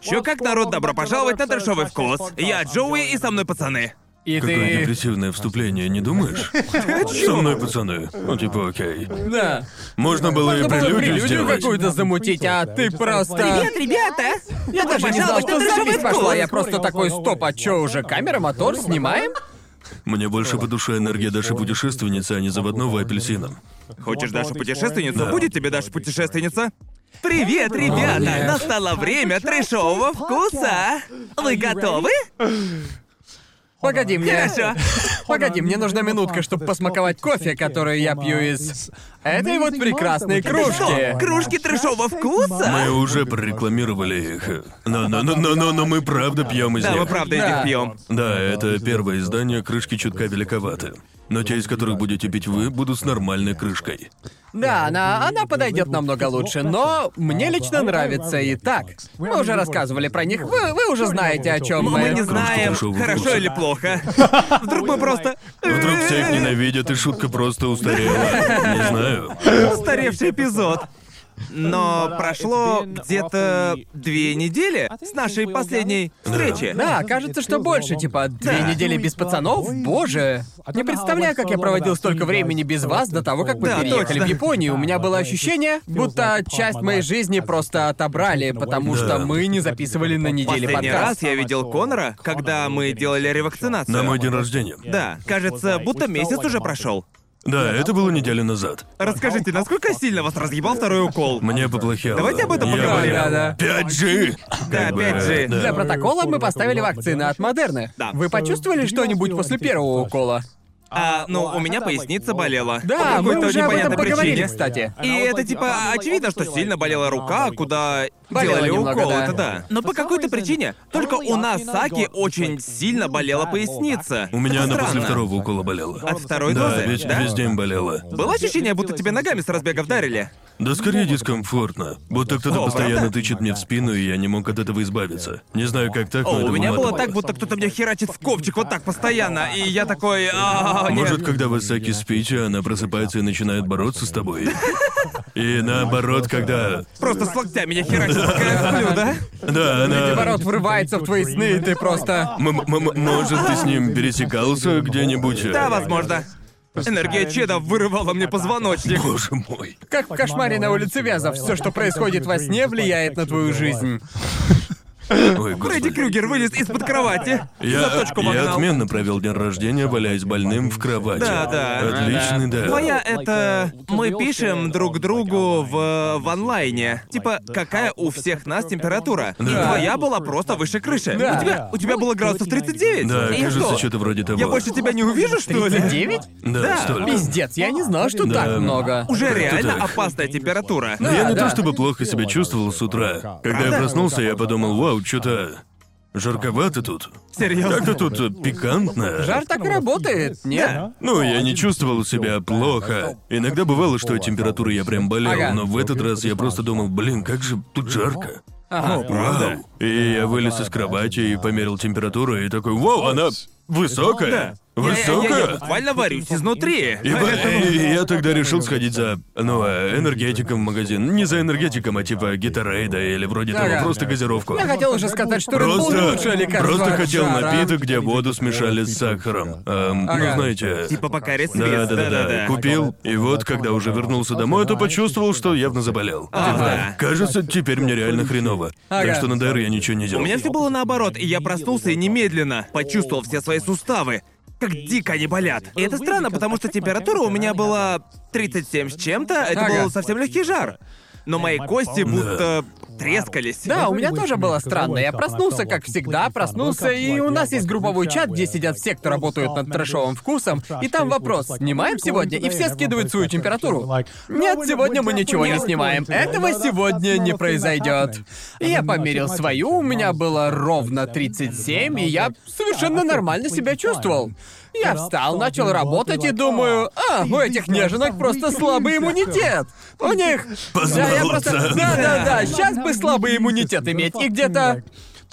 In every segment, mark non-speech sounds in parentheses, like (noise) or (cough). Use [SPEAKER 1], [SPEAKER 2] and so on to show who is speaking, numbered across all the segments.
[SPEAKER 1] Чё, как народ, добро пожаловать на трешовый вкус. Я Джоуи и со мной пацаны.
[SPEAKER 2] И
[SPEAKER 3] Какое
[SPEAKER 2] ты...
[SPEAKER 3] депрессивное вступление, не думаешь? Со мной, пацаны. Ну, типа, окей.
[SPEAKER 2] Да.
[SPEAKER 3] Можно было и
[SPEAKER 2] Надо было
[SPEAKER 3] прелюдию
[SPEAKER 2] прелюдию
[SPEAKER 3] сделать.
[SPEAKER 2] какую-то замутить, а ты просто...
[SPEAKER 4] Привет,
[SPEAKER 1] ребята!
[SPEAKER 2] Я даже не знал,
[SPEAKER 4] пожалуйста,
[SPEAKER 2] что
[SPEAKER 4] это же
[SPEAKER 2] запись
[SPEAKER 4] вы
[SPEAKER 2] пошла,
[SPEAKER 4] скоро.
[SPEAKER 2] я просто такой, стоп, а чё уже, камера, мотор, снимаем?
[SPEAKER 3] Мне больше по душе энергия Даши путешественницы, а не заводного апельсина.
[SPEAKER 1] Хочешь Дашу путешественницу?
[SPEAKER 3] Да.
[SPEAKER 1] Будет тебе Даша путешественница? Привет, ребята!
[SPEAKER 2] нет.
[SPEAKER 1] Настало время трешового вкуса! Вы готовы?
[SPEAKER 2] Погоди, мне...
[SPEAKER 1] Хорошо.
[SPEAKER 2] Погоди, мне нужна минутка, чтобы посмаковать кофе, который я пью из... Этой вот прекрасной
[SPEAKER 1] Это что,
[SPEAKER 2] кружки.
[SPEAKER 1] кружки трешового вкуса?
[SPEAKER 3] Мы уже прорекламировали их. Но, но, но, но, но, но мы правда пьем из
[SPEAKER 1] Да,
[SPEAKER 3] них.
[SPEAKER 1] мы правда из
[SPEAKER 2] Да.
[SPEAKER 1] них пьем.
[SPEAKER 3] Да, это первое издание, крышки чутка великоваты. Но те, из которых будете пить вы, будут с нормальной крышкой.
[SPEAKER 2] Да, она, она подойдет намного лучше, но мне лично нравится и так. Мы уже рассказывали про них, вы, вы уже знаете, о чем
[SPEAKER 1] Мы,
[SPEAKER 2] мы.
[SPEAKER 1] не
[SPEAKER 3] Кружки
[SPEAKER 1] знаем,
[SPEAKER 3] трешового
[SPEAKER 1] хорошо
[SPEAKER 3] вкуса.
[SPEAKER 1] или плохо. Вдруг мы просто...
[SPEAKER 3] Вдруг все их ненавидят, и шутка просто устарела. Не знаю.
[SPEAKER 1] Устаревший эпизод. Но прошло где-то две недели с нашей последней встречи.
[SPEAKER 2] Да, кажется, что больше, типа, две недели без пацанов, боже. Не представляю, как я проводил столько времени без вас до того, как мы
[SPEAKER 1] Да,
[SPEAKER 2] переехали
[SPEAKER 1] точно.
[SPEAKER 2] в Японию. У меня было ощущение, будто часть моей жизни просто отобрали, потому
[SPEAKER 3] Да.
[SPEAKER 2] что мы не записывали на неделе
[SPEAKER 1] Последний раз
[SPEAKER 2] подкаст.
[SPEAKER 1] я видел Конора, когда мы делали ревакцинацию.
[SPEAKER 3] На мой день рождения.
[SPEAKER 1] Да, кажется, будто месяц уже прошел.
[SPEAKER 3] Да, это было неделю назад.
[SPEAKER 1] Расскажите, насколько сильно вас разъебал второй укол?
[SPEAKER 3] Мне поплохело.
[SPEAKER 1] Давайте об этом
[SPEAKER 3] Я-
[SPEAKER 1] поговорим.
[SPEAKER 2] Да, да.
[SPEAKER 3] 5G!
[SPEAKER 1] Да,
[SPEAKER 3] Как бы,
[SPEAKER 1] 5G.
[SPEAKER 3] да.
[SPEAKER 2] Для протокола мы поставили вакцины от Модерны.
[SPEAKER 1] Да.
[SPEAKER 2] Вы почувствовали что-нибудь после первого укола?
[SPEAKER 1] А, ну, у меня поясница болела.
[SPEAKER 2] Да,
[SPEAKER 1] по
[SPEAKER 2] мы
[SPEAKER 1] какой-то
[SPEAKER 2] уже об этом
[SPEAKER 1] непонятной
[SPEAKER 2] поговорили,
[SPEAKER 1] причине.
[SPEAKER 2] кстати.
[SPEAKER 1] И это типа очевидно, что сильно болела рука, куда
[SPEAKER 2] Болела
[SPEAKER 1] делали
[SPEAKER 2] немного,
[SPEAKER 1] укол,
[SPEAKER 2] да.
[SPEAKER 1] это да. Но по какой-то причине только у нас Саки очень сильно болела поясница.
[SPEAKER 3] У
[SPEAKER 1] Это
[SPEAKER 3] меня она после
[SPEAKER 1] странно.
[SPEAKER 3] второго укола болела.
[SPEAKER 1] От второй
[SPEAKER 3] Да,
[SPEAKER 1] дозы,
[SPEAKER 3] весь,
[SPEAKER 1] да?
[SPEAKER 3] весь день болела.
[SPEAKER 1] Было ощущение, будто тебе ногами с разбега вдарили.
[SPEAKER 3] Да скорее дискомфортно. Будто кто-то
[SPEAKER 1] О,
[SPEAKER 3] постоянно
[SPEAKER 1] правда?
[SPEAKER 3] тычет мне в спину, и я не мог от этого избавиться. Не знаю, как так, но
[SPEAKER 1] О,
[SPEAKER 3] это
[SPEAKER 1] у меня было
[SPEAKER 3] выматывало.
[SPEAKER 1] так, будто кто-то меня херачит в копчик вот так постоянно, и я такой... «А, нет».
[SPEAKER 3] Может, когда вы Саки спите, она просыпается и начинает бороться с тобой? И наоборот, когда...
[SPEAKER 1] Просто с локтя меня херачит, пока я сплю, да?
[SPEAKER 3] Да, она...
[SPEAKER 2] Наоборот, врывается в твои сны, и ты просто...
[SPEAKER 3] М- м- м- Может, ты с ним пересекался где-нибудь? э?
[SPEAKER 1] Да, возможно. Энергия Чеда вырывала мне позвоночник.
[SPEAKER 3] Боже мой.
[SPEAKER 2] Как в кошмаре на улице Вязов, все, что происходит во сне, влияет на твою жизнь.
[SPEAKER 3] Ой, господи.
[SPEAKER 1] Фредди Крюгер вылез из-под кровати.
[SPEAKER 3] Я,
[SPEAKER 1] Заточку
[SPEAKER 3] я
[SPEAKER 1] вогнал.
[SPEAKER 3] отменно провел день рождения, валяясь больным в кровати.
[SPEAKER 1] Да, да.
[SPEAKER 3] Отличный, да.
[SPEAKER 1] Твоя это... Мы пишем друг другу в, в онлайне. Типа, какая у всех нас температура. И
[SPEAKER 3] Да.
[SPEAKER 1] твоя была просто выше крыши.
[SPEAKER 2] Да.
[SPEAKER 1] У тебя, у тебя было градусов 39.
[SPEAKER 3] Да,
[SPEAKER 1] И
[SPEAKER 3] кажется,
[SPEAKER 1] что?
[SPEAKER 3] что-то вроде того.
[SPEAKER 1] Я больше тебя не увижу, что ли?
[SPEAKER 2] 39?
[SPEAKER 3] Да,
[SPEAKER 1] Да.
[SPEAKER 3] столько.
[SPEAKER 2] Пиздец, я не знал, что
[SPEAKER 3] Да.
[SPEAKER 2] так много.
[SPEAKER 1] Уже
[SPEAKER 3] Как-то
[SPEAKER 1] реально
[SPEAKER 3] так.
[SPEAKER 1] опасная температура. Ну,
[SPEAKER 2] Да.
[SPEAKER 3] я не
[SPEAKER 2] да.
[SPEAKER 3] то чтобы плохо себя чувствовал с утра. Когда я
[SPEAKER 1] Правда?
[SPEAKER 3] проснулся, я подумал, вау, что-то жарковато тут.
[SPEAKER 1] Серьезно.
[SPEAKER 3] Как-то тут э, пикантно.
[SPEAKER 2] Жар так и работает, нет?
[SPEAKER 3] Ну, я не чувствовал себя плохо. Иногда бывало, что от температуры я прям болел,
[SPEAKER 2] Ага.
[SPEAKER 3] но в этот раз я просто думал, блин, как же тут жарко. Ну,
[SPEAKER 2] Ага.
[SPEAKER 3] Вау. И я вылез из кровати и померил температуру, и такой, вау, она высокая.
[SPEAKER 1] Я- Я, я- я
[SPEAKER 3] Высокая.
[SPEAKER 1] буквально варюсь изнутри.
[SPEAKER 3] И поэтому я тогда решил сходить за, ну, э, энергетиком в магазин. Не за энергетиком, а типа гитарейда или вроде того,
[SPEAKER 2] Ага.
[SPEAKER 3] просто газировку.
[SPEAKER 2] Я хотел уже сказать, что Red Bull лучшее
[SPEAKER 3] Просто,
[SPEAKER 2] лекарство от
[SPEAKER 3] просто хотел
[SPEAKER 2] жара.
[SPEAKER 3] напиток, где воду смешали с сахаром. Эм,
[SPEAKER 2] Ага.
[SPEAKER 3] Ну, знаете...
[SPEAKER 1] Типа пока
[SPEAKER 3] Да,
[SPEAKER 1] рецвет.
[SPEAKER 3] да, да, да. Купил, и вот, когда уже вернулся домой, то почувствовал, что явно заболел.
[SPEAKER 1] А,
[SPEAKER 3] Типа,
[SPEAKER 1] да.
[SPEAKER 3] кажется, теперь мне реально хреново.
[SPEAKER 2] Ага.
[SPEAKER 3] Так что на ДР я ничего не
[SPEAKER 1] У
[SPEAKER 3] делал.
[SPEAKER 1] меня все было наоборот, и я проснулся и немедленно почувствовал все свои суставы. Как дико они болят. И это странно, потому что температура у меня была 37 с чем-то, это
[SPEAKER 2] Ага.
[SPEAKER 1] был совсем легкий жар. Но мои кости будто трескались.
[SPEAKER 2] Да, у меня тоже было странно. Я проснулся, как всегда, проснулся, и у нас есть групповой чат, где сидят все, кто работают над трэшовым вкусом, и там вопрос, снимаем сегодня? И все скидывают свою температуру. Нет, сегодня мы ничего не снимаем. Этого сегодня не произойдет. И Я померил свою, у меня было ровно 37, и я
[SPEAKER 3] а
[SPEAKER 2] совершенно нормально себя чувствовал. Я встал, начал работать и думаю, а, у этих неженок просто слабый иммунитет. У них... Да, я просто...
[SPEAKER 3] Познался.
[SPEAKER 2] Да-да-да, сейчас бы слабый иммунитет иметь. И где-то...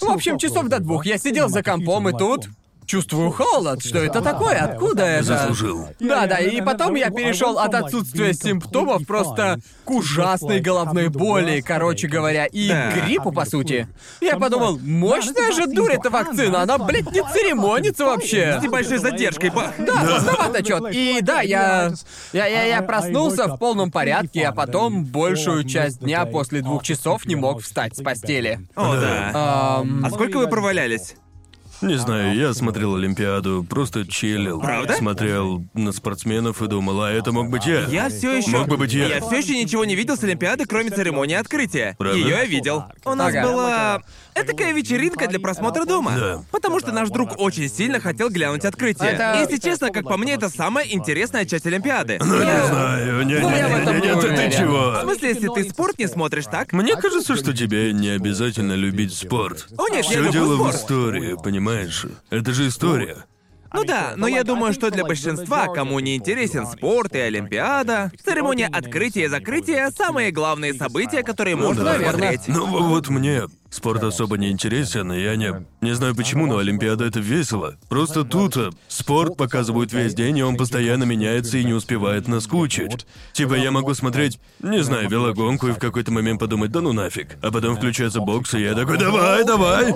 [SPEAKER 2] В общем, часов до двух я сидел за компом, и тут... чувствую холод. Что это такое? Откуда это?
[SPEAKER 3] Заслужил.
[SPEAKER 2] Да, да, и потом я перешел от отсутствия симптомов просто к ужасной головной боли, короче говоря, и
[SPEAKER 1] Да.
[SPEAKER 2] к гриппу, по сути. Я подумал, мощная же дурь эта вакцина, она, блядь, не церемонится вообще.
[SPEAKER 1] С небольшой задержкой, ба.
[SPEAKER 2] Да, поздновато чё-то. И да, я... Я, я, я проснулся в полном порядке, а потом большую часть дня после двух часов не мог встать с постели.
[SPEAKER 1] О, да.
[SPEAKER 2] Ам,
[SPEAKER 1] А сколько вы провалялись?
[SPEAKER 3] Не знаю, я смотрел Олимпиаду, просто чилил.
[SPEAKER 1] Правда?
[SPEAKER 3] Смотрел на спортсменов и думал, а это мог быть я.
[SPEAKER 1] Я все еще.
[SPEAKER 3] Мог бы быть я.
[SPEAKER 1] Я все еще ничего не видел с Олимпиады, кроме церемонии открытия.
[SPEAKER 3] Правда?
[SPEAKER 1] Ее я видел. У нас
[SPEAKER 2] Ага.
[SPEAKER 1] была. Это такая вечеринка для просмотра дома.
[SPEAKER 3] Да.
[SPEAKER 1] Потому что наш друг очень сильно хотел глянуть открытие.
[SPEAKER 2] Это-
[SPEAKER 1] Если честно, как по мне, это самая интересная часть Олимпиады.
[SPEAKER 3] Ну,
[SPEAKER 2] Я-
[SPEAKER 3] не знаю, не, не,
[SPEAKER 2] Ну, я в этом
[SPEAKER 3] не, не,
[SPEAKER 2] не
[SPEAKER 3] не, ты,
[SPEAKER 2] уверен.
[SPEAKER 3] ты
[SPEAKER 1] В
[SPEAKER 3] чего?
[SPEAKER 1] смысле, если ты спорт не смотришь, так?
[SPEAKER 3] Мне кажется, что тебе не обязательно любить спорт.
[SPEAKER 1] О, нет, я
[SPEAKER 3] Все
[SPEAKER 1] люблю
[SPEAKER 3] дело в
[SPEAKER 1] спорт.
[SPEAKER 3] истории, понимаешь? Это же история.
[SPEAKER 1] Ну да, но я думаю, что для большинства, кому не интересен спорт и Олимпиада, церемония открытия и закрытия — самые главные события, которые можно
[SPEAKER 3] да.
[SPEAKER 1] посмотреть.
[SPEAKER 3] Ну, в- вот мне спорт особо не интересен, и я не... Не знаю почему, но Олимпиада — это весело. Просто тут э, спорт показывают весь день, и он постоянно меняется и не успевает наскучить. Типа я могу смотреть, не знаю, велогонку и в какой-то момент подумать, да ну нафиг. А потом включается бокс, и я такой, давай, давай!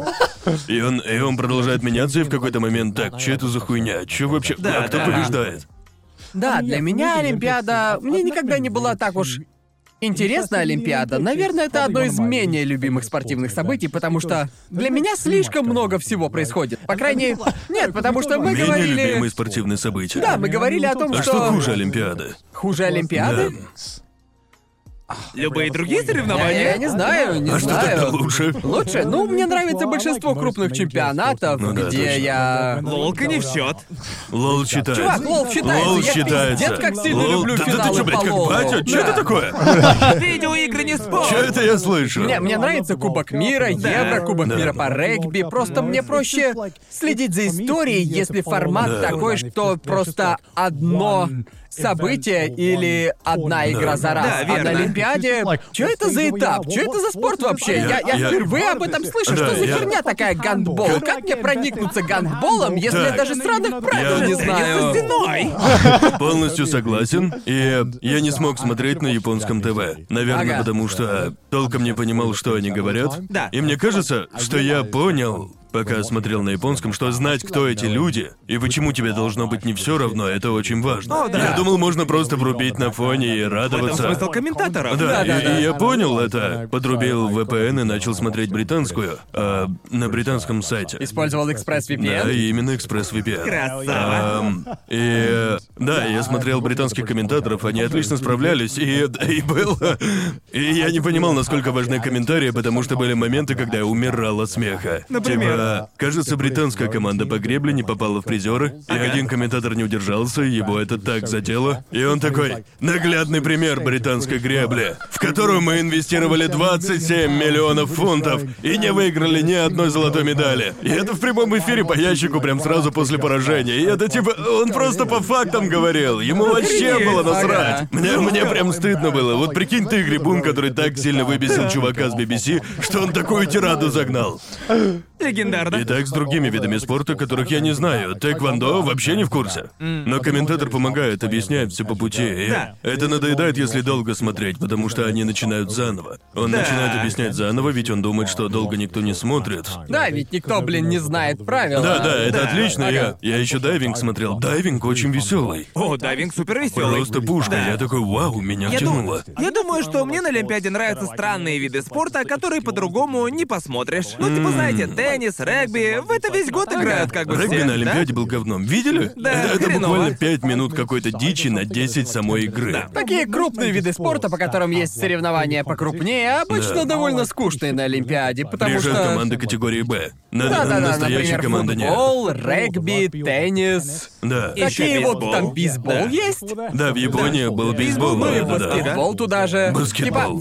[SPEAKER 3] И он, и он продолжает меняться, и в какой-то момент, так, что это за хуйня? Че вообще?
[SPEAKER 1] Да,
[SPEAKER 3] а кто
[SPEAKER 1] да.
[SPEAKER 3] побеждает?
[SPEAKER 2] Да, для меня Олимпиада... Мне никогда не была так уж Интересная Олимпиада. Наверное, это одно из менее любимых спортивных событий, потому что для меня слишком много всего происходит. По крайней нет, потому что мы
[SPEAKER 3] Менее
[SPEAKER 2] говорили...
[SPEAKER 3] любимые спортивные события.
[SPEAKER 2] Да, мы говорили о том,
[SPEAKER 3] а что хуже Олимпиады?
[SPEAKER 2] Хуже Олимпиады?
[SPEAKER 1] Любые другие
[SPEAKER 2] Я, я
[SPEAKER 1] соревнования?
[SPEAKER 2] не знаю, не
[SPEAKER 3] А что тогда
[SPEAKER 2] знаю.
[SPEAKER 3] лучше?
[SPEAKER 2] Лучше? Ну, мне нравится большинство крупных чемпионатов,
[SPEAKER 3] Ну да,
[SPEAKER 2] где
[SPEAKER 3] точно.
[SPEAKER 2] я...
[SPEAKER 1] Лолка не в (laughs) счет.
[SPEAKER 3] Лол считается.
[SPEAKER 2] Чувак, лол считается.
[SPEAKER 3] Лол
[SPEAKER 2] я
[SPEAKER 3] считается.
[SPEAKER 2] пиздец, как сильно
[SPEAKER 3] Лол-
[SPEAKER 2] люблю
[SPEAKER 3] да, да ты
[SPEAKER 2] финалы
[SPEAKER 3] что, блядь,
[SPEAKER 2] по
[SPEAKER 3] как
[SPEAKER 2] лолу.
[SPEAKER 3] батя? Че
[SPEAKER 2] Да.
[SPEAKER 3] это такое?
[SPEAKER 1] Видеоигры не
[SPEAKER 3] Че
[SPEAKER 1] спорт!
[SPEAKER 3] это я слышу?
[SPEAKER 2] Мне, мне нравится Кубок мира,
[SPEAKER 1] Да.
[SPEAKER 2] Евро, Кубок
[SPEAKER 3] Да.
[SPEAKER 2] мира по регби. Просто мне проще следить за историей, если формат
[SPEAKER 3] Да.
[SPEAKER 2] такой, что просто одно событие или одна игра за раз.
[SPEAKER 1] Да,
[SPEAKER 2] А
[SPEAKER 1] верно.
[SPEAKER 2] на Олимпиаде... Что это за этап? Что это за спорт вообще? Я, я
[SPEAKER 3] Я-
[SPEAKER 2] впервые об этом слышу.
[SPEAKER 3] Да,
[SPEAKER 2] что за
[SPEAKER 3] я-
[SPEAKER 2] херня такая гандбол?
[SPEAKER 4] Как-
[SPEAKER 2] Как мне проникнуться гандболом, если
[SPEAKER 3] Так.
[SPEAKER 2] я даже сраных правил
[SPEAKER 3] Я-
[SPEAKER 2] не
[SPEAKER 3] Я-
[SPEAKER 2] знаю?
[SPEAKER 1] за
[SPEAKER 2] (laughs)
[SPEAKER 1] стеной!
[SPEAKER 3] Полностью согласен. И я не смог смотреть на японском ТВ. Наверное,
[SPEAKER 2] Ага.
[SPEAKER 3] потому что толком не понимал, что они говорят.
[SPEAKER 1] Да.
[SPEAKER 3] И мне кажется, что я понял, пока смотрел на японском, что знать, кто эти люди и почему тебе должно быть не все равно, это очень важно.
[SPEAKER 1] О,
[SPEAKER 2] Ну
[SPEAKER 1] да.
[SPEAKER 3] Я думал, можно просто врубить на фоне и
[SPEAKER 1] В этом
[SPEAKER 3] радоваться.
[SPEAKER 1] смысл комментаторов.
[SPEAKER 2] Да,
[SPEAKER 3] Да, и,
[SPEAKER 2] да.
[SPEAKER 3] и я понял это. Подрубил VPN и начал смотреть британскую а, на британском сайте.
[SPEAKER 2] Использовал экспресс
[SPEAKER 3] Да,
[SPEAKER 2] VPN.
[SPEAKER 3] и именно ExpressVPN.
[SPEAKER 1] Красава.
[SPEAKER 3] Эм, и э, да, я смотрел британских комментаторов, они отлично справлялись, и, и был. И я не понимал, насколько важны комментарии, потому что были моменты, когда я умирал от смеха.
[SPEAKER 1] Например?
[SPEAKER 3] Типа, кажется, британская команда по гребле не попала в призеры, и один комментатор не удержался, и его это так задело. И он такой: наглядный пример британской гребли, в которую мы инвестировали 27 миллионов фунтов и не выиграли ни одной золотой медали. И это в прямом эфире по ящику прям сразу после поражения. И это типа, он просто по фактам говорил. Ему вообще
[SPEAKER 1] Охренеть.
[SPEAKER 3] было насрать.
[SPEAKER 2] Ага.
[SPEAKER 3] Мне, мне прям стыдно было. Вот прикинь ты, Грибун, который так сильно выбесил чувака с BBC, что он такую тираду загнал. И
[SPEAKER 1] Легендарно.
[SPEAKER 3] так с другими видами спорта, которых я не знаю. Тэквондо вообще не в курсе. Но комментатор помогает, объясняет все по пути. и
[SPEAKER 1] Да.
[SPEAKER 3] Это надоедает, если долго смотреть, потому что они начинают заново. Он
[SPEAKER 1] Да.
[SPEAKER 3] начинает объяснять заново, ведь он думает, что долго никто не смотрит.
[SPEAKER 2] Да, ведь никто, блин, не знает правила.
[SPEAKER 3] Да, да, это
[SPEAKER 1] Да.
[SPEAKER 3] отлично. Я,
[SPEAKER 2] Ага.
[SPEAKER 3] я еще дайвинг смотрел. Дайвинг очень веселый.
[SPEAKER 1] О, дайвинг супер веселый.
[SPEAKER 3] Просто пушка. Я такой, вау, меня
[SPEAKER 1] Я думаю,
[SPEAKER 3] тянуло.
[SPEAKER 1] я думаю, что мне на Олимпиаде нравятся странные виды спорта, которые по-другому не посмотришь. Ну, типа, знаете, теннис, регби, в это весь год играют как бы все,
[SPEAKER 3] Регби на
[SPEAKER 1] да?
[SPEAKER 3] Олимпиаде был говном. Видели?
[SPEAKER 1] Да,
[SPEAKER 3] это, это
[SPEAKER 1] хреново.
[SPEAKER 3] буквально 5 минут какой-то дичи на 10 самой игры.
[SPEAKER 2] Такие крупные виды спорта, по которым есть соревнования покрупнее, обычно
[SPEAKER 4] Да.
[SPEAKER 2] довольно скучные на Олимпиаде, потому
[SPEAKER 3] Приезжают
[SPEAKER 2] что...
[SPEAKER 3] команды категории Б. На,
[SPEAKER 2] Да, да, да,
[SPEAKER 3] настоящей
[SPEAKER 2] например,
[SPEAKER 3] команды
[SPEAKER 2] футбол, регби, теннис.
[SPEAKER 3] нет. Да.
[SPEAKER 1] И- Ещё
[SPEAKER 2] Такие вот
[SPEAKER 1] бейсбол.
[SPEAKER 2] там бейсбол
[SPEAKER 1] Да.
[SPEAKER 2] есть.
[SPEAKER 3] Да, в Японии был бейсбол,
[SPEAKER 2] Ну и
[SPEAKER 3] да, да, да.
[SPEAKER 2] баскетбол туда же.
[SPEAKER 3] Баскетбол,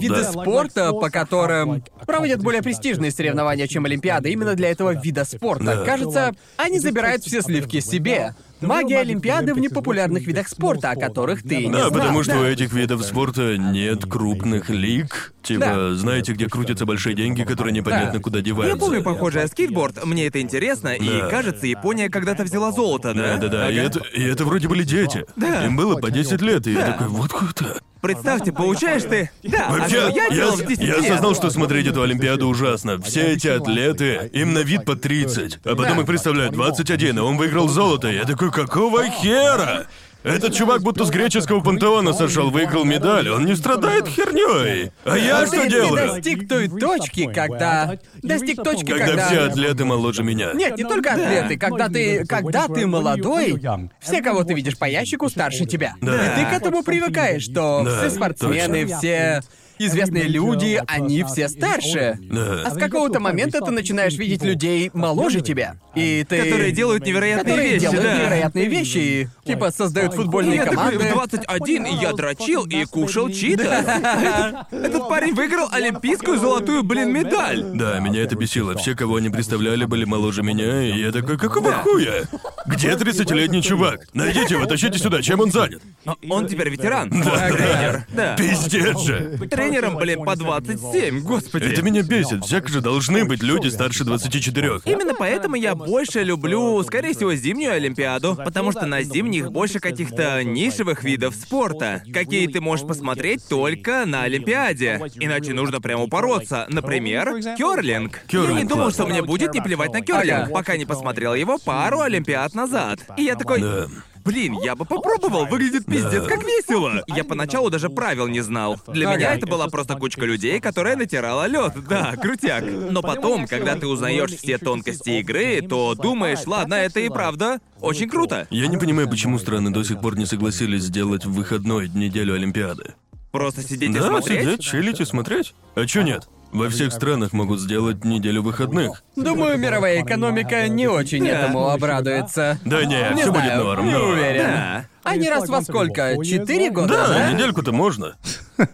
[SPEAKER 2] типа виды
[SPEAKER 3] да.
[SPEAKER 2] спорта, по которым проводят более престижные соревнования, чем Олимпиада, именно для этого вида спорта.
[SPEAKER 4] Да.
[SPEAKER 2] Кажется, они забирают все сливки себе. Магия Олимпиады в непопулярных видах спорта, о которых ты не
[SPEAKER 3] Да,
[SPEAKER 2] знал.
[SPEAKER 3] потому что
[SPEAKER 2] Да.
[SPEAKER 3] у этих видов спорта нет крупных лиг. Типа,
[SPEAKER 2] Да.
[SPEAKER 3] знаете, где крутятся большие деньги, которые непонятно
[SPEAKER 2] Да.
[SPEAKER 3] куда деваются.
[SPEAKER 1] Я помню похожее скейтборд, мне это интересно,
[SPEAKER 3] Да.
[SPEAKER 1] и кажется, Япония когда-то взяла золото, да?
[SPEAKER 3] Да, да, да. И,
[SPEAKER 1] Ага.
[SPEAKER 3] это, и это вроде были дети.
[SPEAKER 1] Да.
[SPEAKER 3] Им было по 10 лет, и я такой, вот круто.
[SPEAKER 1] Представьте, получаешь ты... Да, а
[SPEAKER 3] Вообще,
[SPEAKER 1] что я делал
[SPEAKER 3] с-
[SPEAKER 1] в 10
[SPEAKER 3] я
[SPEAKER 1] лет?
[SPEAKER 3] осознал, что смотреть эту Олимпиаду ужасно. Все эти атлеты, им на вид по 30, а потом
[SPEAKER 2] Да.
[SPEAKER 3] их представляют 21, а он выиграл золото. Я такой, какого хера? Этот чувак будто с греческого пантеона сошел, выиграл медаль, он не страдает херней. А я
[SPEAKER 2] Ты-
[SPEAKER 3] что
[SPEAKER 2] ты
[SPEAKER 3] делаю?
[SPEAKER 2] достиг той точки, когда... Достиг точки, когда...
[SPEAKER 3] Когда все атлеты моложе меня.
[SPEAKER 2] Нет, не только атлеты. Когда ты, когда ты молодой, все, кого ты видишь по ящику, старше тебя.
[SPEAKER 3] Да.
[SPEAKER 2] И ты к этому привыкаешь, что
[SPEAKER 3] Да,
[SPEAKER 2] все спортсмены,
[SPEAKER 4] точно.
[SPEAKER 2] все известные люди, они все старше.
[SPEAKER 3] Да.
[SPEAKER 2] А с какого-то момента ты начинаешь видеть людей моложе тебя. И ты...
[SPEAKER 1] Которые делают невероятные
[SPEAKER 2] которые
[SPEAKER 1] вещи,
[SPEAKER 2] делают
[SPEAKER 1] да.
[SPEAKER 2] невероятные вещи и, типа, создают
[SPEAKER 1] И Ну,
[SPEAKER 2] футбольные
[SPEAKER 1] я такой,
[SPEAKER 2] команды.
[SPEAKER 1] в 21 и я дрочил и кушал чита. (laughs) Этот парень выиграл олимпийскую золотую, блин, медаль.
[SPEAKER 3] Да, меня это бесило. Все, кого они представляли, были моложе меня, и я такой, какого хуя? Где 30-летний чувак? Найдите его, тащите сюда, чем он занят?
[SPEAKER 1] Но Он теперь ветеран.
[SPEAKER 3] Да.
[SPEAKER 1] Тренер. Да.
[SPEAKER 3] Пиздец же.
[SPEAKER 1] Тренером, блин, по 27, господи.
[SPEAKER 3] Это меня бесит. Всяко же должны быть люди старше 24.
[SPEAKER 1] Именно поэтому я больше люблю, скорее всего, зимнюю Олимпиаду, потому что на зимних больше каких-то нишевых видов спорта, какие ты можешь посмотреть только на Олимпиаде. Иначе нужно прямо упороться. Например, керлинг. я не
[SPEAKER 3] Кёрлинг,
[SPEAKER 1] думал,
[SPEAKER 3] класс.
[SPEAKER 1] что мне будет не плевать на керлинг,
[SPEAKER 2] Ага.
[SPEAKER 1] пока не посмотрел его пару Олимпиад назад. И я такой...
[SPEAKER 3] Да.
[SPEAKER 1] Блин, я бы попробовал, выглядит пиздец,
[SPEAKER 3] Да.
[SPEAKER 1] как весело. Я поначалу даже правил не знал. Для
[SPEAKER 2] Ага.
[SPEAKER 1] меня это была просто кучка людей, которая натирала лед. Да, крутяк. Но потом, когда ты узнаешь все тонкости игры, то думаешь, ладно, это и правда очень круто.
[SPEAKER 3] Я не понимаю, почему страны до сих пор не согласились сделать в выходной неделю Олимпиады.
[SPEAKER 1] Просто сидеть и
[SPEAKER 3] Да,
[SPEAKER 1] смотреть.
[SPEAKER 3] сидеть, чилить и смотреть. А чё нет? Во всех странах могут сделать неделю выходных.
[SPEAKER 2] Думаю, мировая экономика не очень этому обрадуется.
[SPEAKER 3] Да не,
[SPEAKER 2] Не
[SPEAKER 3] все будет
[SPEAKER 2] знаю,
[SPEAKER 3] норм.
[SPEAKER 2] не
[SPEAKER 3] но-
[SPEAKER 2] уверен.
[SPEAKER 1] Да.
[SPEAKER 2] Они раз во сколько? Четыре года,
[SPEAKER 3] Да,
[SPEAKER 2] да?
[SPEAKER 3] недельку-то можно.
[SPEAKER 2] Ну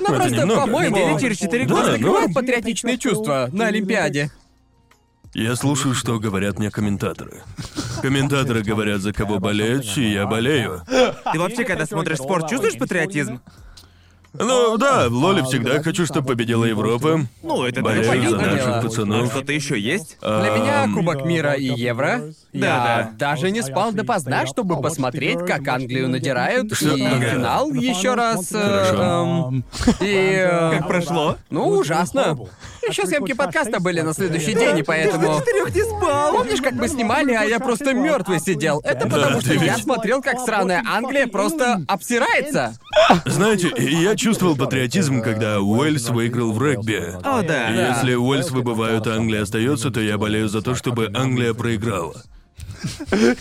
[SPEAKER 3] это
[SPEAKER 2] просто,
[SPEAKER 3] немного.
[SPEAKER 2] по-моему,
[SPEAKER 1] Недели через четыре
[SPEAKER 3] Да,
[SPEAKER 2] просто
[SPEAKER 3] ну.
[SPEAKER 2] бывают патриотичные чувства на Олимпиаде.
[SPEAKER 3] Я слушаю, что говорят мне комментаторы. Комментаторы говорят, за кого болеть, и я болею.
[SPEAKER 1] Ты вообще, когда смотришь спорт, чувствуешь патриотизм?
[SPEAKER 3] Ну да, в Лоле всегда хочу, чтобы победила Европа.
[SPEAKER 1] Ну, это даже
[SPEAKER 3] Болею за
[SPEAKER 2] понятное
[SPEAKER 1] понятно.
[SPEAKER 3] наших
[SPEAKER 2] дело.
[SPEAKER 1] А
[SPEAKER 3] пацанов.
[SPEAKER 1] что-то еще есть?
[SPEAKER 2] Для меня
[SPEAKER 3] Ам,
[SPEAKER 2] Кубок Мира и Евро.
[SPEAKER 1] Да.
[SPEAKER 2] Я а даже не спал допоздна, чтобы посмотреть, как Англию надирают, и
[SPEAKER 3] Что? Ага.
[SPEAKER 2] финал еще раз. э,
[SPEAKER 3] Хорошо.
[SPEAKER 2] эм, и... э,
[SPEAKER 1] Как прошло?
[SPEAKER 2] Ну, ужасно. Еще съемки подкаста были на следующий день, и
[SPEAKER 1] Ты
[SPEAKER 2] поэтому...
[SPEAKER 1] до четырех не спал!
[SPEAKER 2] Помнишь, как мы снимали, а я просто мертвый сидел? Это
[SPEAKER 3] Да,
[SPEAKER 2] потому, что
[SPEAKER 3] ты
[SPEAKER 2] я
[SPEAKER 3] ведь-
[SPEAKER 2] смотрел, как сраная Англия просто обсирается.
[SPEAKER 3] Знаете, и я чувствовал патриотизм, когда Уэльс выиграл в регби.
[SPEAKER 1] О, да.
[SPEAKER 3] И если Уэльс выбывают, а Англия остается, то я болею за то, чтобы Англия проиграла.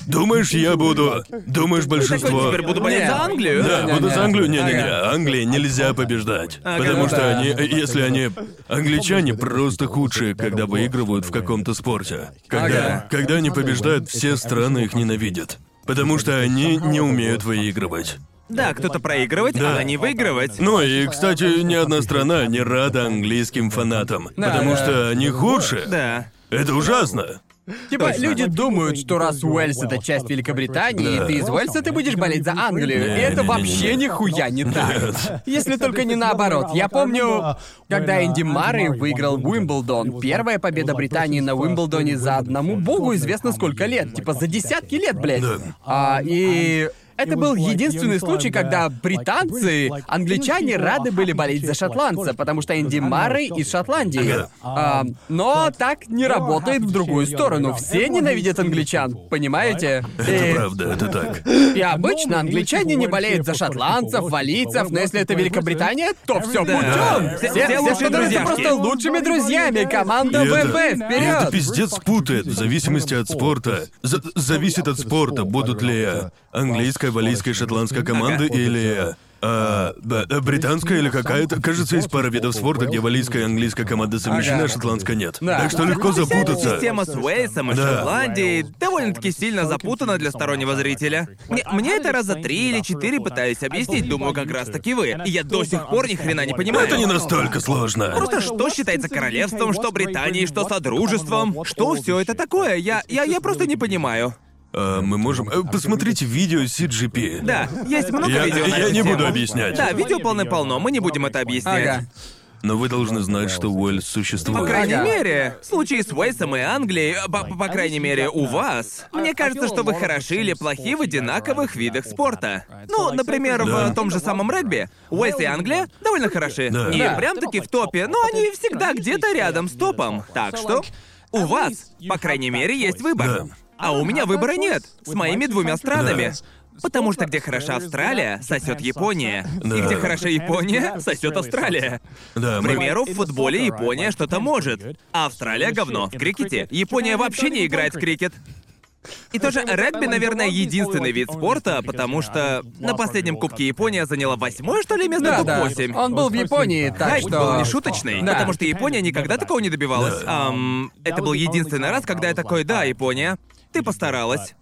[SPEAKER 3] Думаешь, я буду... Думаешь,
[SPEAKER 1] Такой
[SPEAKER 3] большинство...
[SPEAKER 1] теперь буду болеть
[SPEAKER 2] Не.
[SPEAKER 1] за Англию?
[SPEAKER 3] Да,
[SPEAKER 2] Не-не-не.
[SPEAKER 3] буду за Англию. Не-не-не,
[SPEAKER 2] Ага.
[SPEAKER 3] Англии нельзя побеждать.
[SPEAKER 1] Ага,
[SPEAKER 3] Потому
[SPEAKER 1] ну
[SPEAKER 3] что
[SPEAKER 2] да.
[SPEAKER 3] они... Если они... Англичане просто худшие, когда выигрывают в каком-то спорте. Когда...
[SPEAKER 2] Ага.
[SPEAKER 3] Когда они побеждают, все страны их ненавидят. Потому что они не умеют выигрывать.
[SPEAKER 1] Да, кто-то проигрывать,
[SPEAKER 3] Да.
[SPEAKER 1] а не выигрывать.
[SPEAKER 3] Ну и, кстати, ни одна страна не рада английским фанатам,
[SPEAKER 2] Да,
[SPEAKER 3] потому
[SPEAKER 2] да.
[SPEAKER 3] что они худшие.
[SPEAKER 1] Да.
[SPEAKER 3] Это ужасно.
[SPEAKER 2] Типа,
[SPEAKER 1] Точно.
[SPEAKER 2] люди думают, что раз Уэльс это часть Великобритании,
[SPEAKER 3] Да.
[SPEAKER 2] и ты из Уэльса ты будешь болеть за Англию. И это
[SPEAKER 3] Не-не-не-не-не.
[SPEAKER 2] вообще нихуя не так. Если только не наоборот. Я помню, когда Энди Марри выиграл Уимблдон, первая победа Британии на Уимблдоне за одному богу известно сколько лет. Типа за десятки лет, блядь.
[SPEAKER 3] Да.
[SPEAKER 2] А, и это был единственный случай, когда британцы, англичане рады были болеть за шотландца, потому что Энди Марри из Шотландии.
[SPEAKER 3] Ага.
[SPEAKER 2] А, но так не работает в другую сторону. Все ненавидят англичан, понимаете?
[SPEAKER 3] Это
[SPEAKER 2] И-
[SPEAKER 3] правда, это так.
[SPEAKER 2] и обычно англичане не болеют за шотландцев, валийцев, но если это Великобритания, то все
[SPEAKER 1] Да.
[SPEAKER 2] путем.
[SPEAKER 1] Все- все лучшие друзьяшки.
[SPEAKER 2] просто лучшими друзьями. Команда
[SPEAKER 3] И
[SPEAKER 2] ВВ
[SPEAKER 3] это, и это
[SPEAKER 2] вперед!
[SPEAKER 3] пиздец путает в зависимости от спорта. За- зависит от спорта, будут ли э, английская, валийская, шотландская команда или э, б- э, британская или какая-то. Кажется, есть пара видов спорта, где валийская и английская команда совмещена,
[SPEAKER 2] Ага.
[SPEAKER 3] а шотландская нет.
[SPEAKER 2] Да.
[SPEAKER 3] Так что легко
[SPEAKER 1] Вся эта
[SPEAKER 3] запутаться.
[SPEAKER 1] Система с Уэльсом и
[SPEAKER 3] Да.
[SPEAKER 1] Шотландией довольно-таки сильно запутана для стороннего зрителя. Мне, мне это раза три или четыре пытаюсь объяснить, думаю, как раз таки вы. И я до сих пор ни хрена не
[SPEAKER 3] Но
[SPEAKER 1] понимаю.
[SPEAKER 3] это не настолько сложно.
[SPEAKER 1] Просто что считается королевством, что Британией, что содружеством, что все это такое? Я, я, я просто не понимаю.
[SPEAKER 3] А, мы можем... э, Посмотрите видео CGP.
[SPEAKER 1] Да, есть много
[SPEAKER 3] Я,
[SPEAKER 1] видео на
[SPEAKER 3] я
[SPEAKER 1] эту
[SPEAKER 3] не
[SPEAKER 1] тему.
[SPEAKER 3] буду объяснять.
[SPEAKER 1] Да, видео полны-полно, мы не будем это объяснять.
[SPEAKER 2] Ага.
[SPEAKER 3] Но вы должны знать, что Уэльс
[SPEAKER 1] По
[SPEAKER 3] существует.
[SPEAKER 1] крайней
[SPEAKER 2] Ага.
[SPEAKER 1] мере, в случае с Уэйсом и Англией, э, по, по- по крайней мере, у вас, мне кажется, что вы хороши или плохи в одинаковых видах спорта. Ну, например,
[SPEAKER 3] Да.
[SPEAKER 1] в том же самом регби. Уэйс и Англия довольно хороши.
[SPEAKER 3] Да.
[SPEAKER 1] И
[SPEAKER 2] Да.
[SPEAKER 1] прям-таки в топе, но они всегда где-то рядом с топом. Так что у вас, по крайней мере, есть
[SPEAKER 3] Да.
[SPEAKER 1] выбор. А у меня выбора нет с моими двумя странами.
[SPEAKER 4] Да.
[SPEAKER 1] Потому что где хороша Австралия, сосет Япония. И
[SPEAKER 3] Да.
[SPEAKER 1] где хороша Япония, сосет Австралия.
[SPEAKER 3] Да,
[SPEAKER 1] К
[SPEAKER 3] мы-
[SPEAKER 1] примеру, в футболе Япония что-то может, а Австралия говно. В крикете Япония вообще не играет в крикет. И тоже регби, наверное, единственный вид спорта, потому что на последнем Кубке Япония заняла восьмое, что ли, место
[SPEAKER 2] Да, да.
[SPEAKER 1] топ-8.
[SPEAKER 2] Он был в Японии, так
[SPEAKER 1] Хайп
[SPEAKER 2] что...
[SPEAKER 1] был не шуточный,
[SPEAKER 2] Да.
[SPEAKER 1] потому что Япония никогда такого не добивалась.
[SPEAKER 4] Да.
[SPEAKER 1] Ам, это был единственный раз, когда я такой, да, Япония, ты постаралась.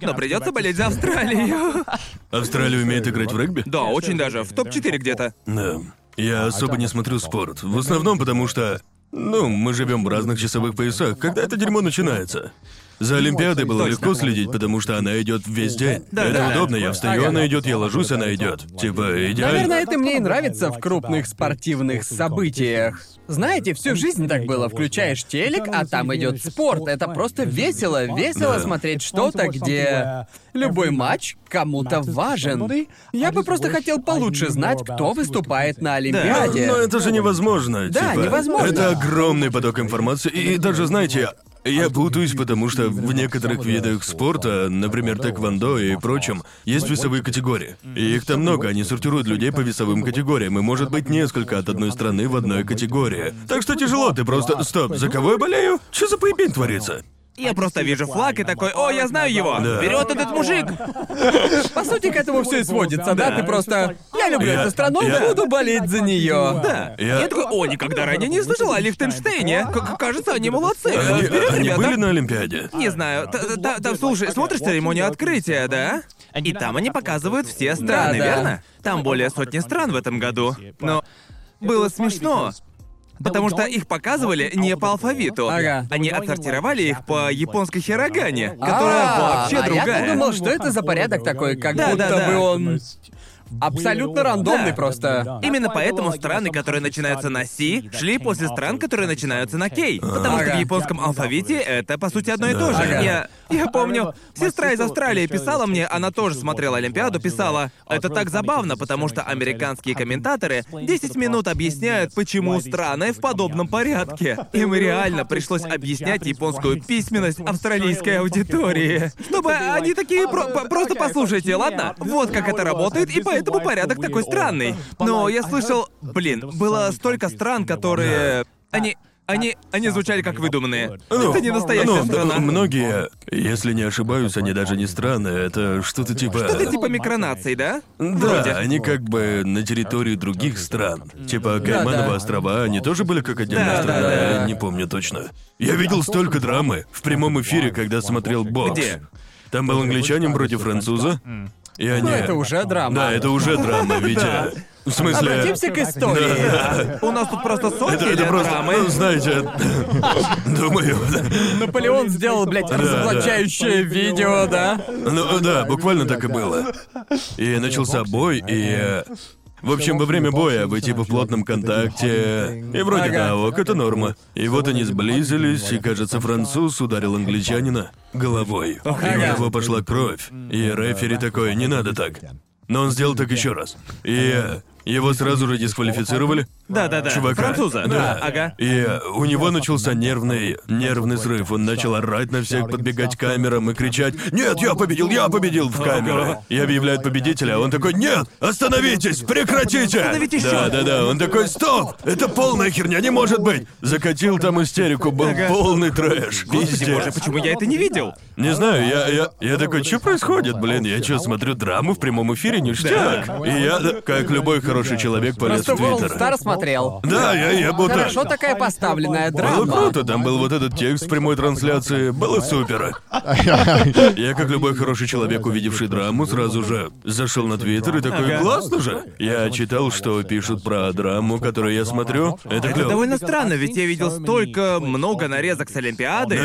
[SPEAKER 1] Но придется болеть за Австралию.
[SPEAKER 3] Австралия умеет играть в регби?
[SPEAKER 1] Да, очень даже, в топ-4 где-то.
[SPEAKER 3] Да. Я особо не смотрю спорт. В основном потому что... Ну, мы живем в разных часовых поясах. Когда это дерьмо начинается? За Олимпиадой было
[SPEAKER 1] Точно.
[SPEAKER 3] легко следить, потому что она идет весь день.
[SPEAKER 4] Да,
[SPEAKER 3] это
[SPEAKER 1] да.
[SPEAKER 3] удобно, я встаю,
[SPEAKER 2] Ага.
[SPEAKER 3] она идет, я ложусь, она идет. Типа, идеально.
[SPEAKER 2] Наверное, это мне и нравится в крупных спортивных событиях. Знаете, всю жизнь так было. Включаешь телек, а там идет спорт. Это просто весело, весело
[SPEAKER 3] Да.
[SPEAKER 2] смотреть что-то, где любой матч кому-то важен. Я бы просто хотел получше знать, кто выступает на Олимпиаде.
[SPEAKER 3] Но Ну, это же невозможно.
[SPEAKER 2] Да,
[SPEAKER 3] типа.
[SPEAKER 2] невозможно.
[SPEAKER 3] Это огромный поток информации. И даже, знаете, я путаюсь, потому что в некоторых видах спорта, например, тэквондо и прочем, есть весовые категории. И их там много, они сортируют людей по весовым категориям, и может быть несколько от одной страны в одной категории. Так что тяжело, ты просто... Стоп, за кого я болею? Что за поебень творится?
[SPEAKER 1] Я просто вижу флаг и такой, о, я знаю его!
[SPEAKER 3] Да.
[SPEAKER 1] Вперед этот мужик!
[SPEAKER 2] По сути, к этому все и сводится, да?
[SPEAKER 3] Да.
[SPEAKER 2] Ты просто. Я люблю
[SPEAKER 3] Я-
[SPEAKER 2] эту страну,
[SPEAKER 3] я-
[SPEAKER 2] буду болеть за нее.
[SPEAKER 1] Да.
[SPEAKER 3] Я-
[SPEAKER 1] Я... такой, о, никогда ранее не слышал о Лихтенштейне. К- кажется, они молодцы.
[SPEAKER 3] Они,
[SPEAKER 1] Вперед,
[SPEAKER 3] они
[SPEAKER 1] ребята.
[SPEAKER 3] были на Олимпиаде?
[SPEAKER 1] Не знаю. Т- т- Там, слушай, смотришь церемонию открытия, да? И там они показывают все страны,
[SPEAKER 2] Да, да.
[SPEAKER 1] верно? Там более сотни стран в этом году. Но было смешно. Потому что их показывали не по алфавиту.
[SPEAKER 2] Ага.
[SPEAKER 1] Они отсортировали их по японской хирогане, которая
[SPEAKER 2] А,
[SPEAKER 1] вообще
[SPEAKER 2] а
[SPEAKER 1] другая.
[SPEAKER 2] Я думал, что это за порядок такой, как
[SPEAKER 1] Да,
[SPEAKER 2] будто
[SPEAKER 1] да, да.
[SPEAKER 2] бы он. абсолютно рандомный
[SPEAKER 4] Да.
[SPEAKER 2] просто.
[SPEAKER 1] Именно поэтому страны, которые начинаются на «си», шли после стран, которые начинаются на «кей». Потому что
[SPEAKER 2] Ага.
[SPEAKER 1] в японском алфавите это, по сути, одно и то же.
[SPEAKER 2] Ага.
[SPEAKER 1] Я, я помню, сестра из Австралии писала мне, она тоже смотрела Олимпиаду, писала,
[SPEAKER 2] А
[SPEAKER 1] «Это так забавно, потому что американские комментаторы 10 минут объясняют, почему страны в подобном порядке». Им реально пришлось объяснять японскую письменность австралийской аудитории. Чтобы они такие, «Про- по- просто послушайте, ладно? Вот как это работает, и поэтому порядок такой странный. Но я слышал, блин, было столько стран, которые... Они... Они, они звучали как выдуманные.
[SPEAKER 3] Ну,
[SPEAKER 1] это не настоящая
[SPEAKER 3] ну,
[SPEAKER 1] страна.
[SPEAKER 3] Многие, если не ошибаюсь, они даже не страны, это что-то типа...
[SPEAKER 1] Что-то типа микронаций, да?
[SPEAKER 3] Да,
[SPEAKER 1] Вроде.
[SPEAKER 3] они как бы на территории других стран. Типа Каймановы
[SPEAKER 2] да.
[SPEAKER 3] острова, они тоже были как отдельная
[SPEAKER 1] Да,
[SPEAKER 3] страна,
[SPEAKER 1] да, да.
[SPEAKER 3] я не помню точно. Я видел столько драмы в прямом эфире, когда смотрел бокс.
[SPEAKER 1] Где?
[SPEAKER 3] Там был англичанин вроде француза, и они...
[SPEAKER 2] Ну, это уже драма.
[SPEAKER 3] Да, это
[SPEAKER 2] (laughs)
[SPEAKER 3] уже драма, Витя. В смысле...
[SPEAKER 2] Обратимся к истории.
[SPEAKER 1] У нас тут просто
[SPEAKER 3] Это,
[SPEAKER 1] сотни
[SPEAKER 3] это
[SPEAKER 1] лет
[SPEAKER 3] просто,
[SPEAKER 1] драмы.
[SPEAKER 3] ну, знаете, (laughs) думаю,
[SPEAKER 2] Наполеон сделал, блядь,
[SPEAKER 4] Да,
[SPEAKER 2] разоблачающее видео, да?
[SPEAKER 3] Ну да, буквально так и было. И начался бой, и... э, В общем, во время боя вы типа в плотном контакте, и вроде
[SPEAKER 2] Ага.
[SPEAKER 3] того, как это норма. И вот они сблизились, и, кажется, француз ударил англичанина головой. И у
[SPEAKER 2] Ага.
[SPEAKER 3] него пошла кровь. И рефери такой, не надо так. Но он сделал так еще раз. И э, его сразу же дисквалифицировали.
[SPEAKER 1] Да, да, да.
[SPEAKER 3] Чувака.
[SPEAKER 1] Француза.
[SPEAKER 3] Да.
[SPEAKER 1] Ага.
[SPEAKER 3] И у него начался нервный, нервный срыв. Он начал орать на всех, подбегать к камерам и кричать «Нет, я победил, я победил!» в камеры. И объявляют победителя, а он такой «Нет, остановитесь, прекратите!»
[SPEAKER 1] Остановите
[SPEAKER 3] Да,
[SPEAKER 1] счёт!
[SPEAKER 3] да, да, он такой «Стоп! Это полная херня, не может быть!» Закатил там истерику, был полный трэш.
[SPEAKER 1] Господи
[SPEAKER 3] Пиздец.
[SPEAKER 1] боже, почему я это не видел?
[SPEAKER 3] Не знаю, я, я, я такой, что происходит, блин? Я что, смотрю драму в прямом эфире, ништяк? И я, как любой хороший человек, полез
[SPEAKER 2] Просто
[SPEAKER 3] в Твиттер.
[SPEAKER 2] World Star смотрел.
[SPEAKER 3] Да, я, я был так.
[SPEAKER 2] Хорошо такая поставленная
[SPEAKER 3] Было
[SPEAKER 2] драма.
[SPEAKER 3] круто, там был вот этот текст в прямой трансляции, было супер. Я, как любой хороший человек, увидевший драму, сразу же зашел на Твиттер и такой,
[SPEAKER 1] Ага.
[SPEAKER 3] классно же. Я читал, что пишут про драму, которую я смотрю. Это
[SPEAKER 1] Это
[SPEAKER 3] клево.
[SPEAKER 1] довольно странно, ведь я видел столько много нарезок с Олимпиады.
[SPEAKER 3] На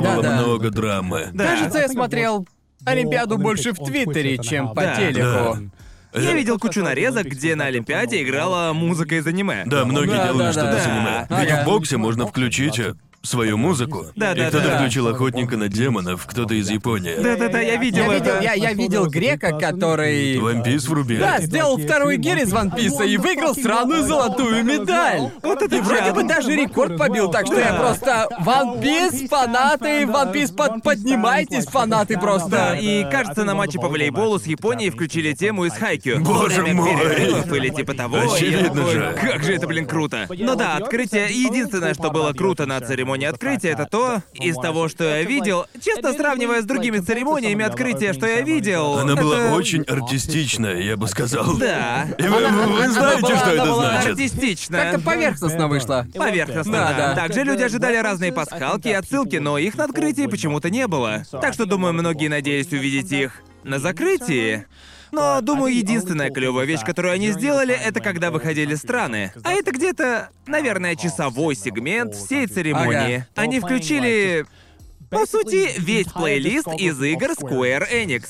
[SPEAKER 2] Да, да,
[SPEAKER 3] было
[SPEAKER 2] да.
[SPEAKER 3] много драмы.
[SPEAKER 1] Да.
[SPEAKER 2] Кажется, я смотрел Олимпиаду больше в Твиттере, чем по
[SPEAKER 1] Да.
[SPEAKER 2] телеку.
[SPEAKER 1] Я видел кучу нарезок, где на Олимпиаде играла музыка из аниме.
[SPEAKER 3] Да, многие
[SPEAKER 2] Да, да,
[SPEAKER 3] делают что-то
[SPEAKER 2] да.
[SPEAKER 3] с аниме.
[SPEAKER 2] Да.
[SPEAKER 3] Ведь
[SPEAKER 2] Ага.
[SPEAKER 3] в боксе можно включить э, свою музыку.
[SPEAKER 1] Да,
[SPEAKER 3] И
[SPEAKER 1] да,
[SPEAKER 3] кто-то
[SPEAKER 1] да.
[SPEAKER 3] включил охотника на демонов, кто-то из Японии.
[SPEAKER 1] Да-да-да, я видел
[SPEAKER 2] Я видел,
[SPEAKER 1] это.
[SPEAKER 2] я, я видел грека, который...
[SPEAKER 3] Вампис врубил.
[SPEAKER 2] Да, сделал второй гир из One Piece и выиграл сраную золотую медаль.
[SPEAKER 1] Вот это
[SPEAKER 2] и вроде
[SPEAKER 1] чат.
[SPEAKER 2] бы даже рекорд побил, так что я
[SPEAKER 1] Да.
[SPEAKER 2] просто... One Piece, фанаты, One Piece, под... поднимайтесь, фанаты просто.
[SPEAKER 1] Да, и кажется, на матче по волейболу с Японией включили тему из хайкю.
[SPEAKER 3] Боже
[SPEAKER 1] Время
[SPEAKER 3] мой!
[SPEAKER 1] перерывов Или типа того. и я
[SPEAKER 3] Очевидно
[SPEAKER 1] такой,
[SPEAKER 3] же.
[SPEAKER 1] Как же это, блин, круто. Но да, открытие... Единственное, что было круто на церемонии открытия, это то, из того, что я видел, честно сравнивая с другими церемониями открытия, что я видел...
[SPEAKER 3] Она была
[SPEAKER 1] это-
[SPEAKER 3] очень артистичная, я бы сказал.
[SPEAKER 1] Да.
[SPEAKER 3] И вы,
[SPEAKER 2] Она-
[SPEAKER 3] вы
[SPEAKER 2] она
[SPEAKER 3] знаете,
[SPEAKER 2] была-
[SPEAKER 3] что
[SPEAKER 2] она
[SPEAKER 3] это
[SPEAKER 2] была
[SPEAKER 3] значит?
[SPEAKER 1] Артистичная.
[SPEAKER 2] Как-то поверхностно вышло.
[SPEAKER 1] Поверхностно,
[SPEAKER 2] Да,
[SPEAKER 1] да,
[SPEAKER 2] да.
[SPEAKER 1] Также люди ожидали разные пасхалки и отсылки, но их на открытии почему-то не было. Так что, думаю, многие надеялись увидеть их на закрытии. Но, думаю, единственная клевая вещь, которую они сделали, это когда выходили страны. А это где-то, наверное, часовой сегмент всей церемонии.
[SPEAKER 2] Ага.
[SPEAKER 1] Они включили по сути, весь плейлист из игр Square Enix.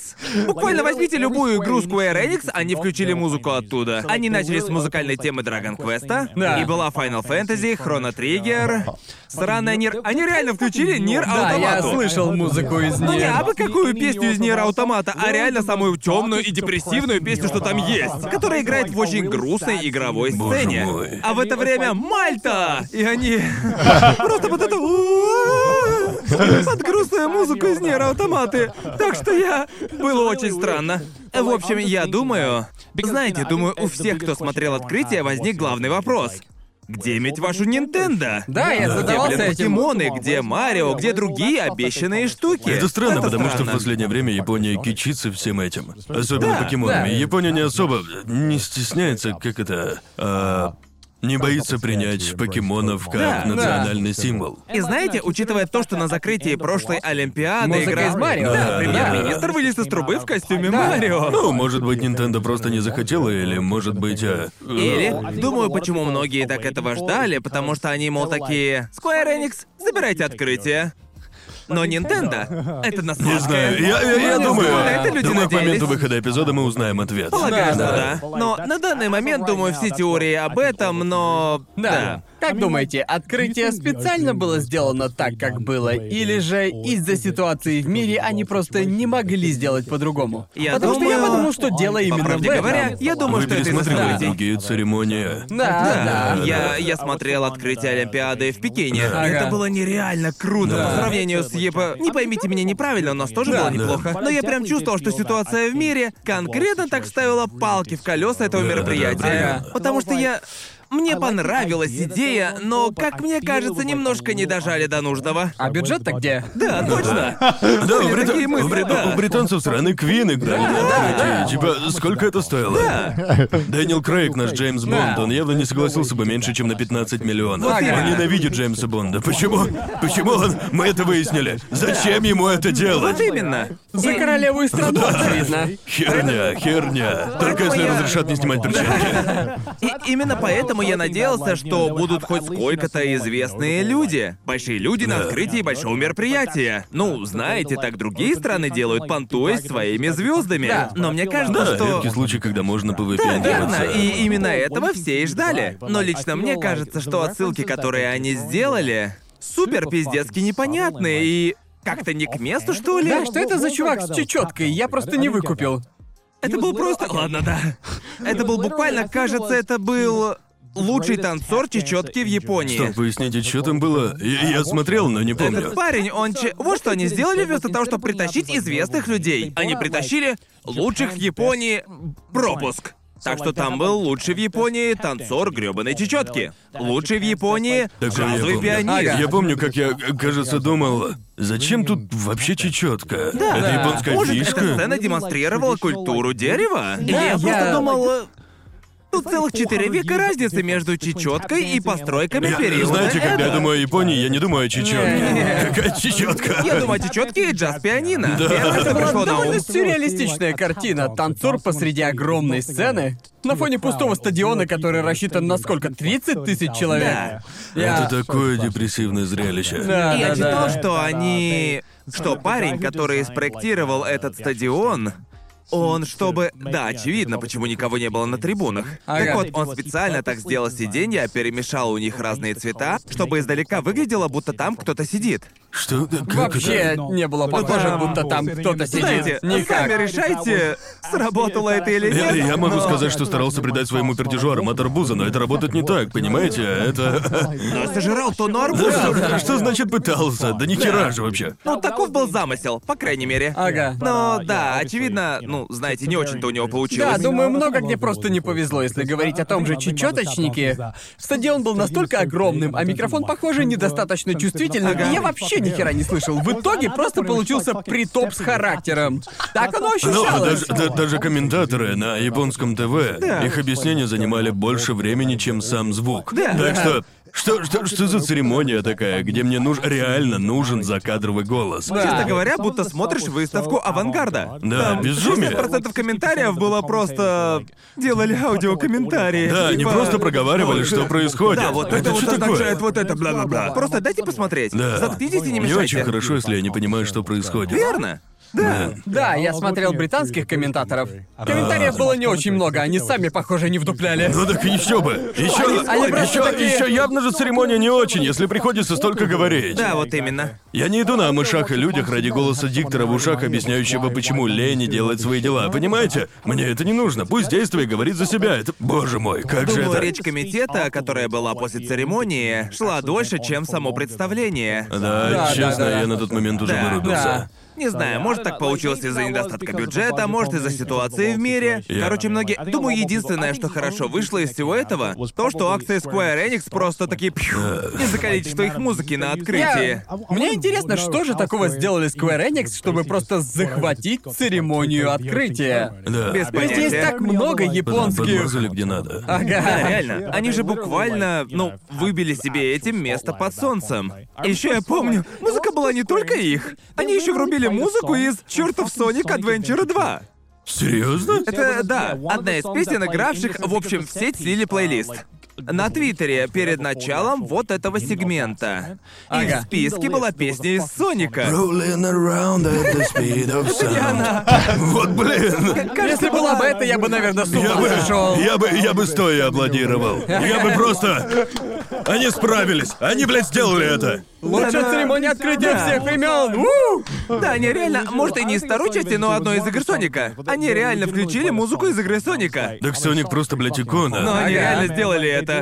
[SPEAKER 1] Буквально возьмите любую игру Square Enix, они включили музыку оттуда. Они начали с музыкальной темы Dragon Quest,
[SPEAKER 2] Да.
[SPEAKER 1] и была Final Fantasy, Chrono Trigger, сраная Нир... Они реально включили Нир
[SPEAKER 2] Да, я
[SPEAKER 1] Автомату.
[SPEAKER 2] слышал музыку из
[SPEAKER 1] Ну не
[SPEAKER 2] них.
[SPEAKER 1] абы какую песню из Нир Автомата, а реально самую темную и депрессивную песню, что там есть, которая играет в очень грустной игровой
[SPEAKER 3] Боже
[SPEAKER 1] сцене.
[SPEAKER 3] мой.
[SPEAKER 1] А в это время Мальта! И они... Просто вот это... Под грустную музыку из Нир Автоматы. Так что я... Было очень странно. В общем, я думаю... Знаете, думаю, у всех, кто смотрел открытие, возник главный вопрос. Где иметь вашу Нинтендо?
[SPEAKER 2] Да, я задавался
[SPEAKER 1] где, блин,
[SPEAKER 2] этим.
[SPEAKER 1] покемоны, где Марио, где другие обещанные штуки?
[SPEAKER 3] Это странно, потому что в
[SPEAKER 1] странно.
[SPEAKER 3] последнее время Япония кичится всем этим. Особенно
[SPEAKER 1] Да,
[SPEAKER 3] покемонами.
[SPEAKER 2] да.
[SPEAKER 3] Япония не особо не стесняется, как это. а, не боится принять покемонов как
[SPEAKER 1] Да, да.
[SPEAKER 3] национальный символ.
[SPEAKER 1] И знаете, учитывая то, что на закрытии прошлой Олимпиады
[SPEAKER 2] Музыка
[SPEAKER 1] игра...
[SPEAKER 2] из Марио.
[SPEAKER 1] Да,
[SPEAKER 3] Да,
[SPEAKER 1] премьер-министр вылез из трубы в костюме Марио.
[SPEAKER 3] Ну, может быть, Nintendo просто не захотела, или, может быть, а, э,
[SPEAKER 1] Или, думаю, почему многие так этого ждали, потому что они, мол, такие... Square Enix, забирайте открытие. Но Nintendo — это
[SPEAKER 3] Не
[SPEAKER 1] насладка.
[SPEAKER 3] знаю, я, я- я
[SPEAKER 1] Ну,
[SPEAKER 3] думаю,
[SPEAKER 1] это люди
[SPEAKER 3] думаю, к моменту
[SPEAKER 1] надеялись.
[SPEAKER 3] выхода эпизода мы узнаем ответ.
[SPEAKER 1] Полагаю,
[SPEAKER 2] Да.
[SPEAKER 1] что да. Но на данный момент, думаю, все теории об этом, но...
[SPEAKER 2] Да.
[SPEAKER 1] Да.
[SPEAKER 2] Как думаете, открытие специально было сделано так, как было, или же из-за ситуации в мире они просто не могли сделать по-другому?
[SPEAKER 1] Я
[SPEAKER 2] Потому что я
[SPEAKER 1] думаю-
[SPEAKER 2] подумал, что дело
[SPEAKER 1] По
[SPEAKER 2] именно в
[SPEAKER 1] правде
[SPEAKER 2] этом.
[SPEAKER 1] говоря, я думаю,
[SPEAKER 3] Вы
[SPEAKER 1] что это из-за
[SPEAKER 3] пересмотрели
[SPEAKER 2] да.
[SPEAKER 1] событий.
[SPEAKER 3] другие церемонии.
[SPEAKER 2] Да,
[SPEAKER 1] Да,
[SPEAKER 2] да.
[SPEAKER 1] я, я смотрел открытие Олимпиады в Пекине.
[SPEAKER 2] Ага.
[SPEAKER 1] Это было нереально круто
[SPEAKER 3] Да.
[SPEAKER 1] по сравнению с ЕП. Не поймите меня неправильно, у нас тоже
[SPEAKER 2] Да.
[SPEAKER 1] было неплохо. Но я прям чувствовал, что ситуация в мире конкретно так ставила палки в колеса этого
[SPEAKER 3] Да, да, да,
[SPEAKER 1] мероприятия.
[SPEAKER 2] да.
[SPEAKER 1] Потому что я. Мне понравилась идея, но, как мне кажется, немножко не дожали до нужного.
[SPEAKER 2] А бюджет-то где?
[SPEAKER 1] Да, точно.
[SPEAKER 3] Да, у, брит-
[SPEAKER 1] такие мысли,
[SPEAKER 3] у брит-
[SPEAKER 1] да.
[SPEAKER 3] у британцев страны Квин играли на открытии. Типа, сколько это стоило? Дэниел Крейг, наш Джеймс Бонд, он явно не согласился бы меньше, чем на 15 миллионов.
[SPEAKER 2] Вот
[SPEAKER 3] Он
[SPEAKER 2] именно.
[SPEAKER 3] ненавидит Джеймса Бонда. Почему? Почему он? Мы это выяснили. Зачем ему это делать?
[SPEAKER 1] Вот именно.
[SPEAKER 2] За
[SPEAKER 1] И-
[SPEAKER 2] королеву и страну,
[SPEAKER 1] (laughs)
[SPEAKER 2] очевидно.
[SPEAKER 3] Херня, херня. Только если
[SPEAKER 1] я-
[SPEAKER 3] разрешат не снимать перчатки.
[SPEAKER 1] И именно поэтому я надеялся, что будут хоть сколько-то известные люди. Большие люди на открытии большого мероприятия. Ну, знаете, так другие страны делают понтуясь своими звездами.
[SPEAKER 2] Да.
[SPEAKER 1] Но мне кажется,
[SPEAKER 3] Да,
[SPEAKER 1] что...
[SPEAKER 3] редкий случай, когда можно
[SPEAKER 1] Да, верно,
[SPEAKER 3] повыпендриваться.
[SPEAKER 1] и именно этого все и ждали. Но лично мне кажется, что отсылки, которые они сделали, супер пиздецки непонятные и как-то не к месту, что ли?
[SPEAKER 2] Да, что это за чувак с чечеткой? Я просто не выкупил.
[SPEAKER 1] Это был просто... Ладно, да. Это был буквально, кажется, это был лучший танцор чечетки в Японии.
[SPEAKER 3] Что, поясните, что там было? Я, я смотрел, но не
[SPEAKER 1] Этот
[SPEAKER 3] помню.
[SPEAKER 1] парень, он че... Вот что они сделали вместо того, чтобы притащить известных людей. Они притащили лучших в Японии пропуск. Так что там был лучший в Японии танцор грёбаной чечетки. Лучший в Японии
[SPEAKER 3] Так же я
[SPEAKER 1] джазовый
[SPEAKER 3] помню.
[SPEAKER 1] пианист.
[SPEAKER 2] Ага.
[SPEAKER 3] Я помню, как я, э, кажется, думал, зачем тут вообще чечетка?
[SPEAKER 1] Да.
[SPEAKER 3] Это японская
[SPEAKER 1] Может, эта
[SPEAKER 3] фишка?
[SPEAKER 1] сцена демонстрировала культуру дерева?
[SPEAKER 2] Да,
[SPEAKER 1] я,
[SPEAKER 2] я-
[SPEAKER 1] просто думал... э, Тут целых четыре века разницы между чечеткой и постройками
[SPEAKER 3] Я-
[SPEAKER 1] периода
[SPEAKER 3] знаете, когда я
[SPEAKER 1] Эда.
[SPEAKER 3] думаю о Японии, я не думаю о чечетке.
[SPEAKER 2] Не.
[SPEAKER 3] Какая чечетка?
[SPEAKER 1] Я думаю о чечетке и джаз-пианино.
[SPEAKER 3] Да.
[SPEAKER 1] Первое, что
[SPEAKER 2] Это
[SPEAKER 1] пришло
[SPEAKER 2] была
[SPEAKER 1] на ум.
[SPEAKER 2] довольно сюрреалистичная картина. Танцор посреди огромной сцены, на фоне пустого стадиона, который рассчитан на сколько? 30 тысяч человек? Я-
[SPEAKER 3] Это такое депрессивное зрелище.
[SPEAKER 2] Да,
[SPEAKER 1] И я
[SPEAKER 2] да,
[SPEAKER 1] читал,
[SPEAKER 2] да.
[SPEAKER 1] что они... Что парень, который спроектировал этот стадион, он, чтобы... Да, очевидно, почему никого не было на трибунах.
[SPEAKER 2] Ага.
[SPEAKER 1] Так вот, он специально так сделал сиденья, перемешал у них разные цвета, чтобы издалека выглядело, будто там кто-то сидит.
[SPEAKER 3] Что? Да как
[SPEAKER 2] Вообще не было похоже,
[SPEAKER 1] там-
[SPEAKER 2] будто там кто-то
[SPEAKER 1] Знаете,
[SPEAKER 2] сидит.
[SPEAKER 1] сами
[SPEAKER 2] Никак.
[SPEAKER 1] решайте, сработало это или
[SPEAKER 3] Я,
[SPEAKER 1] нет.
[SPEAKER 3] я могу
[SPEAKER 1] но-
[SPEAKER 3] сказать, что старался придать своему пердежу аромат арбуза, но это работает не так, понимаете? Это...
[SPEAKER 1] Но сожрал тонну
[SPEAKER 3] Да что,
[SPEAKER 1] арбуза.
[SPEAKER 3] а что значит пытался? Да ни хера же вообще.
[SPEAKER 1] Ну, таков был замысел, по крайней мере.
[SPEAKER 2] Ага.
[SPEAKER 1] Но да, очевидно, ну, знаете, не очень-то у него
[SPEAKER 2] Да,
[SPEAKER 1] получилось.
[SPEAKER 2] думаю, много где просто не повезло, если говорить о том же чечеточнике. Стадион был настолько огромным, а микрофон, похоже, недостаточно чувствительным,
[SPEAKER 1] Ага.
[SPEAKER 2] и я вообще ни хера не слышал. В итоге просто получился притоп с характером. Так оно
[SPEAKER 3] Ну, а
[SPEAKER 2] ощущалось.
[SPEAKER 3] даже, да- даже комментаторы на японском ТВ, их объяснения занимали больше времени, чем сам звук.
[SPEAKER 1] Да.
[SPEAKER 3] Так что, что, что, что за церемония такая, где мне нуж, реально нужен закадровый голос?
[SPEAKER 1] Честно
[SPEAKER 2] Да.
[SPEAKER 1] говоря, будто смотришь выставку авангарда.
[SPEAKER 3] Да, безумие.
[SPEAKER 1] 60% комментариев было просто... Делали аудиокомментарии.
[SPEAKER 3] Да, не
[SPEAKER 1] Типа,
[SPEAKER 3] просто проговаривали, что происходит.
[SPEAKER 1] Да, вот это,
[SPEAKER 3] это
[SPEAKER 1] вот
[SPEAKER 3] что такое?
[SPEAKER 1] означает вот это, бла-бла-бла. Просто дайте посмотреть.
[SPEAKER 3] Да.
[SPEAKER 1] Заткнитесь и не
[SPEAKER 3] Мне очень
[SPEAKER 1] мешайте.
[SPEAKER 3] хорошо, если я не понимаю, что происходит.
[SPEAKER 1] Верно? Да.
[SPEAKER 2] Да, я смотрел британских комментаторов. Комментариев было не очень много, они сами, похоже, не вдупляли.
[SPEAKER 3] Ну так еще бы!
[SPEAKER 1] А
[SPEAKER 3] Еще,
[SPEAKER 2] Они просто
[SPEAKER 3] еще,
[SPEAKER 2] такие-
[SPEAKER 3] еще явно же церемония не очень, если приходится столько говорить.
[SPEAKER 1] Да, вот именно.
[SPEAKER 3] Я не иду на мышах и людях ради голоса диктора в ушах, объясняющего, почему Лени делает свои дела. Понимаете? Мне это не нужно. Пусть действие говорит за себя. Это... Боже мой, как же
[SPEAKER 1] Думаю,
[SPEAKER 3] это...
[SPEAKER 1] речь комитета, которая была после церемонии, шла дольше, чем само представление.
[SPEAKER 3] Да,
[SPEAKER 2] Да,
[SPEAKER 3] честно,
[SPEAKER 2] да, да.
[SPEAKER 3] я на тот момент уже
[SPEAKER 1] Да,
[SPEAKER 3] вырубился.
[SPEAKER 2] да.
[SPEAKER 1] Не знаю, может так получилось из-за недостатка бюджета, может из-за ситуации в мире.
[SPEAKER 3] Я-
[SPEAKER 1] Короче, многие... Думаю, единственное, что хорошо вышло из всего этого, то, что акции Square Enix просто такие пью, из-за количества их музыки на открытии.
[SPEAKER 2] Я- Мне интересно, что же такого сделали Square Enix, чтобы просто захватить церемонию открытия.
[SPEAKER 3] Да.
[SPEAKER 1] Без
[SPEAKER 2] Ведь есть
[SPEAKER 1] понятия.
[SPEAKER 2] так много
[SPEAKER 3] Под-
[SPEAKER 2] японских...
[SPEAKER 3] Подмазали где надо.
[SPEAKER 1] Да,
[SPEAKER 2] Ага.
[SPEAKER 1] реально. Они же буквально, ну, выбили себе этим место под солнцем. Еще я помню, музыка была не только их. Они еще врубили музыку из чертов Sonic Adventure 2.
[SPEAKER 3] Серьезно?
[SPEAKER 1] Это, да, одна из песен, игравших, в общем, все слили плейлист. На Твиттере перед началом вот этого сегмента. И в
[SPEAKER 2] Ага.
[SPEAKER 1] списке была песня из Соника.
[SPEAKER 3] Rolling around at the speed of sound. Вот блин!
[SPEAKER 2] Если была бы это, я бы, наверное, с
[SPEAKER 3] Я
[SPEAKER 2] ума
[SPEAKER 3] бы,
[SPEAKER 2] сошел.
[SPEAKER 3] я бы, я бы стоя аплодировал. Я бы просто... Они справились. Они, блядь, сделали это.
[SPEAKER 2] Лучшая
[SPEAKER 1] Да-да.
[SPEAKER 2] церемония открытия
[SPEAKER 1] Да.
[SPEAKER 2] всех времен! Уу!
[SPEAKER 1] Да, они реально, может и не из второй части, но одной из игр Соника. Они реально включили музыку из игры Соника.
[SPEAKER 3] Так Соник просто, блядь, икона.
[SPEAKER 1] Но они
[SPEAKER 2] Ага.
[SPEAKER 1] реально сделали это.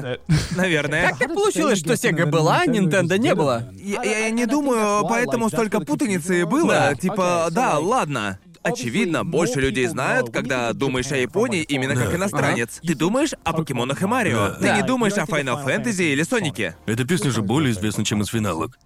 [SPEAKER 1] Наверное.
[SPEAKER 2] Как так получилось, что Sega была, а Nintendo не было?
[SPEAKER 1] Я, я- я не думаю, поэтому столько путаницы и было.
[SPEAKER 2] Да.
[SPEAKER 1] Типа, да, ладно. Очевидно, больше людей знают, когда думаешь о Японии именно как иностранец. Ты думаешь о покемонах и Марио.
[SPEAKER 3] Да.
[SPEAKER 1] Ты не думаешь о Final Fantasy или Сонике.
[SPEAKER 3] Эта песня же более известна, чем из финалок.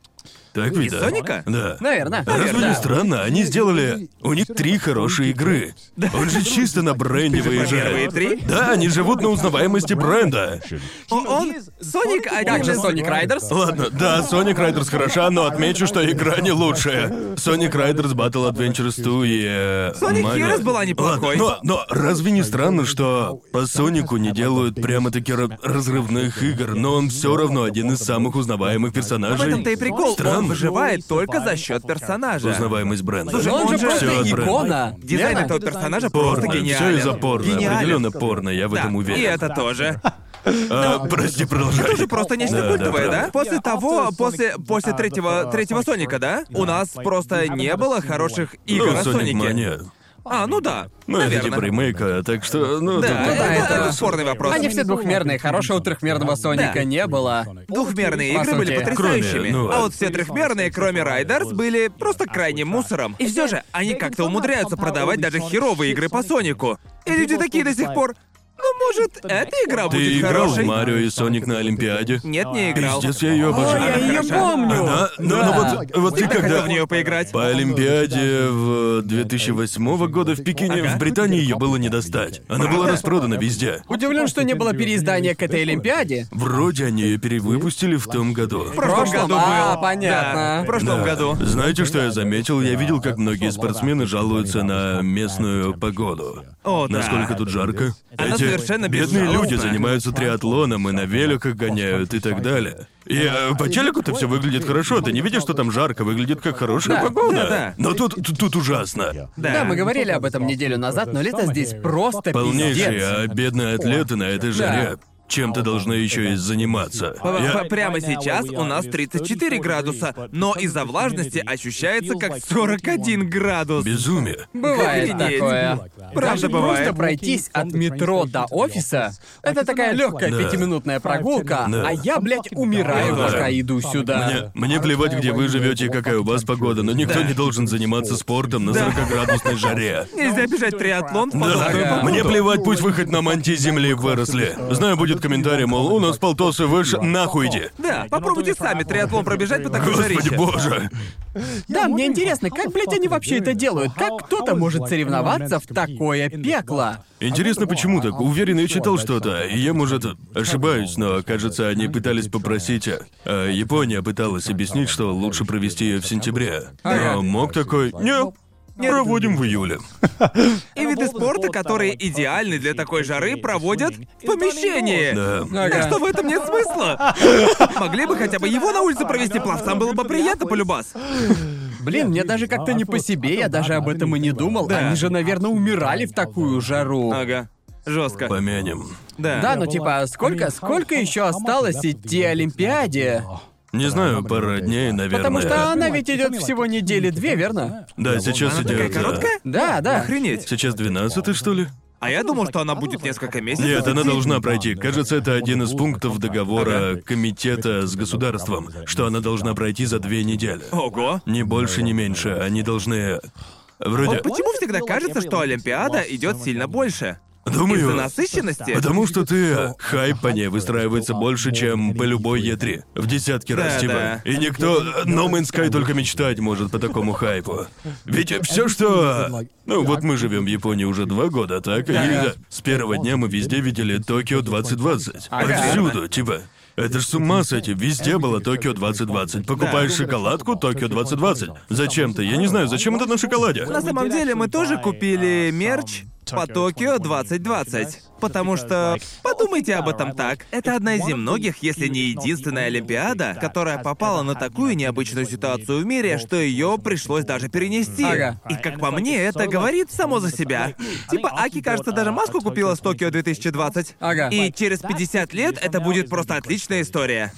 [SPEAKER 3] Так
[SPEAKER 1] Из
[SPEAKER 3] ведь, да?
[SPEAKER 1] Соника?
[SPEAKER 3] Да.
[SPEAKER 2] Наверное.
[SPEAKER 3] А Разве
[SPEAKER 2] Наверное.
[SPEAKER 3] не странно? Они сделали... У них три хорошие игры. Он же чисто на бренде
[SPEAKER 1] Первые
[SPEAKER 3] выезжает.
[SPEAKER 1] три.
[SPEAKER 3] Да, они живут на узнаваемости бренда.
[SPEAKER 1] О, Он... а Соник один
[SPEAKER 2] Как же
[SPEAKER 1] из-
[SPEAKER 2] Sonic Riders?
[SPEAKER 3] Ладно, да, Sonic Riders хороша, но отмечу, что игра не лучшая. Sonic Riders Battle Adventures 2 и... э,
[SPEAKER 1] Sonic
[SPEAKER 3] Mario-
[SPEAKER 1] Heroes была неплохой.
[SPEAKER 3] Ладно, но, но разве не странно, что по Сонику не делают прямо-таки ра- разрывных игр, но он все равно один из самых узнаваемых
[SPEAKER 1] В
[SPEAKER 3] персонажей?
[SPEAKER 1] этом-то и прикол. Он
[SPEAKER 3] Странно.
[SPEAKER 1] выживает только за счет персонажа.
[SPEAKER 3] Узнаваемость бренда.
[SPEAKER 1] Слушай,
[SPEAKER 2] Но он же
[SPEAKER 1] Он же
[SPEAKER 2] просто
[SPEAKER 3] всё от бренда.
[SPEAKER 2] икона.
[SPEAKER 1] Дизайн
[SPEAKER 2] верно?
[SPEAKER 1] этого персонажа просто
[SPEAKER 3] Порно.
[SPEAKER 1] гениален.
[SPEAKER 3] Все из-за порно.
[SPEAKER 1] Гениален.
[SPEAKER 3] Определенно порно, я в
[SPEAKER 1] Да,
[SPEAKER 3] этом уверен.
[SPEAKER 1] и это тоже.
[SPEAKER 3] А, прости, продолжай.
[SPEAKER 1] тоже просто нечто
[SPEAKER 3] Да,
[SPEAKER 1] культовое, да?
[SPEAKER 3] да,
[SPEAKER 1] После того, после, после третьего, третьего Соника, да? У нас просто не было хороших игр
[SPEAKER 3] Ну,
[SPEAKER 1] о
[SPEAKER 3] Sonic
[SPEAKER 1] Сонике.
[SPEAKER 3] Mania.
[SPEAKER 1] А, ну да.
[SPEAKER 3] Ну, это
[SPEAKER 1] наверное.
[SPEAKER 3] типа ремейка, так что, ну,
[SPEAKER 1] Да,
[SPEAKER 3] тут
[SPEAKER 1] это,
[SPEAKER 3] такое.
[SPEAKER 1] это
[SPEAKER 2] это-
[SPEAKER 1] спорный вопрос.
[SPEAKER 2] Они все двухмерные, хорошего трехмерного Соника
[SPEAKER 1] Да.
[SPEAKER 2] не было.
[SPEAKER 1] Двухмерные
[SPEAKER 2] По
[SPEAKER 1] игры были
[SPEAKER 2] сути.
[SPEAKER 1] потрясающими,
[SPEAKER 3] Кроме, ну,
[SPEAKER 1] а вот все трехмерные, кроме Райдерс, были просто крайним мусором. И все же, они как-то умудряются продавать даже херовые игры по Сонику. И люди такие до сих пор. Ну, может, эта игра
[SPEAKER 3] Ты
[SPEAKER 1] будет
[SPEAKER 3] играл в
[SPEAKER 1] хорошей?
[SPEAKER 3] Марио и Соник на Олимпиаде?
[SPEAKER 1] Нет, не играл.
[SPEAKER 3] Пиздец, я ее обожаю.
[SPEAKER 1] Ой, я её
[SPEAKER 3] Хороша.
[SPEAKER 1] помню.
[SPEAKER 3] Она- ну, ну
[SPEAKER 2] Да.
[SPEAKER 3] вот, вот ты
[SPEAKER 1] Я хотел
[SPEAKER 3] когда...
[SPEAKER 1] в нее поиграть.
[SPEAKER 3] По Олимпиаде в э, 2008 года в Пекине,
[SPEAKER 1] Ага.
[SPEAKER 3] в Британии ее было не достать. Она была распродана везде.
[SPEAKER 2] Удивлен, что не было переиздания к этой Олимпиаде.
[SPEAKER 3] Вроде они ее перевыпустили в том году.
[SPEAKER 1] В прошлом
[SPEAKER 2] прошлом?
[SPEAKER 1] году
[SPEAKER 2] А,
[SPEAKER 1] был.
[SPEAKER 2] понятно.
[SPEAKER 1] Да, в прошлом
[SPEAKER 3] Да.
[SPEAKER 1] году.
[SPEAKER 3] Знаете, что я заметил? Я видел, как многие спортсмены жалуются на местную погоду.
[SPEAKER 1] О, да.
[SPEAKER 3] Насколько тут жарко.
[SPEAKER 1] Она
[SPEAKER 3] Эти
[SPEAKER 1] совершенно
[SPEAKER 3] бедные
[SPEAKER 1] безжалостна.
[SPEAKER 3] люди занимаются триатлоном и на великах гоняют и так далее. И э, по телеку-то все выглядит хорошо, ты не видишь, что там жарко, выглядит как хорошая
[SPEAKER 2] Да,
[SPEAKER 3] погода.
[SPEAKER 1] да, да.
[SPEAKER 3] Но тут, тут, тут ужасно.
[SPEAKER 1] Да.
[SPEAKER 2] Да, мы говорили об этом неделю назад, но лето здесь просто
[SPEAKER 3] Полнейшие,
[SPEAKER 2] пиздец.
[SPEAKER 3] а бедные атлеты на этой жаре. Чем-то должны еще и заниматься.
[SPEAKER 1] П-
[SPEAKER 3] Я-
[SPEAKER 1] п- Прямо сейчас у нас 34 градуса, но из-за влажности ощущается как 41 градус.
[SPEAKER 3] Безумие.
[SPEAKER 2] Бывает
[SPEAKER 1] Охренеть.
[SPEAKER 2] такое.
[SPEAKER 1] Правда
[SPEAKER 2] Даже
[SPEAKER 1] бывает.
[SPEAKER 2] просто пройтись от метро до офиса — это такая легкая
[SPEAKER 3] Да.
[SPEAKER 2] пятиминутная прогулка,
[SPEAKER 3] Да.
[SPEAKER 2] а я, блядь, умираю,
[SPEAKER 3] Да.
[SPEAKER 2] пока иду сюда.
[SPEAKER 3] Мне, мне плевать, где вы живете и какая у вас погода, но никто не должен заниматься спортом на 40-градусной жаре.
[SPEAKER 1] Нельзя бежать триатлон в
[SPEAKER 3] Да,
[SPEAKER 1] подобную
[SPEAKER 2] Ага.
[SPEAKER 3] мне
[SPEAKER 1] погоду.
[SPEAKER 3] плевать, пусть вы хоть на мантии земли выросли. Знаю, будет комментарий, мол, у нас полтосы выше, нахуй иди.
[SPEAKER 1] Да, попробуйте сами триатлон пробежать по такой
[SPEAKER 3] Господи
[SPEAKER 1] жарище.
[SPEAKER 3] боже.
[SPEAKER 2] Да, мне интересно, как, блядь, они вообще это делают? Как кто-то может соревноваться в такое пекло?
[SPEAKER 3] Интересно, почему так? Уверен, я читал что-то, и я, может, ошибаюсь, но, кажется, они пытались попросить... э, э, Япония пыталась объяснить, что лучше провести ее в сентябре.
[SPEAKER 2] Ага.
[SPEAKER 3] Но мог такой... Нет, проводим в июле.
[SPEAKER 1] И виды спорта, которые идеальны для такой жары, проводят в помещении.
[SPEAKER 3] Да.
[SPEAKER 1] Так что в этом нет смысла. Могли бы хотя бы его на улице провести пловцам, было бы приятно полюбас.
[SPEAKER 2] Блин, мне даже как-то не по себе, я даже об этом и не думал.
[SPEAKER 1] Да. А,
[SPEAKER 2] Они же, наверное, умирали в такую жару.
[SPEAKER 1] Ага. Жестко.
[SPEAKER 3] Помянем.
[SPEAKER 1] Да.
[SPEAKER 2] Да, ну типа, сколько, сколько еще осталось идти Олимпиаде?
[SPEAKER 3] Не знаю, пара дней, наверное.
[SPEAKER 2] Потому что она ведь идет всего недели две, верно?
[SPEAKER 3] Да, сейчас
[SPEAKER 1] Она такая
[SPEAKER 3] идет... э,
[SPEAKER 1] короткая?
[SPEAKER 2] Да, да.
[SPEAKER 1] Охренеть.
[SPEAKER 3] Сейчас 12 что ли?
[SPEAKER 1] А я думал, что она будет несколько месяцев.
[SPEAKER 3] Нет, она должна пройти. Кажется, это один из пунктов договора комитета с государством, что она должна пройти за две недели.
[SPEAKER 1] Ого.
[SPEAKER 3] Ни больше, ни меньше. Они должны... Вроде...
[SPEAKER 1] Вот почему всегда кажется, что Олимпиада идет сильно больше? Из-за
[SPEAKER 3] Думаю...
[SPEAKER 1] насыщенности?
[SPEAKER 3] Потому что ты... э, Хайп по ней выстраивается больше, чем по любой Е3. В десятки раз,
[SPEAKER 1] Да,
[SPEAKER 3] типа.
[SPEAKER 1] да.
[SPEAKER 3] И никто... э, No Man's Sky только мечтать может по такому хайпу. Ведь все, что... э, Ну, вот мы живем в Японии уже два года, так? И
[SPEAKER 2] Ага.
[SPEAKER 3] э, с первого дня мы везде видели Токио 2020.
[SPEAKER 2] Ага.
[SPEAKER 3] Повсюду, типа... Это ж с ума сойти, везде было Токио 2020. Покупаешь шоколадку, Токио 2020. Зачем ты? Я не знаю, зачем это на шоколаде?
[SPEAKER 1] На самом деле мы тоже купили мерч по Токио 2020. Потому что, подумайте об этом так, это одна из немногих, если не единственная Олимпиада, которая попала на такую необычную ситуацию в мире, что ее пришлось даже перенести.
[SPEAKER 2] Ага.
[SPEAKER 1] И как по мне, это говорит само за себя. Типа Аки, кажется, даже маску купила с Токио 2020.
[SPEAKER 2] Ага.
[SPEAKER 1] И через 50 лет это будет просто отличная история.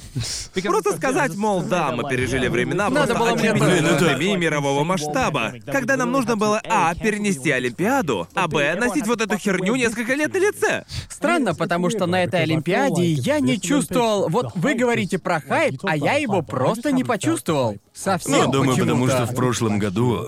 [SPEAKER 1] Просто сказать, мол, да, мы пережили времена,
[SPEAKER 2] Надо
[SPEAKER 1] просто
[SPEAKER 2] было мне
[SPEAKER 1] очевидно,
[SPEAKER 3] тоже.
[SPEAKER 1] что пандемии мирового масштаба. Когда нам нужно было, а, перенести Олимпиаду, а, б, носить вот эту херню несколько лет на лице.
[SPEAKER 2] Странно, потому что на этой Олимпиаде я не чувствовал... Вот вы говорите про хайп, а я его просто не почувствовал. Совсем
[SPEAKER 3] Ну, думаю, потому что
[SPEAKER 2] почему-то.
[SPEAKER 3] в прошлом году,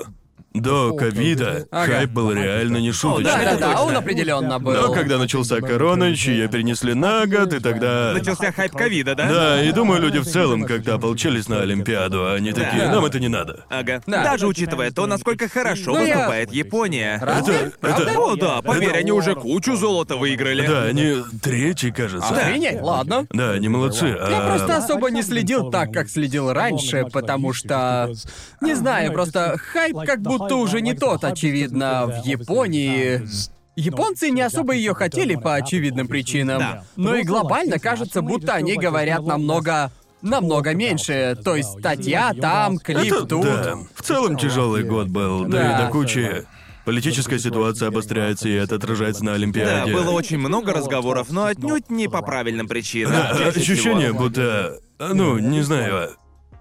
[SPEAKER 3] до ковида,
[SPEAKER 2] Ага.
[SPEAKER 3] хайп был реально не
[SPEAKER 2] Да, да,
[SPEAKER 1] Это
[SPEAKER 2] да,
[SPEAKER 1] точно.
[SPEAKER 2] он определенно был.
[SPEAKER 3] Но Ну, когда начался коронавич, ее перенесли на год, и тогда...
[SPEAKER 1] Начался хайп ковида, да?
[SPEAKER 3] Да, и думаю, люди в целом как-то ополчились на Олимпиаду, а они такие,
[SPEAKER 1] Да.
[SPEAKER 3] нам это не надо.
[SPEAKER 1] Ага.
[SPEAKER 2] Да.
[SPEAKER 1] Даже учитывая то, насколько хорошо
[SPEAKER 2] Ну, я-
[SPEAKER 1] выступает Япония.
[SPEAKER 2] Разве?
[SPEAKER 3] Это- это-
[SPEAKER 1] О, да, поверь,
[SPEAKER 3] Это-
[SPEAKER 1] они уже кучу золота выиграли.
[SPEAKER 3] Да, они третий, кажется.
[SPEAKER 2] Охренеть, ладно.
[SPEAKER 3] Да, они молодцы.
[SPEAKER 2] А, Я
[SPEAKER 3] а-
[SPEAKER 2] просто особо не следил так, как следил раньше, потому что... Не знаю, просто хайп как будто уже не тот, очевидно, в Японии. Японцы не особо ее хотели по очевидным причинам.
[SPEAKER 4] Да.
[SPEAKER 2] Но и глобально кажется, будто они говорят намного... намного меньше. То есть статья там, клип
[SPEAKER 3] Это-
[SPEAKER 2] тут.
[SPEAKER 3] Да, в целом тяжелый год был, да, и
[SPEAKER 2] Да.
[SPEAKER 3] до кучи. Политическая ситуация обостряется, и это отражается на
[SPEAKER 1] Да,
[SPEAKER 3] Олимпиаде.
[SPEAKER 1] было очень много разговоров, но отнюдь не по правильным причинам.
[SPEAKER 3] Да,
[SPEAKER 1] Чаще
[SPEAKER 3] ощущение,
[SPEAKER 1] всего.
[SPEAKER 3] будто... а, Ну, не знаю.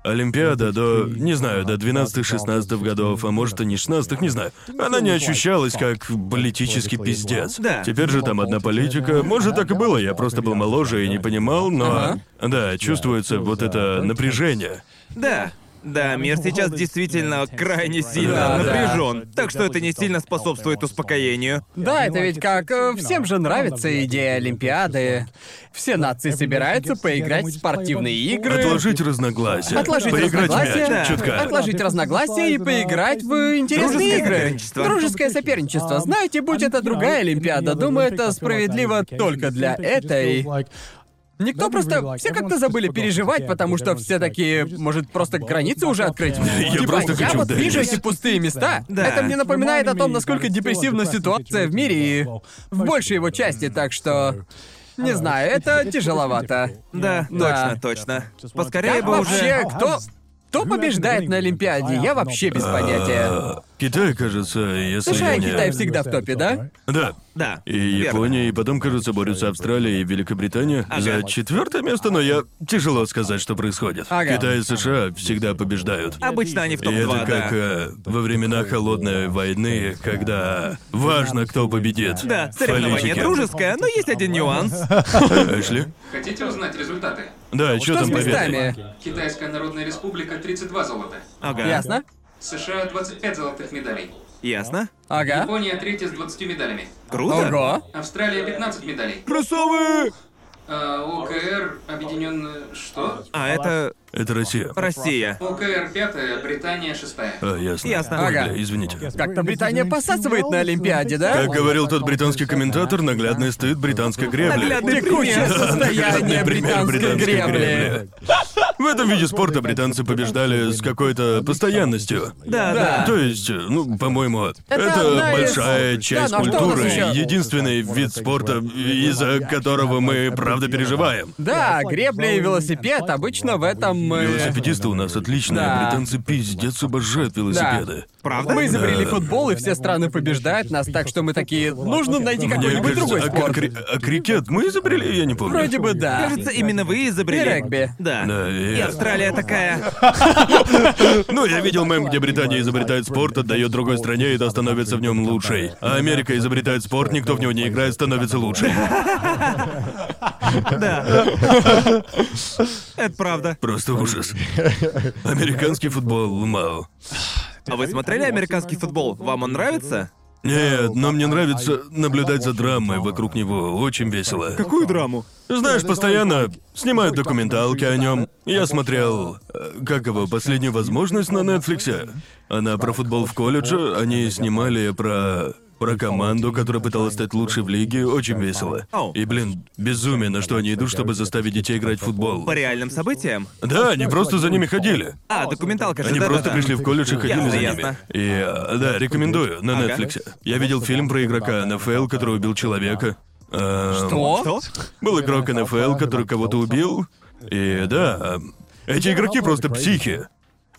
[SPEAKER 3] Олимпиада до, не знаю, до 12-16 годов, а может и не 16 не знаю. Она не ощущалась как политический пиздец.
[SPEAKER 1] Да.
[SPEAKER 3] Теперь же там одна политика. Может, так и было, я просто был моложе и не понимал, но...
[SPEAKER 2] Ага.
[SPEAKER 3] Да, чувствуется вот это напряжение.
[SPEAKER 1] Да. Да, мир сейчас действительно крайне сильно
[SPEAKER 2] Да, да.
[SPEAKER 1] напряжен, так что это не сильно способствует успокоению.
[SPEAKER 2] Да, это ведь как... э, Всем же нравится идея Олимпиады. Все нации собираются поиграть в спортивные игры.
[SPEAKER 3] Отложить разногласия.
[SPEAKER 2] Отложить
[SPEAKER 3] Поиграть в
[SPEAKER 2] разногласия,
[SPEAKER 3] мяч,
[SPEAKER 1] Да.
[SPEAKER 3] чутка.
[SPEAKER 2] отложить разногласия и поиграть в интересные
[SPEAKER 1] Дружеское
[SPEAKER 2] игры.
[SPEAKER 1] соперничество.
[SPEAKER 2] Дружеское соперничество. Знаете, будь это другая Олимпиада, думаю, это справедливо только для этой. Никто просто... Все как-то забыли переживать, потому что все такие... Может, просто границы уже открыть?
[SPEAKER 3] Я
[SPEAKER 2] Типа,
[SPEAKER 3] просто
[SPEAKER 2] я
[SPEAKER 3] хочу
[SPEAKER 2] вот вижу
[SPEAKER 3] доверять.
[SPEAKER 2] эти пустые места.
[SPEAKER 1] Да.
[SPEAKER 2] Это мне напоминает о том, насколько депрессивна ситуация в мире и в большей его части, так что... Не знаю, это тяжеловато.
[SPEAKER 1] Да,
[SPEAKER 2] Да.
[SPEAKER 1] точно, точно. Поскорее
[SPEAKER 2] Как
[SPEAKER 1] бы уже.
[SPEAKER 2] вообще, кто... Кто побеждает на Олимпиаде? Я вообще без понятия.
[SPEAKER 3] А, Китай, кажется, если
[SPEAKER 2] США
[SPEAKER 3] я
[SPEAKER 2] и
[SPEAKER 3] не...
[SPEAKER 2] Китай всегда в топе, да?
[SPEAKER 3] Да.
[SPEAKER 1] Да.
[SPEAKER 3] И
[SPEAKER 1] верно.
[SPEAKER 3] Япония, и потом, кажется, борются Австралия и Великобритания за четвертое место, но я тяжело сказать, что происходит.
[SPEAKER 2] Ага.
[SPEAKER 3] Китай и США всегда побеждают.
[SPEAKER 1] Обычно они А в
[SPEAKER 3] И это
[SPEAKER 1] топ-2, да.
[SPEAKER 3] как э, во времена холодной войны, когда важно, кто победит.
[SPEAKER 1] Да,
[SPEAKER 3] В
[SPEAKER 1] соревнование
[SPEAKER 3] политике.
[SPEAKER 1] дружеское, но есть один нюанс.
[SPEAKER 3] Эшли?
[SPEAKER 4] Хотите узнать результаты?
[SPEAKER 3] Да, что
[SPEAKER 2] Что с
[SPEAKER 3] там победа?
[SPEAKER 2] местами?
[SPEAKER 4] Китайская Народная Республика 32 золота.
[SPEAKER 1] Ага.
[SPEAKER 2] Ясно?
[SPEAKER 4] США 25 золотых медалей.
[SPEAKER 1] Ясно.
[SPEAKER 2] Ага.
[SPEAKER 4] Япония третья с 20 медалями.
[SPEAKER 1] Круто.
[SPEAKER 2] Ого.
[SPEAKER 4] Австралия 15 медалей.
[SPEAKER 1] Красавы!
[SPEAKER 4] А, ОКР объединенная... Что?
[SPEAKER 1] А это
[SPEAKER 3] Это Россия.
[SPEAKER 1] Россия.
[SPEAKER 4] ОКР пятая, Британия шестая.
[SPEAKER 3] А, ясно.
[SPEAKER 1] Ясно.
[SPEAKER 3] Ой,
[SPEAKER 2] Ага.
[SPEAKER 3] бля, извините.
[SPEAKER 2] Как-то Британия посасывает на Олимпиаде, да?
[SPEAKER 3] Как говорил тот британский комментатор, наглядный стыд британской гребли.
[SPEAKER 1] Наглядный
[SPEAKER 2] Текущее
[SPEAKER 1] пример.
[SPEAKER 2] состояние
[SPEAKER 3] Наглядный
[SPEAKER 2] британской
[SPEAKER 3] пример британской
[SPEAKER 2] гребли.
[SPEAKER 3] гребли. (laughs) В этом виде спорта британцы побеждали с какой-то постоянностью.
[SPEAKER 1] Да,
[SPEAKER 2] Да.
[SPEAKER 1] да.
[SPEAKER 3] То есть, ну, по-моему, это,
[SPEAKER 2] одна из-
[SPEAKER 3] большая
[SPEAKER 2] Да,
[SPEAKER 3] часть
[SPEAKER 2] ну а что у нас
[SPEAKER 3] культуры,
[SPEAKER 2] ещё?
[SPEAKER 3] единственный вид спорта, из-за которого мы правда переживаем.
[SPEAKER 2] Да, гребли и велосипед обычно в этом... э,
[SPEAKER 3] Велосипедисты у нас отличные,
[SPEAKER 2] Да.
[SPEAKER 3] британцы пиздец обожают велосипеды.
[SPEAKER 1] Правда?
[SPEAKER 2] Мы изобрели
[SPEAKER 3] Да.
[SPEAKER 2] футбол, и все страны побеждают нас, так что мы такие... Нужно найти
[SPEAKER 3] Мне
[SPEAKER 2] какой-нибудь
[SPEAKER 3] кажется,
[SPEAKER 2] другой
[SPEAKER 3] а, кри-
[SPEAKER 2] спорт.
[SPEAKER 3] кри- а крикет мы изобрели, я не помню.
[SPEAKER 2] Вроде бы да.
[SPEAKER 1] Кажется, именно вы изобрели.
[SPEAKER 2] И регби.
[SPEAKER 1] Да.
[SPEAKER 3] Да, и-
[SPEAKER 1] И Австралия такая.
[SPEAKER 3] Ну, я видел мем, где Британия изобретает спорт, отдает другой стране, и та становится в нем лучшей. А Америка изобретает спорт, никто в него не играет, становится лучшей.
[SPEAKER 2] (laughs)
[SPEAKER 1] Это правда.
[SPEAKER 3] Просто ужас. Американский футбол, мау.
[SPEAKER 1] А вы смотрели американский футбол? Вам он нравится?
[SPEAKER 3] Нет, но мне нравится наблюдать за драмой вокруг него. Очень весело.
[SPEAKER 1] Какую драму?
[SPEAKER 3] Знаешь, постоянно снимают документалки о нем. Я смотрел, э, как его, «Последнюю возможность» на Нетфликсе. Она про футбол в колледже, они снимали про... Про команду, которая пыталась стать лучшей в лиге, очень весело.
[SPEAKER 1] Оу.
[SPEAKER 3] И, блин, безумие, на что они идут, чтобы заставить детей играть в футбол.
[SPEAKER 1] По реальным событиям?
[SPEAKER 3] Да, они просто за ними ходили.
[SPEAKER 1] А, документалка же,
[SPEAKER 3] Они
[SPEAKER 1] да-да-да.
[SPEAKER 3] просто пришли в колледж и ходили
[SPEAKER 1] Ясно,
[SPEAKER 3] за ними.
[SPEAKER 1] ясно.
[SPEAKER 3] И э, да, рекомендую на
[SPEAKER 1] Ага.
[SPEAKER 3] Netflix. Я видел фильм про игрока НФЛ, который убил человека. Эм,
[SPEAKER 2] Что?
[SPEAKER 1] Что?
[SPEAKER 3] Был игрок НФЛ, который кого-то убил. И да, э, эти игроки просто психи.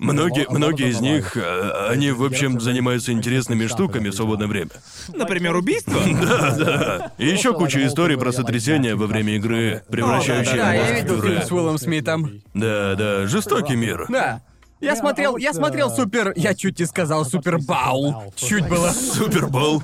[SPEAKER 3] Многие, многие из них, э, они, в общем, занимаются интересными штуками в свободное время.
[SPEAKER 1] Например, убийство?
[SPEAKER 3] И еще куча историй про сотрясение во время игры, превращающие
[SPEAKER 2] Да, я
[SPEAKER 3] мозг
[SPEAKER 2] видел
[SPEAKER 3] в
[SPEAKER 2] фильм
[SPEAKER 3] пюре.
[SPEAKER 2] с Уиллом Смитом.
[SPEAKER 3] Да, да, жестокий мир.
[SPEAKER 2] Да. э, Я смотрел, я смотрел супер... Я чуть не сказал супербаул. Чуть было.
[SPEAKER 3] Супербол.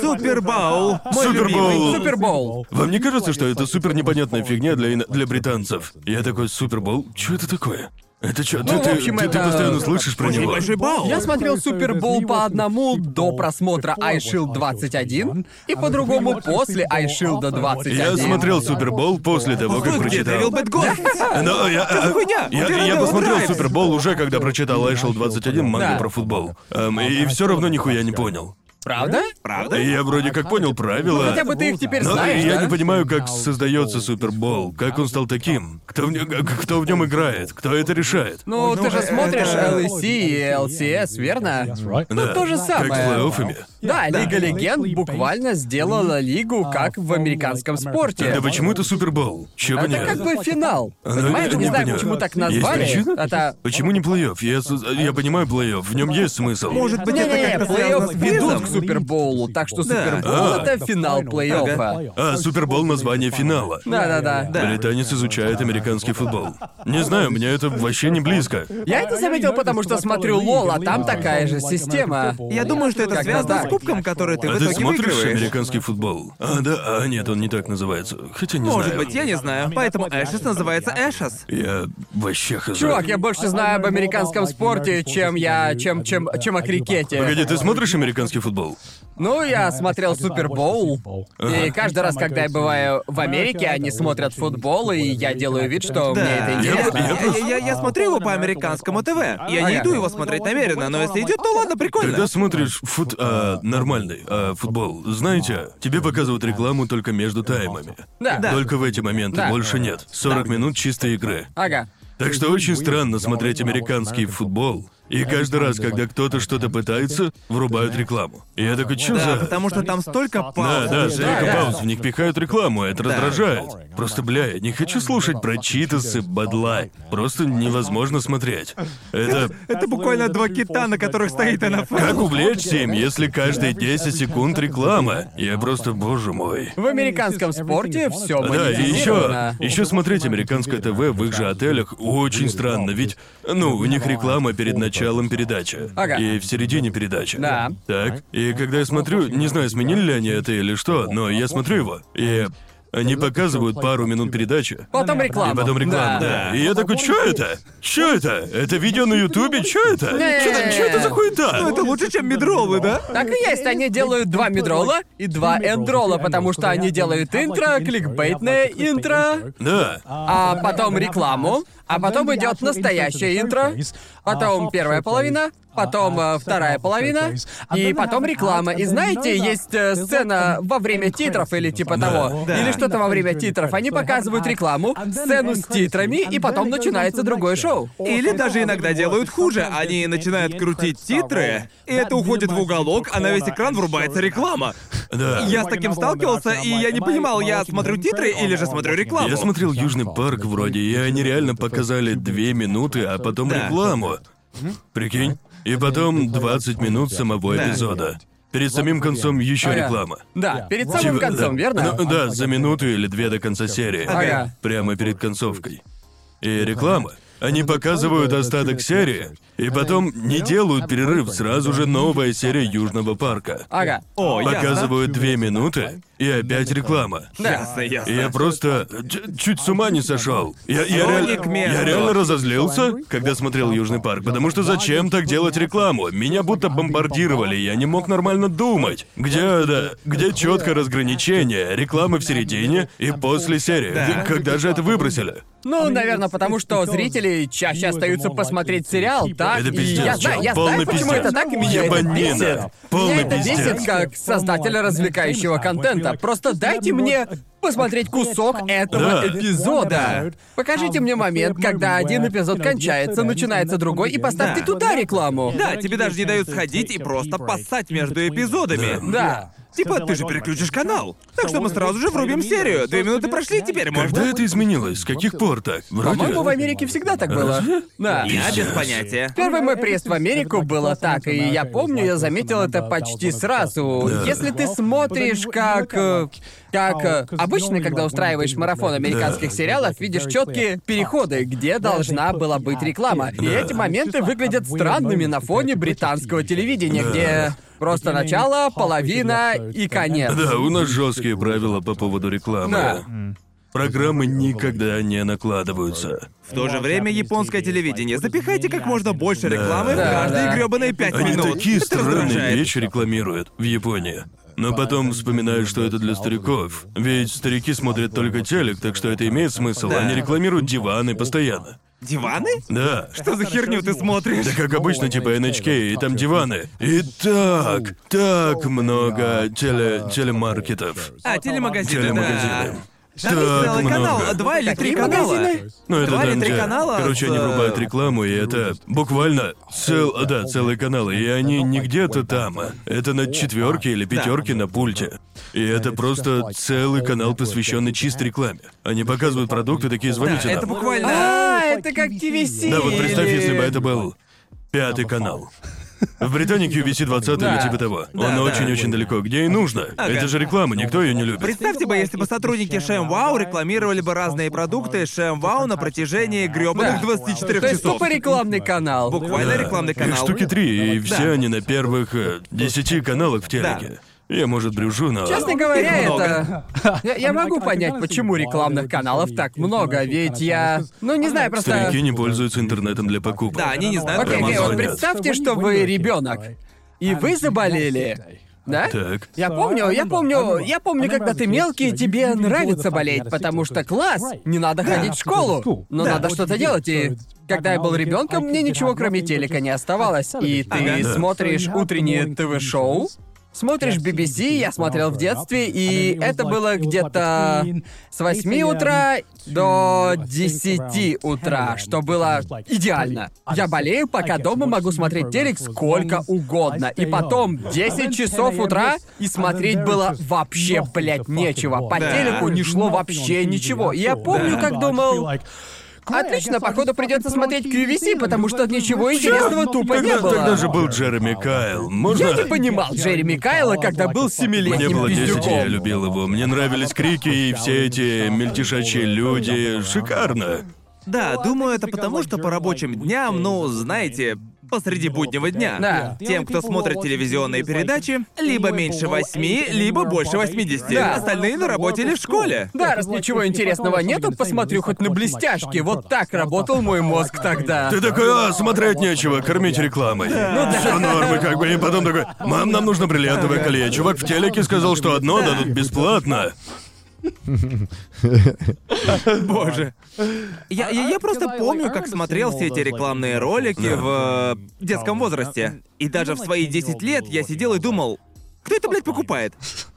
[SPEAKER 1] Супербаул. Мой
[SPEAKER 3] Супербаул.
[SPEAKER 1] любимый.
[SPEAKER 2] Супербоул.
[SPEAKER 3] Вам не кажется, что это супер непонятная фигня для, ино- для британцев? Я такой, супербол? Что это такое? Это что?
[SPEAKER 2] Ну,
[SPEAKER 3] ты, ты-
[SPEAKER 2] в общем,
[SPEAKER 3] ты- ты
[SPEAKER 2] это-
[SPEAKER 3] постоянно слышишь про
[SPEAKER 1] Очень
[SPEAKER 3] него.
[SPEAKER 1] большой баул.
[SPEAKER 2] Я смотрел Супербол по одному до просмотра iShield 21 и по-другому после iShield 21.
[SPEAKER 3] Я смотрел Супербол после того, как
[SPEAKER 1] Вы где, Дэвил
[SPEAKER 3] прочитал.
[SPEAKER 1] Бэтгорн?
[SPEAKER 3] Но я, а,
[SPEAKER 1] хуйня?
[SPEAKER 3] я,
[SPEAKER 1] Где
[SPEAKER 3] я
[SPEAKER 1] Дэвил
[SPEAKER 3] посмотрел
[SPEAKER 1] Драйвс?
[SPEAKER 3] Супербол уже, когда прочитал Айшел 21 мангу
[SPEAKER 2] Да.
[SPEAKER 3] про футбол. Эм, и все равно нихуя не понял.
[SPEAKER 2] Правда?
[SPEAKER 1] Правда?
[SPEAKER 3] И я вроде как понял правила.
[SPEAKER 2] Ну, Хотя бы ты их теперь
[SPEAKER 3] Но
[SPEAKER 2] знаешь,
[SPEAKER 3] я
[SPEAKER 2] да?
[SPEAKER 3] не понимаю, как создается Супербол, как он стал таким, кто в, нем- кто в нем играет, кто это решает.
[SPEAKER 2] Ну, ты же
[SPEAKER 1] это-
[SPEAKER 2] смотришь LEC и LCS, верно?
[SPEAKER 3] Да,
[SPEAKER 2] то же
[SPEAKER 3] Как с
[SPEAKER 2] самое.
[SPEAKER 3] плей-оффами.
[SPEAKER 2] Да, Лига Легенд буквально сделала лигу как в американском спорте.
[SPEAKER 3] Тогда почему это Супербол? Че
[SPEAKER 2] Это как бы финал. Понимаете, не знаю, почему так назвали.
[SPEAKER 3] Есть причина?
[SPEAKER 2] Это...
[SPEAKER 3] Почему не плей-офф? Я, с- я понимаю плей-офф, в нем есть смысл.
[SPEAKER 1] Может быть, это
[SPEAKER 2] Не-не-не,
[SPEAKER 1] как-то связано
[SPEAKER 2] плей-офф
[SPEAKER 1] с
[SPEAKER 2] ведут к
[SPEAKER 1] визом?
[SPEAKER 2] Супербоулу, так
[SPEAKER 1] Да.
[SPEAKER 2] что Супербоул
[SPEAKER 3] А.
[SPEAKER 2] это финал плей-оффа.
[SPEAKER 3] А, Супербол — название финала.
[SPEAKER 2] Да-да-да.
[SPEAKER 1] Да.
[SPEAKER 3] Британец изучает американский футбол. Не знаю, мне это вообще не близко.
[SPEAKER 2] Я это заметил, потому что смотрю Лол, а там такая же система.
[SPEAKER 1] Я думаю, что это
[SPEAKER 2] Как-то
[SPEAKER 1] связано с
[SPEAKER 2] так.
[SPEAKER 1] кубком, который ты
[SPEAKER 3] А
[SPEAKER 1] в
[SPEAKER 3] ты
[SPEAKER 1] итоге
[SPEAKER 3] смотришь
[SPEAKER 1] выигрываешь.
[SPEAKER 3] американский футбол? А, да, а, нет, он не так называется. Хотя не
[SPEAKER 1] Может
[SPEAKER 3] знаю.
[SPEAKER 1] быть, я не знаю. Поэтому Эшес называется Эшес.
[SPEAKER 3] Я вообще хз.
[SPEAKER 2] Чувак, я больше знаю об американском спорте, чем я, чем, чем, чем о крикете.
[SPEAKER 3] Погоди, ты смотришь американский футбол?
[SPEAKER 2] Ну, я смотрел Супербоул. И каждый раз, когда я бываю в Америке, они смотрят футбол, и я делаю вид, что
[SPEAKER 1] Да,
[SPEAKER 2] мне это
[SPEAKER 1] я-
[SPEAKER 2] интересно.
[SPEAKER 1] Я, я- я- я смотрю его по американскому ТВ. Я не
[SPEAKER 2] Ага.
[SPEAKER 1] иду его смотреть намеренно, но если идет, то ладно, прикольно.
[SPEAKER 3] Когда смотришь фут... а, нормальный а, футбол, знаете, тебе показывают рекламу только между таймами.
[SPEAKER 2] Да. Да.
[SPEAKER 3] Только в эти моменты,
[SPEAKER 2] Да.
[SPEAKER 3] больше нет. 40 минут чистой игры.
[SPEAKER 2] Ага.
[SPEAKER 3] Так что очень странно смотреть американский футбол, и каждый раз, когда кто-то что-то пытается, врубают рекламу. И я такой, чё
[SPEAKER 1] Да,
[SPEAKER 3] за...
[SPEAKER 1] потому что там столько
[SPEAKER 3] Да,
[SPEAKER 1] пауз.
[SPEAKER 3] да, столько
[SPEAKER 2] да.
[SPEAKER 3] пауз, в них пихают рекламу, это раздражает. Просто, бля, я не хочу слушать про читасы, бадлай. Просто невозможно смотреть. Это...
[SPEAKER 1] Это буквально два кита, на которых стоит НФЛ.
[SPEAKER 3] Как увлечься им, если каждые 10 секунд реклама? Я просто, боже мой.
[SPEAKER 2] В американском спорте все
[SPEAKER 3] Да, и еще,
[SPEAKER 2] монетизировано.
[SPEAKER 3] еще смотреть американское ТВ в их же отелях очень странно, ведь, ну, у них реклама перед началом передачи.
[SPEAKER 2] Ага.
[SPEAKER 3] И в середине передачи.
[SPEAKER 2] Да.
[SPEAKER 3] Так, и когда я смотрю, не знаю, сменили ли они это или что, но я смотрю его, и они показывают пару минут передачи.
[SPEAKER 2] Потом реклама.
[SPEAKER 3] И потом реклама, да. И я такой, что это? Что это? Это видео на Ютубе? Что это? Что это, чё это за хуйта?
[SPEAKER 1] Ну, Это лучше, чем медролы, да?
[SPEAKER 2] Так и есть, они делают два мидрола и два эндрола, потому что они делают интро, кликбейтное интро,
[SPEAKER 3] Да.
[SPEAKER 2] а потом рекламу, а потом идет настоящее интро, потом первая половина, потом э, вторая половина, и потом реклама. И знаете, есть э, сцена во время титров или типа
[SPEAKER 3] Да.
[SPEAKER 2] того,
[SPEAKER 1] Да.
[SPEAKER 2] или что-то во время титров. Они показывают рекламу, сцену с титрами, и потом начинается другое шоу.
[SPEAKER 1] Или даже иногда делают хуже. Они начинают крутить титры, и это уходит в уголок, а на весь экран врубается реклама.
[SPEAKER 3] Да.
[SPEAKER 1] Я с таким сталкивался, и я не понимал, я смотрю титры или же смотрю рекламу.
[SPEAKER 3] Я смотрел Южный парк вроде, и они реально показали две минуты, а потом
[SPEAKER 1] Да.
[SPEAKER 3] рекламу. Прикинь? И потом 20 минут самого
[SPEAKER 1] Да.
[SPEAKER 3] эпизода. Перед самим концом еще
[SPEAKER 2] Ага.
[SPEAKER 3] реклама.
[SPEAKER 2] Да, перед самым
[SPEAKER 3] Типа,
[SPEAKER 2] концом,
[SPEAKER 3] да.
[SPEAKER 2] верно?
[SPEAKER 3] Ну, да, за минуту или две до конца серии.
[SPEAKER 2] Ага.
[SPEAKER 3] Прямо перед концовкой. И реклама. Они показывают остаток серии, и потом не делают перерыв, сразу же новая серия Южного парка.
[SPEAKER 2] Ага.
[SPEAKER 1] О, ясно.
[SPEAKER 3] Показывают две минуты, и опять реклама.
[SPEAKER 1] Ясно,
[SPEAKER 3] И
[SPEAKER 1] ясно.
[SPEAKER 3] я просто ч- чуть с ума не сошел. Я, я,
[SPEAKER 1] Ну,
[SPEAKER 3] реаль-
[SPEAKER 1] не к месту.
[SPEAKER 3] я реально разозлился, когда смотрел Южный парк, потому что зачем так делать рекламу? Меня будто бомбардировали, я не мог нормально думать. Где, да, где четкое разграничение, рекламы в середине и после серии.
[SPEAKER 1] Да.
[SPEAKER 3] Когда же это выбросили?
[SPEAKER 2] Ну, наверное, потому что зрители чаще остаются посмотреть сериал, так?
[SPEAKER 3] Это
[SPEAKER 2] И
[SPEAKER 3] пиздец,
[SPEAKER 2] я знаю,
[SPEAKER 3] чувак,
[SPEAKER 2] я
[SPEAKER 3] полный
[SPEAKER 2] знаю, почему
[SPEAKER 3] пиздец.
[SPEAKER 2] это так, и меня это
[SPEAKER 3] Ебанина.
[SPEAKER 2] бесит.
[SPEAKER 3] Полный
[SPEAKER 2] меня это
[SPEAKER 3] пиздец.
[SPEAKER 2] бесит как создателя развлекающего контента. Просто дайте мне посмотреть кусок этого
[SPEAKER 3] Да.
[SPEAKER 2] эпизода. Покажите мне момент, когда один эпизод кончается, начинается другой, и поставьте
[SPEAKER 1] Да.
[SPEAKER 2] туда рекламу.
[SPEAKER 1] Да, тебе даже не дают сходить и просто поссать между эпизодами.
[SPEAKER 2] Да.
[SPEAKER 1] Типа, ты же переключишь канал. Так что мы сразу же врубим серию. Две минуты прошли, теперь
[SPEAKER 3] Когда
[SPEAKER 1] можно...
[SPEAKER 3] это изменилось? С каких пор так? Вроде...
[SPEAKER 2] По-моему, в Америке всегда так было. Да.
[SPEAKER 1] Я без
[SPEAKER 3] Пиздец.
[SPEAKER 1] понятия.
[SPEAKER 2] Первый мой приезд в Америку было так, и я помню, я заметил это почти сразу.
[SPEAKER 3] Да.
[SPEAKER 2] Если ты смотришь как... э, Как э, обычно, когда устраиваешь марафон американских
[SPEAKER 5] Да.
[SPEAKER 2] сериалов, видишь четкие переходы, где должна была быть реклама. И
[SPEAKER 5] Да.
[SPEAKER 2] эти моменты выглядят странными на фоне британского телевидения,
[SPEAKER 5] Да.
[SPEAKER 2] где просто начало, половина и конец.
[SPEAKER 3] Да, у нас жесткие правила по поводу рекламы.
[SPEAKER 2] Да.
[SPEAKER 3] Программы никогда не накладываются.
[SPEAKER 1] В то же время японское телевидение. Запихайте как можно больше рекламы в
[SPEAKER 2] Да,
[SPEAKER 1] каждые
[SPEAKER 2] да.
[SPEAKER 1] грёбаные пять
[SPEAKER 3] Они
[SPEAKER 1] минут.
[SPEAKER 3] такие
[SPEAKER 1] Это
[SPEAKER 3] странные
[SPEAKER 1] раздражает.
[SPEAKER 3] вещи рекламируют в Японии. Но потом вспоминают, что это для стариков. Ведь старики смотрят только телек, так что это имеет смысл.
[SPEAKER 1] Да.
[SPEAKER 3] Они рекламируют диваны постоянно.
[SPEAKER 1] Диваны?
[SPEAKER 3] Да.
[SPEAKER 1] Что за херню ты смотришь?
[SPEAKER 3] Да как обычно, типа NHK, и там диваны. И так, так много теле, телемаркетов.
[SPEAKER 1] А, телемагазины,
[SPEAKER 3] Телемагазины.
[SPEAKER 1] да. Там есть
[SPEAKER 3] Так
[SPEAKER 1] целый канал,
[SPEAKER 3] много.
[SPEAKER 1] два или три
[SPEAKER 2] Такие
[SPEAKER 1] канала.
[SPEAKER 2] магазины?
[SPEAKER 3] Ну, это
[SPEAKER 1] Два или
[SPEAKER 3] там,
[SPEAKER 1] три
[SPEAKER 3] где-
[SPEAKER 1] канала
[SPEAKER 3] Короче,
[SPEAKER 1] с,
[SPEAKER 3] они
[SPEAKER 1] э,
[SPEAKER 3] врубают рекламу, и это буквально цел... Да, целые каналы. И они не где-то там. а Это на четверке или пятерке на пульте. И это просто целый канал, посвященный чистой рекламе. Они показывают продукты, такие звоните
[SPEAKER 1] Это
[SPEAKER 3] нам».
[SPEAKER 1] буквально...
[SPEAKER 2] А, это как TVC.
[SPEAKER 3] Да, вот представь, если бы
[SPEAKER 2] или-
[SPEAKER 3] это был пятый канал. В Британии QVC 20
[SPEAKER 2] Да.
[SPEAKER 3] или типа того.
[SPEAKER 1] Да,
[SPEAKER 3] Он
[SPEAKER 1] да.
[SPEAKER 3] очень-очень далеко. Где и нужно.
[SPEAKER 1] Ага.
[SPEAKER 3] Это же реклама, никто ее не любит.
[SPEAKER 1] Представьте бы, А если бы сотрудники Шэм Вау рекламировали бы разные продукты Шэм Вау на протяжении грёбаных
[SPEAKER 2] Да.
[SPEAKER 1] 24
[SPEAKER 2] То есть
[SPEAKER 1] часов.
[SPEAKER 2] тупо рекламный канал.
[SPEAKER 1] Буквально
[SPEAKER 3] Да.
[SPEAKER 1] рекламный
[SPEAKER 3] Их
[SPEAKER 1] канал.
[SPEAKER 3] штуки три, и
[SPEAKER 1] Да.
[SPEAKER 3] все они на первых э, десяти каналах в телеке. Я, может, брюжу, но...
[SPEAKER 2] Честно говоря, это... Я, я могу понять, почему рекламных каналов так много, ведь я... Ну, не знаю, просто...
[SPEAKER 3] Старики не пользуются интернетом для покупок.
[SPEAKER 1] Да, они не знают, куда
[SPEAKER 2] Окей, окей,
[SPEAKER 3] Прямо
[SPEAKER 2] вот
[SPEAKER 3] звонят.
[SPEAKER 2] представьте, что вы ребенок, и вы заболели. Да?
[SPEAKER 3] Так.
[SPEAKER 2] Я помню, я помню, я помню, когда ты мелкий, тебе нравится болеть, потому что класс, не надо ходить в школу, но
[SPEAKER 1] Да.
[SPEAKER 2] надо что-то делать, и когда я был
[SPEAKER 1] а
[SPEAKER 2] ребенком, мне ничего кроме телека не оставалось. И ты
[SPEAKER 1] Ага. Да.
[SPEAKER 2] смотришь утренние ТВ-шоу, смотришь BBC, я смотрел в детстве, и это было где-то с 8 утра до 10 утра, что было идеально. Я болею, пока дома могу смотреть телек сколько угодно. И потом 10 часов утра, и смотреть было вообще, блядь, нечего. По
[SPEAKER 1] Да.
[SPEAKER 2] телеку не шло вообще ничего. И Я помню, как думал... Отлично, походу придется смотреть QVC, потому что ничего интересного тупо не
[SPEAKER 3] Тогда,
[SPEAKER 2] было.
[SPEAKER 3] тогда же был Джереми Кайл. Можно...
[SPEAKER 2] Я не понимал Джереми Кайла, когда был
[SPEAKER 3] Мне
[SPEAKER 2] семилетним
[SPEAKER 3] было 10, и я
[SPEAKER 2] пиздюком.
[SPEAKER 3] любил его. Мне нравились крики и все эти мельтешачие люди. Шикарно.
[SPEAKER 1] Да, думаю, это потому, что по рабочим дням, ну, знаете, посреди буднего дня.
[SPEAKER 2] Да.
[SPEAKER 1] Тем, кто смотрит телевизионные передачи, либо меньше восьми, либо больше 80.
[SPEAKER 2] Да.
[SPEAKER 1] Остальные на работе или в школе.
[SPEAKER 2] Да, раз ничего интересного нету, посмотрю хоть на блестяшки. Вот так работал мой мозг тогда.
[SPEAKER 3] Ты такой, а, смотреть нечего, кормить рекламой. Все нормы, как бы, и потом такой, мам, нам нужно бриллиантовое колье. Чувак в телеке сказал, что одно дадут бесплатно.
[SPEAKER 1] Боже. Я, я, я просто помню, как смотрел все эти рекламные ролики в э, детском возрасте.
[SPEAKER 3] ну,
[SPEAKER 1] И даже в свои 10 лет я сидел и думал, кто это, блядь, покупает?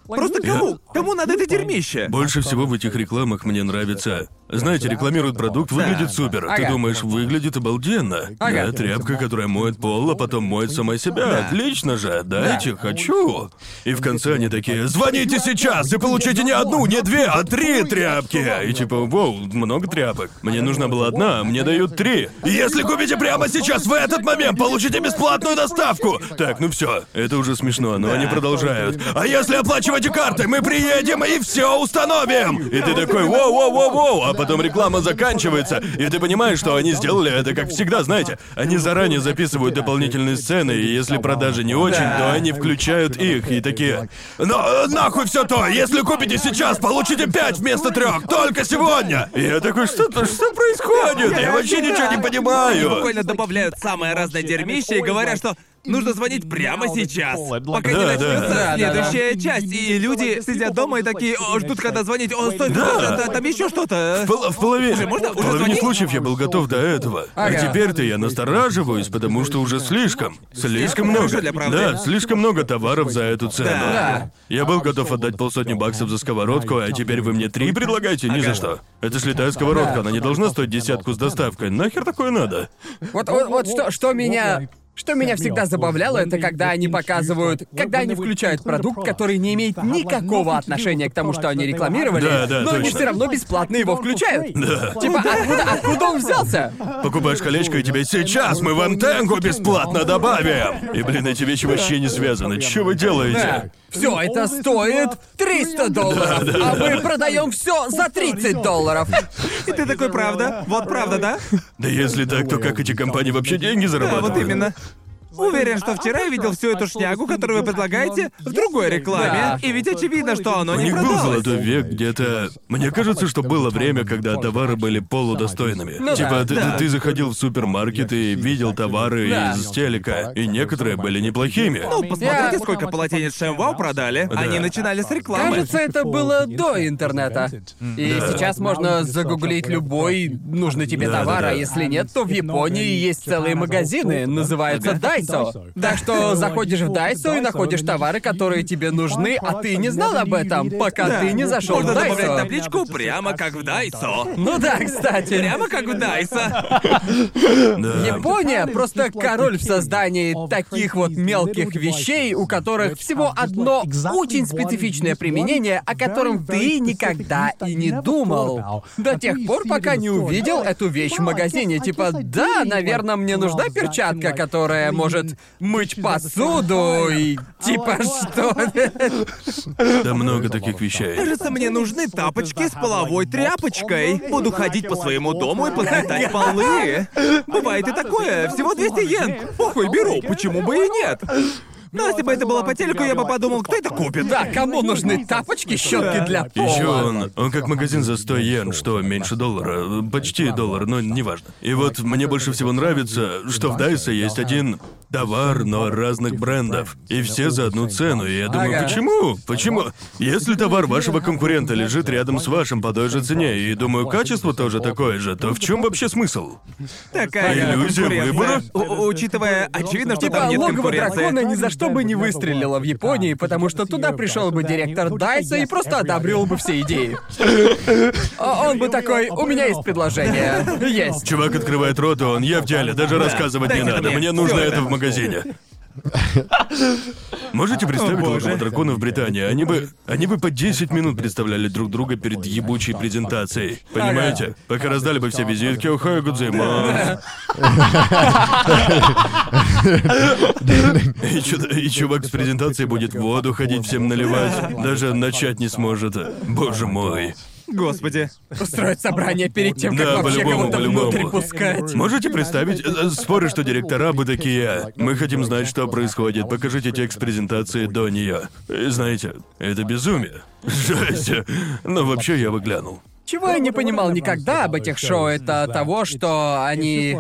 [SPEAKER 1] Просто кому? Кому надо это дерьмище?
[SPEAKER 3] Больше всего в этих рекламах мне нравится. Знаете, рекламируют продукт, выглядит супер. Ты
[SPEAKER 2] Ага.
[SPEAKER 3] думаешь, выглядит обалденно.
[SPEAKER 2] Ага.
[SPEAKER 3] Да, тряпка, которая моет пол, а потом моет сама себя. Отлично же, дайте, хочу. И в конце они такие, звоните сейчас и получите не одну, не две, а три тряпки. И типа, вау, много тряпок. Мне нужна была одна, а мне дают три. И Если купите прямо сейчас, в этот момент, получите бесплатную доставку. Так, ну все, это уже смешно, но они продолжают. А если оплачиваете карты, мы приедем и все установим. И ты такой, воу, воу, воу, воу, а потом реклама заканчивается, и ты понимаешь, что они сделали это, как всегда, знаете, они заранее записывают дополнительные сцены, и если продажи не очень, то они включают их и такие, ну э, нахуй все то, если купите сейчас, получите пять вместо трех, только сегодня. И я такой, что то, что происходит? Я вообще ничего не
[SPEAKER 1] Они
[SPEAKER 3] понимаю.
[SPEAKER 1] буквально добавляют самое разное дерьмище и говорят, что нужно звонить прямо сейчас, пока не
[SPEAKER 3] Да, да.
[SPEAKER 1] начнется
[SPEAKER 2] Да, да,
[SPEAKER 1] следующая часть. И люди сидят дома и такие, «О, ждут, когда звонить. О, стой,
[SPEAKER 3] Да.
[SPEAKER 1] там- там еще что-то.
[SPEAKER 3] В, пол- в половине,
[SPEAKER 1] можно?
[SPEAKER 3] в
[SPEAKER 1] Уже
[SPEAKER 3] половине
[SPEAKER 1] звонить?
[SPEAKER 3] случаев я был готов до этого. А
[SPEAKER 2] Ага.
[SPEAKER 3] теперь-то я настораживаюсь, потому что уже слишком. Слишком
[SPEAKER 1] хорошо
[SPEAKER 3] много.
[SPEAKER 1] для правды.
[SPEAKER 3] Да, слишком много товаров за эту цену.
[SPEAKER 2] Да.
[SPEAKER 3] Я был готов отдать полсотни баксов за сковородку, а теперь вы мне три предлагаете? Ни за что. Это слетая сковородка, она не должна стоить десятку с доставкой. Нахер такое надо?
[SPEAKER 2] Вот, вот, вот что, что меня... Что меня всегда забавляло, это когда они показывают, когда они включают продукт, который не имеет никакого отношения к тому, что они рекламировали,
[SPEAKER 3] Да, да,
[SPEAKER 2] но они
[SPEAKER 3] точно.
[SPEAKER 2] все равно бесплатно его (laughs) включают.
[SPEAKER 3] Да.
[SPEAKER 2] Типа, откуда, откуда он взялся?
[SPEAKER 3] Покупаешь колечко, и тебе сейчас мы вам тенгу бесплатно добавим! И, блин, эти вещи вообще не связаны. Чего вы
[SPEAKER 2] Да.
[SPEAKER 3] делаете?
[SPEAKER 2] Все это стоит 300 долларов, а мы продаем все за 30 долларов.
[SPEAKER 1] И ты такой, правда? Вот правда, да?
[SPEAKER 3] Да если так, то как эти компании вообще деньги
[SPEAKER 1] Да,
[SPEAKER 3] зарабатывают?
[SPEAKER 1] вот именно. Уверен, что вчера я видел всю эту шнягу, которую вы предлагаете, в другой рекламе.
[SPEAKER 2] Да.
[SPEAKER 1] И ведь очевидно, что оно
[SPEAKER 3] У
[SPEAKER 1] не
[SPEAKER 3] них был
[SPEAKER 1] продалось.
[SPEAKER 3] золотой век где-то. Мне кажется, что было время, когда товары были полудостойными.
[SPEAKER 2] Ну
[SPEAKER 3] типа,
[SPEAKER 2] да,
[SPEAKER 3] ты,
[SPEAKER 1] да.
[SPEAKER 3] ты заходил в супермаркет и видел товары
[SPEAKER 2] Да.
[SPEAKER 3] из телека, и некоторые были неплохими.
[SPEAKER 1] Ну, посмотрите,
[SPEAKER 2] Я-
[SPEAKER 1] сколько полотенец Шэмвау продали.
[SPEAKER 3] Да.
[SPEAKER 1] Они начинали с рекламы.
[SPEAKER 2] Кажется, это было до интернета. И
[SPEAKER 3] Да.
[SPEAKER 2] сейчас можно загуглить любой нужный тебе
[SPEAKER 3] Да,
[SPEAKER 2] товар,
[SPEAKER 3] да, да.
[SPEAKER 2] а если нет, то в Японии есть целые магазины, называются Дайсо. Так что заходишь в Дайсо и находишь товары, которые тебе нужны, а ты не знал об этом, пока
[SPEAKER 1] Да.
[SPEAKER 2] а ты не зашел
[SPEAKER 1] Можно
[SPEAKER 2] в
[SPEAKER 1] добавлять
[SPEAKER 2] Дайсо.
[SPEAKER 1] табличку прямо как в Дайсо.
[SPEAKER 2] Ну да, кстати.
[SPEAKER 1] Прямо как в Дайсо.
[SPEAKER 3] Да.
[SPEAKER 2] Япония просто король в создании таких вот мелких вещей, у которых всего одно очень специфичное применение, о котором ты никогда и не думал. До тех пор, пока не увидел эту вещь в магазине. Типа, да, наверное, мне нужна перчатка, которая может мыть (laughs) посуду и типа что? (laughs)
[SPEAKER 3] Да много таких вещей.
[SPEAKER 1] Кажется, мне нужны тапочки с половой тряпочкой. Буду ходить по своему дому и подметать полы. Бывает и такое. Всего 200 йен. Похуй, беру. Почему бы и нет? Но если бы это было по телеку, я бы подумал, кто это купит.
[SPEAKER 2] Да, кому нужны тапочки, щетки (laughs) для пола?
[SPEAKER 3] Еще он, он как магазин за 100 йен, что меньше доллара, э, почти доллар, но неважно. И вот мне больше всего нравится, что в Дайсе есть один товар, но разных брендов. И все за одну цену. И я думаю,
[SPEAKER 2] Ага.
[SPEAKER 3] почему? Почему? Если товар вашего конкурента лежит рядом с вашим по той же цене, и думаю, качество тоже такое же, то в чем вообще смысл?
[SPEAKER 1] Такая
[SPEAKER 3] Иллюзия
[SPEAKER 1] конкуренция.
[SPEAKER 3] выбора?
[SPEAKER 1] У- Учитывая, очевидно, что
[SPEAKER 2] Типа,
[SPEAKER 1] там нет
[SPEAKER 2] логово
[SPEAKER 1] конкуренции.
[SPEAKER 2] дракона ни за что бы не выстрелило в Японии, потому что туда пришел бы директор Дайса и просто одобрил бы все идеи. А Он бы такой, у меня есть предложение. Есть.
[SPEAKER 3] Чувак открывает рот, и он, я в деле, даже рассказывать не
[SPEAKER 1] дайте
[SPEAKER 3] надо,
[SPEAKER 1] мне.
[SPEAKER 3] мне нужно
[SPEAKER 1] Всё
[SPEAKER 3] это
[SPEAKER 1] это.
[SPEAKER 3] в магазине. Можете представить логово дракона в Британии? Они бы, они бы по 10 минут представляли друг друга перед ебучей презентацией. Понимаете? Пока раздали бы все визитки, ухай, гудзеймон. И, чё- и чувак с презентацией будет воду ходить всем наливать. Даже начать не сможет. Боже мой.
[SPEAKER 1] Господи.
[SPEAKER 2] Устроить собрание перед тем, как
[SPEAKER 3] Да,
[SPEAKER 2] вообще
[SPEAKER 3] по-любому,
[SPEAKER 2] кого-то
[SPEAKER 3] по-любому.
[SPEAKER 2] внутрь пускать.
[SPEAKER 3] Можете представить? Э, э, Спорю, что директора бы такие. Мы хотим знать, что происходит. Покажите текст презентации до нее. И знаете, это безумие. (laughs) Жесть. Но вообще я бы глянул.
[SPEAKER 2] Чего я не понимал никогда об этих шоу, это того, что они...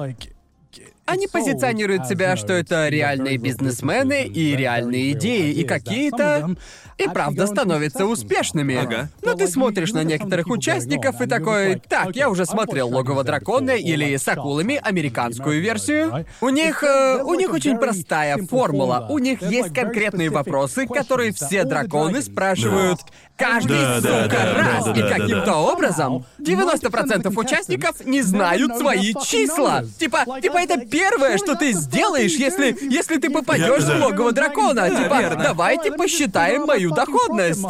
[SPEAKER 2] Они позиционируют себя, что это реальные бизнесмены и реальные идеи, и какие-то...
[SPEAKER 6] А
[SPEAKER 2] И правда становятся успешными.
[SPEAKER 1] Ага.
[SPEAKER 2] Но ты смотришь на некоторых участников и такой, так, я уже смотрел «Логово дракона» или «С акулами» американскую версию. У них... э, у них очень простая формула. У них есть конкретные вопросы, которые все драконы спрашивают каждый,
[SPEAKER 3] Да, да,
[SPEAKER 2] сука,
[SPEAKER 3] да,
[SPEAKER 2] раз.
[SPEAKER 3] да,
[SPEAKER 2] и
[SPEAKER 3] да, да,
[SPEAKER 2] каким-то
[SPEAKER 3] да.
[SPEAKER 2] образом 90% участников не знают свои числа. Типа, типа это первое, что ты сделаешь, если, если ты попадешь
[SPEAKER 3] Я-
[SPEAKER 2] в
[SPEAKER 3] да.
[SPEAKER 2] логово дракона.
[SPEAKER 1] Да,
[SPEAKER 2] Типа,
[SPEAKER 1] верно.
[SPEAKER 2] давайте посчитаем мою доходность.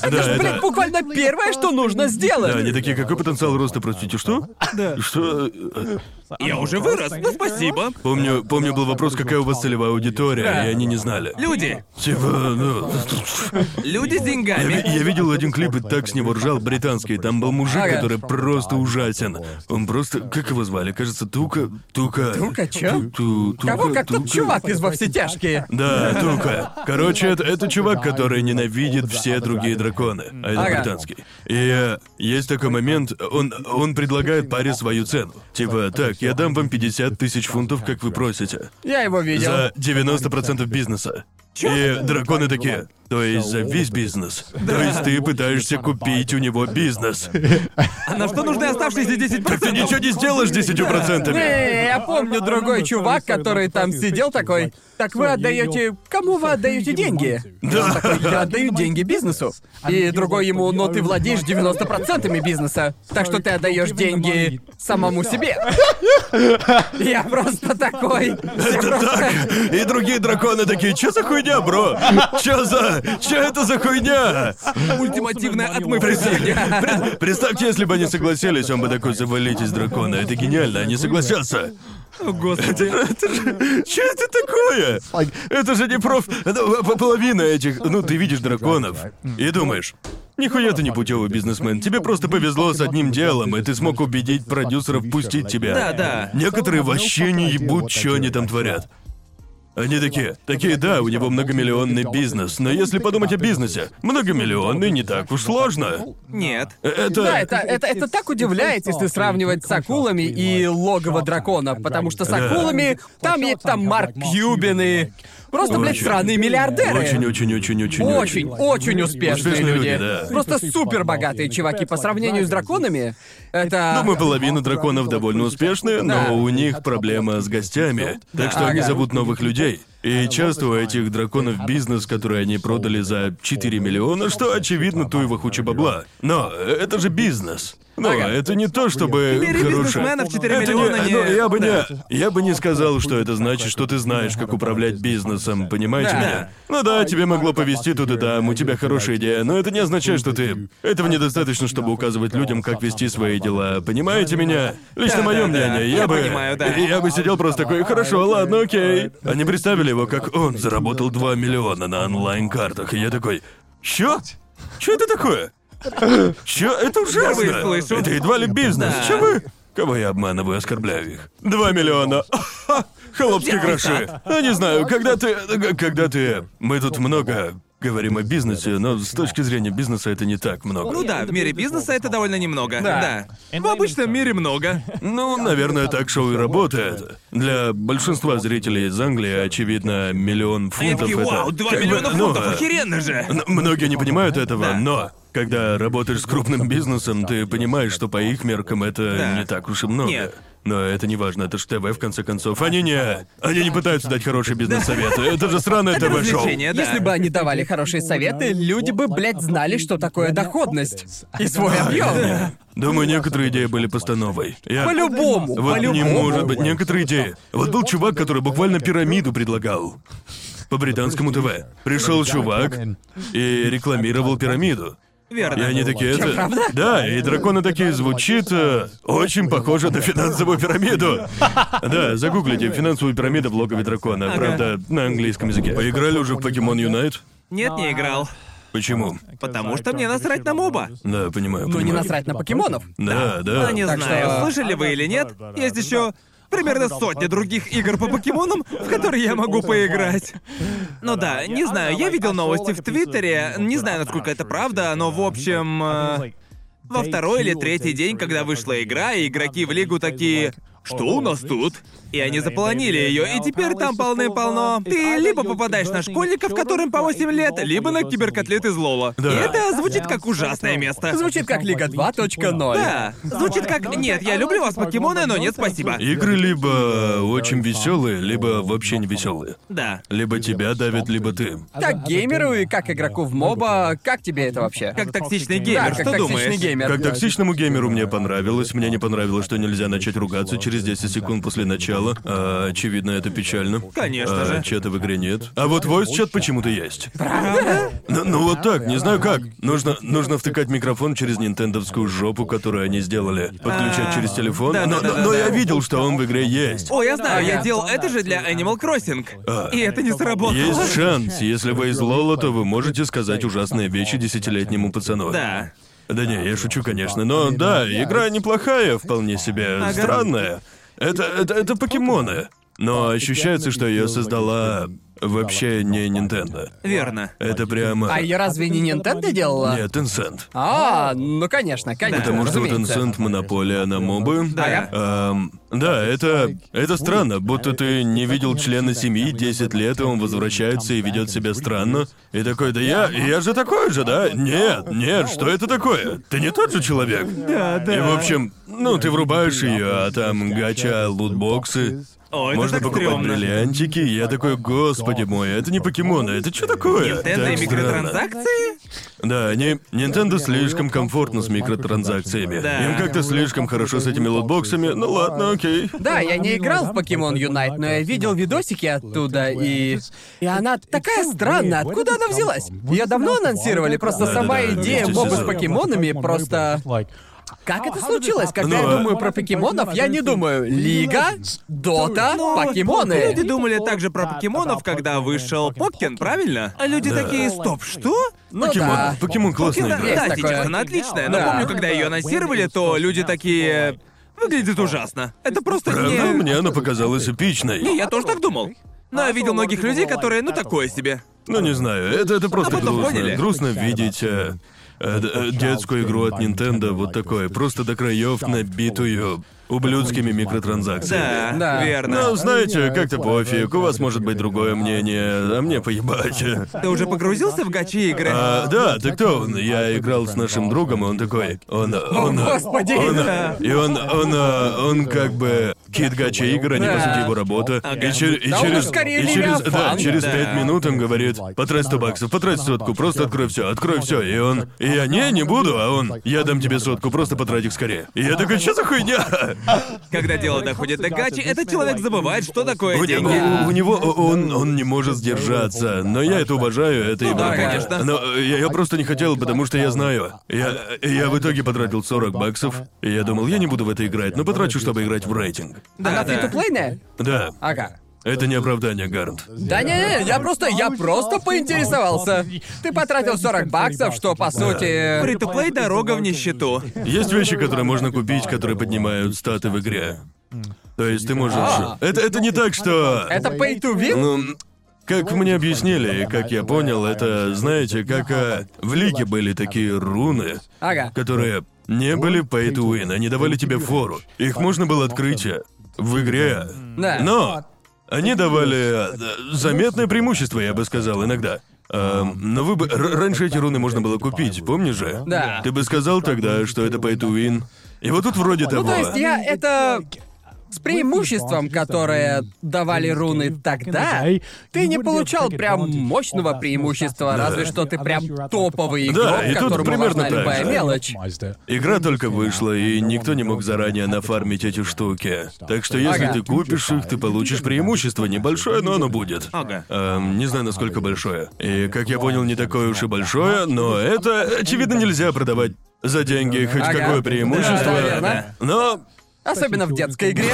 [SPEAKER 2] Это
[SPEAKER 3] Да,
[SPEAKER 2] же,
[SPEAKER 3] это-
[SPEAKER 2] блядь, буквально первое, что нужно
[SPEAKER 3] Да, они
[SPEAKER 2] сделать.
[SPEAKER 3] такие, какой потенциал роста, простите, что? Да. Что? Э,
[SPEAKER 1] Я уже вырос, ну спасибо.
[SPEAKER 3] Помню, помню, был вопрос, какая у вас целевая аудитория, и они не знали.
[SPEAKER 1] Люди.
[SPEAKER 3] Типа, ну,
[SPEAKER 1] Люди с
[SPEAKER 3] Я,
[SPEAKER 1] деньгами.
[SPEAKER 3] я видел один клип и так с него ржал британский. Там был мужик,
[SPEAKER 2] Ага.
[SPEAKER 3] который просто ужасен. Он просто, как его звали, кажется, Тука, Тука.
[SPEAKER 2] Тука чё?
[SPEAKER 3] Ту- ту- Тука,
[SPEAKER 2] Кого как тот
[SPEAKER 3] Тука.
[SPEAKER 2] чувак из «Во все тяжкие».
[SPEAKER 3] Да, Тука. Короче, это, это чувак, который ненавидит все другие драконы, а это
[SPEAKER 2] Ага.
[SPEAKER 3] британский. И э, есть такой момент, он, он предлагает паре свою цену. Типа, так, я дам вам 50 тысяч фунтов, как вы просите.
[SPEAKER 2] Я его видел.
[SPEAKER 3] За 90% бизнеса. И драконы такие. То есть за весь бизнес. То есть ты пытаешься купить у него бизнес.
[SPEAKER 1] А на что нужны оставшиеся 10%?
[SPEAKER 3] Так ты ничего не сделаешь с 10%.
[SPEAKER 2] Не, я помню другой чувак, который там сидел такой. Так вы отдаете. Кому вы отдаете деньги? Он такой, Я отдаю деньги бизнесу. И другой ему, но ты владеешь 90% бизнеса. Так что ты отдаешь деньги самому (laughs) себе. Я просто такой. Я
[SPEAKER 3] Это
[SPEAKER 2] просто-
[SPEAKER 3] так. И другие драконы такие, чё за хуйня, бро? Чё за... Чё это за хуйня?
[SPEAKER 1] Ультимативная отмывка.
[SPEAKER 3] Пред- Представьте, если бы они согласились, он бы такой, завалитесь, драконы. Это гениально, они согласятся.
[SPEAKER 1] О, господи.
[SPEAKER 3] Это, это же... Что это такое? Это же не проф... это по- Половина этих... Ну, ты видишь драконов и думаешь... Нихуя ты не путевый бизнесмен. Тебе просто повезло с одним делом, и ты смог убедить продюсеров пустить тебя.
[SPEAKER 1] Да, да.
[SPEAKER 3] Некоторые вообще не ебут, что они там творят. Они такие, такие, да, у него многомиллионный бизнес, но если подумать о бизнесе, многомиллионный не так уж сложно.
[SPEAKER 1] Нет.
[SPEAKER 3] Э, Это...
[SPEAKER 2] Да, это, это, это так удивляет, если сравнивать с акулами и логово дракона, потому что с
[SPEAKER 3] Да.
[SPEAKER 2] акулами там есть там Марк Кьюбин и... Просто, блядь,
[SPEAKER 3] Очень.
[SPEAKER 2] сраные миллиардеры.
[SPEAKER 3] Очень-очень-очень-очень.
[SPEAKER 2] Очень, очень успешные
[SPEAKER 3] Успешные
[SPEAKER 2] люди.
[SPEAKER 3] люди, да.
[SPEAKER 2] Просто супер богатые чуваки по сравнению с драконами. Это.
[SPEAKER 3] Думаю, половина драконов довольно
[SPEAKER 2] Да.
[SPEAKER 3] успешны, но у них проблема с гостями. Так что они
[SPEAKER 2] Ага.
[SPEAKER 3] зовут новых людей. И часто у этих драконов бизнес, который они продали за 4 миллиона, что, очевидно, туева хуча бабла. Но это же бизнес. Но
[SPEAKER 2] Ага.
[SPEAKER 3] это не то, чтобы
[SPEAKER 1] Бери
[SPEAKER 3] хорошее-
[SPEAKER 1] бизнесмена в 4
[SPEAKER 3] ну, это
[SPEAKER 1] миллиона
[SPEAKER 3] не,
[SPEAKER 1] не...
[SPEAKER 3] ну, я бы
[SPEAKER 1] Да.
[SPEAKER 3] не, я бы не сказал, что это значит, что ты знаешь, как управлять бизнесом, понимаете
[SPEAKER 2] Да.
[SPEAKER 3] меня? Ну да, тебе могло повести тут и там, у тебя хорошая идея, но это не означает, что ты. Этого недостаточно, чтобы указывать людям, как вести свои дела, понимаете меня? Лично
[SPEAKER 1] Да,
[SPEAKER 3] мое
[SPEAKER 1] да, да.
[SPEAKER 3] мнение, я,
[SPEAKER 1] Я
[SPEAKER 3] бы,
[SPEAKER 1] понимаю, да.
[SPEAKER 3] я бы сидел просто такой, хорошо, ладно, окей. Они представили его, как он заработал 2 миллиона на онлайн-картах, и я такой, чё? Чё это такое? Чё? Это ужасно!
[SPEAKER 1] Впервые слышу.
[SPEAKER 3] Это едва ли бизнес.
[SPEAKER 1] Да.
[SPEAKER 3] Чё вы? Кого я обманываю, оскорбляю их. Два миллиона. (laughs) Ха! Холопские гроши. Я не знаю, когда ты... Когда ты... Мы тут много говорим о бизнесе, но с точки зрения бизнеса это не так много.
[SPEAKER 1] Ну да, в мире бизнеса это довольно немного.
[SPEAKER 2] Да.
[SPEAKER 1] Да. В обычном мире (laughs) много.
[SPEAKER 3] Ну, наверное, так шоу и работает. Для большинства зрителей из Англии, очевидно, миллион
[SPEAKER 1] Они
[SPEAKER 3] фунтов
[SPEAKER 1] такие,
[SPEAKER 3] это...
[SPEAKER 1] А вау, 2
[SPEAKER 3] как бы,
[SPEAKER 1] миллиона
[SPEAKER 3] ну,
[SPEAKER 1] фунтов,
[SPEAKER 3] а,
[SPEAKER 1] охеренно (laughs) же!
[SPEAKER 3] Н- Многие не понимают этого,
[SPEAKER 1] Да.
[SPEAKER 3] но когда работаешь с крупным бизнесом, ты понимаешь, что по их меркам это
[SPEAKER 1] Да.
[SPEAKER 3] не так уж и много.
[SPEAKER 1] Нет.
[SPEAKER 3] Но это не важно, это ж ТВ в конце концов. Они не. Они не пытаются дать хороший бизнес-совет. Это же сраное ТВ-шоу.
[SPEAKER 1] развлечение, да.
[SPEAKER 2] Если бы они давали хорошие советы, люди бы, блядь, знали, что такое доходность. И свой
[SPEAKER 3] (laughs)
[SPEAKER 2] объем.
[SPEAKER 3] Думаю, некоторые идеи были постановой. Я...
[SPEAKER 2] По-любому,
[SPEAKER 3] Вот не
[SPEAKER 2] по-любому.
[SPEAKER 3] может быть, некоторые идеи. Вот был чувак, который буквально пирамиду предлагал. По британскому ТВ. Пришел чувак и рекламировал пирамиду. И
[SPEAKER 1] Верно.
[SPEAKER 3] они такие, это... Да, и драконы такие, звучит э, очень похоже на финансовую пирамиду. Да, загуглите финансовую пирамиду в логове дракона, правда, на английском языке. Поиграли уже в Покемон Юнайт?
[SPEAKER 1] Нет, не играл.
[SPEAKER 3] Почему?
[SPEAKER 1] Потому что мне насрать на моба.
[SPEAKER 3] Да, понимаю,
[SPEAKER 2] Ну не
[SPEAKER 3] понимаю.
[SPEAKER 2] насрать на покемонов.
[SPEAKER 3] Да, да.
[SPEAKER 1] Да, не
[SPEAKER 2] Так
[SPEAKER 1] знаю,
[SPEAKER 2] что-
[SPEAKER 1] слышали вы или нет, есть еще примерно сотня других игр по (laughs) покемонам, в которые я могу поиграть. Ну да, а не знаю, я видел новости в Твиттере, не знаю, насколько ну, это правда, но в общем... э, Во второй или третий день, когда вышла игра, и игроки в лигу такие... Что у нас тут? И они заполонили ее, и теперь там полны-полно. Ты либо попадаешь на школьников, которым по 8 лет, либо на киберкотлет из Лола.
[SPEAKER 3] Да.
[SPEAKER 1] И это звучит как ужасное место.
[SPEAKER 2] Звучит как Лига 2.0.
[SPEAKER 1] Да, звучит как «Нет, я люблю вас, покемоны, но нет, спасибо».
[SPEAKER 3] Игры либо очень веселые, либо вообще не веселые.
[SPEAKER 1] Да.
[SPEAKER 3] Либо тебя давят, либо ты.
[SPEAKER 2] Как геймеру и как игроку в моба, как тебе это вообще?
[SPEAKER 1] Как токсичный
[SPEAKER 2] Да,
[SPEAKER 1] геймер,
[SPEAKER 2] как
[SPEAKER 1] что
[SPEAKER 2] токсичный
[SPEAKER 1] думаешь?
[SPEAKER 2] геймер.
[SPEAKER 3] Как токсичному геймеру мне понравилось, мне не понравилось, что нельзя начать ругаться через 10 секунд после начала. А, очевидно, это печально.
[SPEAKER 1] Конечно
[SPEAKER 3] а,
[SPEAKER 1] же.
[SPEAKER 3] Чата в игре нет. А вот voice чат почему-то есть. Ну, ну вот так, не знаю как. Нужно, нужно втыкать микрофон через нинтендовскую жопу, которую они сделали. Подключать
[SPEAKER 1] А,
[SPEAKER 3] через телефон.
[SPEAKER 1] да, да,
[SPEAKER 3] но
[SPEAKER 1] да,
[SPEAKER 3] но-
[SPEAKER 1] да,
[SPEAKER 3] но
[SPEAKER 1] да.
[SPEAKER 3] я видел, что он в игре есть.
[SPEAKER 1] О, я знаю, я делал это же для Animal Crossing. И это не сработало.
[SPEAKER 3] Есть шанс, если вы из Лола, то вы можете сказать ужасные вещи десятилетнему пацану.
[SPEAKER 1] Да.
[SPEAKER 3] Да не, я шучу, конечно, но да, игра неплохая, вполне себе странная. Это, это, это покемоны. Но ощущается, что ее создала вообще не Nintendo.
[SPEAKER 1] Верно.
[SPEAKER 3] Это прямо...
[SPEAKER 2] А ее разве не Nintendo делала?
[SPEAKER 3] Нет, Tencent.
[SPEAKER 2] А, ну конечно, конечно.
[SPEAKER 3] Потому что у
[SPEAKER 2] разумеется.
[SPEAKER 3] Tencent монополия на мобы.
[SPEAKER 1] Да.
[SPEAKER 3] Эм, да, это... Это странно, будто ты не видел члена семьи 10 лет, и он возвращается и ведет себя странно. И такой, да я... Я же такой же, да? Нет, нет, что это такое? Ты не тот же человек? Да, да. И, в общем, ну, ты врубаешь ее, а там гача, лутбоксы.
[SPEAKER 1] О, это
[SPEAKER 3] Можно
[SPEAKER 1] так
[SPEAKER 3] покупать
[SPEAKER 1] стрёмно.
[SPEAKER 3] бриллиантики, я такой, господи мой, это не покемоны, это что такое?
[SPEAKER 1] Nintendo
[SPEAKER 3] Так
[SPEAKER 1] и
[SPEAKER 3] странно.
[SPEAKER 1] микротранзакции?
[SPEAKER 3] Да, они... Nintendo слишком комфортно с микротранзакциями.
[SPEAKER 1] Да.
[SPEAKER 3] Им как-то слишком хорошо с этими лотбоксами. Ну ладно, окей.
[SPEAKER 2] Да, я не играл в Покемон Юнайт, но я видел видосики оттуда, и... И она такая странная, откуда она взялась? Ее давно анонсировали, просто
[SPEAKER 3] Да,
[SPEAKER 2] сама
[SPEAKER 3] да, да,
[SPEAKER 2] идея
[SPEAKER 3] вместе
[SPEAKER 2] моба с
[SPEAKER 3] сезон.
[SPEAKER 2] покемонами просто... Как это случилось? Когда
[SPEAKER 3] Ну,
[SPEAKER 2] я
[SPEAKER 3] а-
[SPEAKER 2] думаю про покемонов, я не думаю Лига,
[SPEAKER 3] ну,
[SPEAKER 2] Дота, покемоны.
[SPEAKER 1] Ну, Люди думали также про покемонов, когда вышел Поккен, правильно? А люди такие, стоп, что?
[SPEAKER 2] Ну
[SPEAKER 3] Покемон.
[SPEAKER 2] да.
[SPEAKER 3] Покемон классная
[SPEAKER 1] Покемон-
[SPEAKER 3] игра.
[SPEAKER 2] Есть
[SPEAKER 1] Да,
[SPEAKER 2] такое.
[SPEAKER 1] сейчас она отличная, но
[SPEAKER 2] Да.
[SPEAKER 1] помню, когда ее анонсировали, то люди такие... Выглядит ужасно. Это просто
[SPEAKER 3] Правда,
[SPEAKER 1] не...
[SPEAKER 3] мне она показалась
[SPEAKER 1] Не,
[SPEAKER 3] эпичной.
[SPEAKER 1] я тоже так думал. Но я видел многих людей, которые, ну, такое себе.
[SPEAKER 3] Ну не знаю, это, это просто
[SPEAKER 1] А потом
[SPEAKER 3] грустно.
[SPEAKER 1] поняли.
[SPEAKER 3] Грустно видеть э, э, д- э, детскую игру от Nintendo вот такое, просто до краев набитую ублюдскими
[SPEAKER 1] Да,
[SPEAKER 3] микротранзакциями.
[SPEAKER 2] Да.
[SPEAKER 1] верно.
[SPEAKER 3] Ну, знаете, как-то пофиг, у вас может быть другое мнение, а мне поебать.
[SPEAKER 1] Ты уже погрузился в гачи игры?
[SPEAKER 3] А,
[SPEAKER 2] ну,
[SPEAKER 3] да, так кто он? Я играл с нашим другом, и он такой. Он. он
[SPEAKER 2] (laughs) Господи!
[SPEAKER 3] он- и он, он, а, он как бы. Кит Гача игр, а не, по
[SPEAKER 2] Да.
[SPEAKER 3] сути, его работа.
[SPEAKER 1] Ага.
[SPEAKER 3] И, чер- и
[SPEAKER 2] Да он
[SPEAKER 3] через...
[SPEAKER 2] же скорее
[SPEAKER 3] и через...
[SPEAKER 2] левиафан.
[SPEAKER 3] Да, через
[SPEAKER 1] Да.
[SPEAKER 3] пять минут он говорит, потрать 100 баксов, потрать сотку, просто открой все, открой все. И он... И я, не, не буду, а он... Я дам тебе сотку, просто потрать их скорее. И я такой, что за хуйня?
[SPEAKER 1] Когда дело доходит до гачи, этот человек забывает, что такое
[SPEAKER 3] У него,
[SPEAKER 1] деньги.
[SPEAKER 3] у него- он, он не может сдержаться, но я это уважаю, это его.
[SPEAKER 1] да,
[SPEAKER 3] право.
[SPEAKER 1] конечно.
[SPEAKER 3] Но э, я, я просто не хотел, потому что я знаю. Я, я в итоге потратил 40 баксов, и я думал, я не буду в это играть, но потрачу, чтобы играть в рейтинг.
[SPEAKER 1] Да,
[SPEAKER 2] Она
[SPEAKER 1] да.
[SPEAKER 2] фри-то-плейная?
[SPEAKER 3] Да,
[SPEAKER 2] Ага.
[SPEAKER 3] это не оправдание, Гарнт.
[SPEAKER 2] Да не, не, я просто, я просто поинтересовался. Ты потратил 40 баксов, что по сути...
[SPEAKER 1] Фри-то-плей дорога в нищету.
[SPEAKER 3] Есть вещи, которые можно купить, которые поднимают статы в игре. То есть ты можешь...
[SPEAKER 2] А.
[SPEAKER 3] Это, это не так, что...
[SPEAKER 2] Это pay to win?
[SPEAKER 3] Ну, как мне объяснили, и как я понял, это, знаете, как а, в лиге были такие руны,
[SPEAKER 2] Ага.
[SPEAKER 3] которые не были pay to win, они давали тебе фору. Их можно было открыть а, в игре,
[SPEAKER 2] Да.
[SPEAKER 3] но они давали а, да, заметное преимущество, я бы сказал, иногда. Ам, но вы бы... р- раньше эти руны можно было купить, помнишь же?
[SPEAKER 2] Да.
[SPEAKER 3] Ты бы сказал тогда, что это pay to win. И вот тут вроде
[SPEAKER 2] Ну,
[SPEAKER 3] того.
[SPEAKER 2] то есть я это... С преимуществом, которое давали руны тогда, ты не получал прям мощного преимущества, разве что ты прям топовый игрок,
[SPEAKER 3] Да, и тут
[SPEAKER 2] которому
[SPEAKER 3] примерно
[SPEAKER 2] важна
[SPEAKER 3] так
[SPEAKER 2] любая
[SPEAKER 3] же.
[SPEAKER 2] мелочь.
[SPEAKER 3] Игра только вышла, и никто не мог заранее нафармить эти штуки. Так что если
[SPEAKER 2] Ага.
[SPEAKER 3] ты купишь их, ты получишь преимущество. Небольшое, но оно будет.
[SPEAKER 1] Ага.
[SPEAKER 3] Эм, не знаю, насколько большое. И, как я понял, не такое уж и большое, но это, очевидно, нельзя продавать за деньги хоть
[SPEAKER 2] Ага.
[SPEAKER 3] какое преимущество.
[SPEAKER 2] Да, верно.
[SPEAKER 3] Но
[SPEAKER 2] Особенно в детской игре.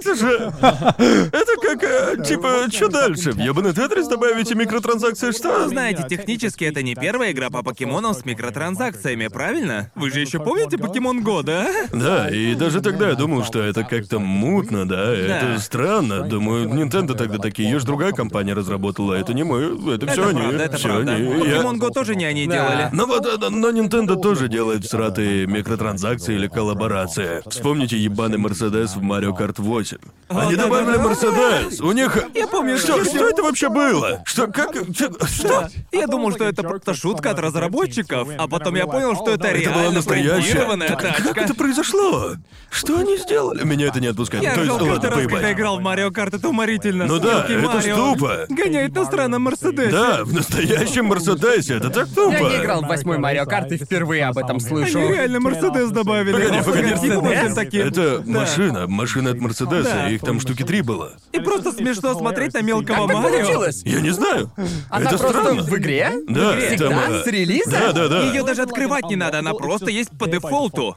[SPEAKER 3] это же... Это как, э, типа, что дальше? В ебаный Тетрис добавите микротранзакции, что?
[SPEAKER 1] Ну, знаете, технически это не первая игра по покемонам с микротранзакциями, правильно? Вы же еще помните покемон года?
[SPEAKER 3] Да, и даже тогда я думал, что это как-то мутно, да, это странно. Думаю, Nintendo тогда такие, есть другая компания разработала, это не мы, это все
[SPEAKER 1] это
[SPEAKER 3] они,
[SPEAKER 1] правда, это
[SPEAKER 3] всё
[SPEAKER 1] правда. Ну,
[SPEAKER 3] они. Я-
[SPEAKER 1] Покемон Го тоже не они
[SPEAKER 2] Да.
[SPEAKER 1] делали.
[SPEAKER 3] Но вот, э, но Nintendo тоже делает всратые микротранзакции или коллаборации. Вспомните ебаный Мерседес в Mario Kart 8. Они
[SPEAKER 1] да,
[SPEAKER 3] добавили
[SPEAKER 1] да, да.
[SPEAKER 3] Мерседес, у них... Я
[SPEAKER 1] помню,
[SPEAKER 3] что,
[SPEAKER 1] что-
[SPEAKER 3] что это вообще было? Что, как... Что?
[SPEAKER 1] Я думал, что это просто шутка от разработчиков, а потом я понял, что это
[SPEAKER 3] Это была
[SPEAKER 1] реально
[SPEAKER 3] настоящая.
[SPEAKER 1] спланированная
[SPEAKER 3] Как, как
[SPEAKER 1] тачка.
[SPEAKER 3] это произошло? Что они сделали? Меня это не отпускает.
[SPEAKER 1] Я
[SPEAKER 3] То есть,
[SPEAKER 1] ржал
[SPEAKER 3] ладно,
[SPEAKER 1] каждый раз,
[SPEAKER 3] поебать.
[SPEAKER 1] когда играл в Марио Карт, это уморительно.
[SPEAKER 3] Ну да,
[SPEAKER 1] Суки,
[SPEAKER 3] это ж
[SPEAKER 1] Марио.
[SPEAKER 3] тупо.
[SPEAKER 1] Гоняет на странном Мерседесе.
[SPEAKER 3] Да, в настоящем Мерседесе, это так тупо.
[SPEAKER 2] Я не играл в восьмой Марио Карт и впервые об этом слышу.
[SPEAKER 1] Они реально Мерседес добавили.
[SPEAKER 3] Погоди,
[SPEAKER 1] Просто
[SPEAKER 3] погоди.
[SPEAKER 1] картинку
[SPEAKER 2] Мерседес?
[SPEAKER 1] всем таким.
[SPEAKER 3] Это
[SPEAKER 1] Да.
[SPEAKER 3] машина, машина от Мерседеса,
[SPEAKER 1] Да.
[SPEAKER 3] их там штуки три было.
[SPEAKER 1] И просто смешно смотреть на мелкого
[SPEAKER 2] Как так
[SPEAKER 1] Марио.
[SPEAKER 2] получилось?
[SPEAKER 3] Я не знаю.
[SPEAKER 2] Она
[SPEAKER 3] это
[SPEAKER 2] просто
[SPEAKER 3] странно.
[SPEAKER 2] в игре?
[SPEAKER 3] Да,
[SPEAKER 2] Всегда?
[SPEAKER 3] там, э,
[SPEAKER 2] С релиза?
[SPEAKER 3] Да, да, да.
[SPEAKER 1] Ее даже открывать не надо, она просто есть по дефолту.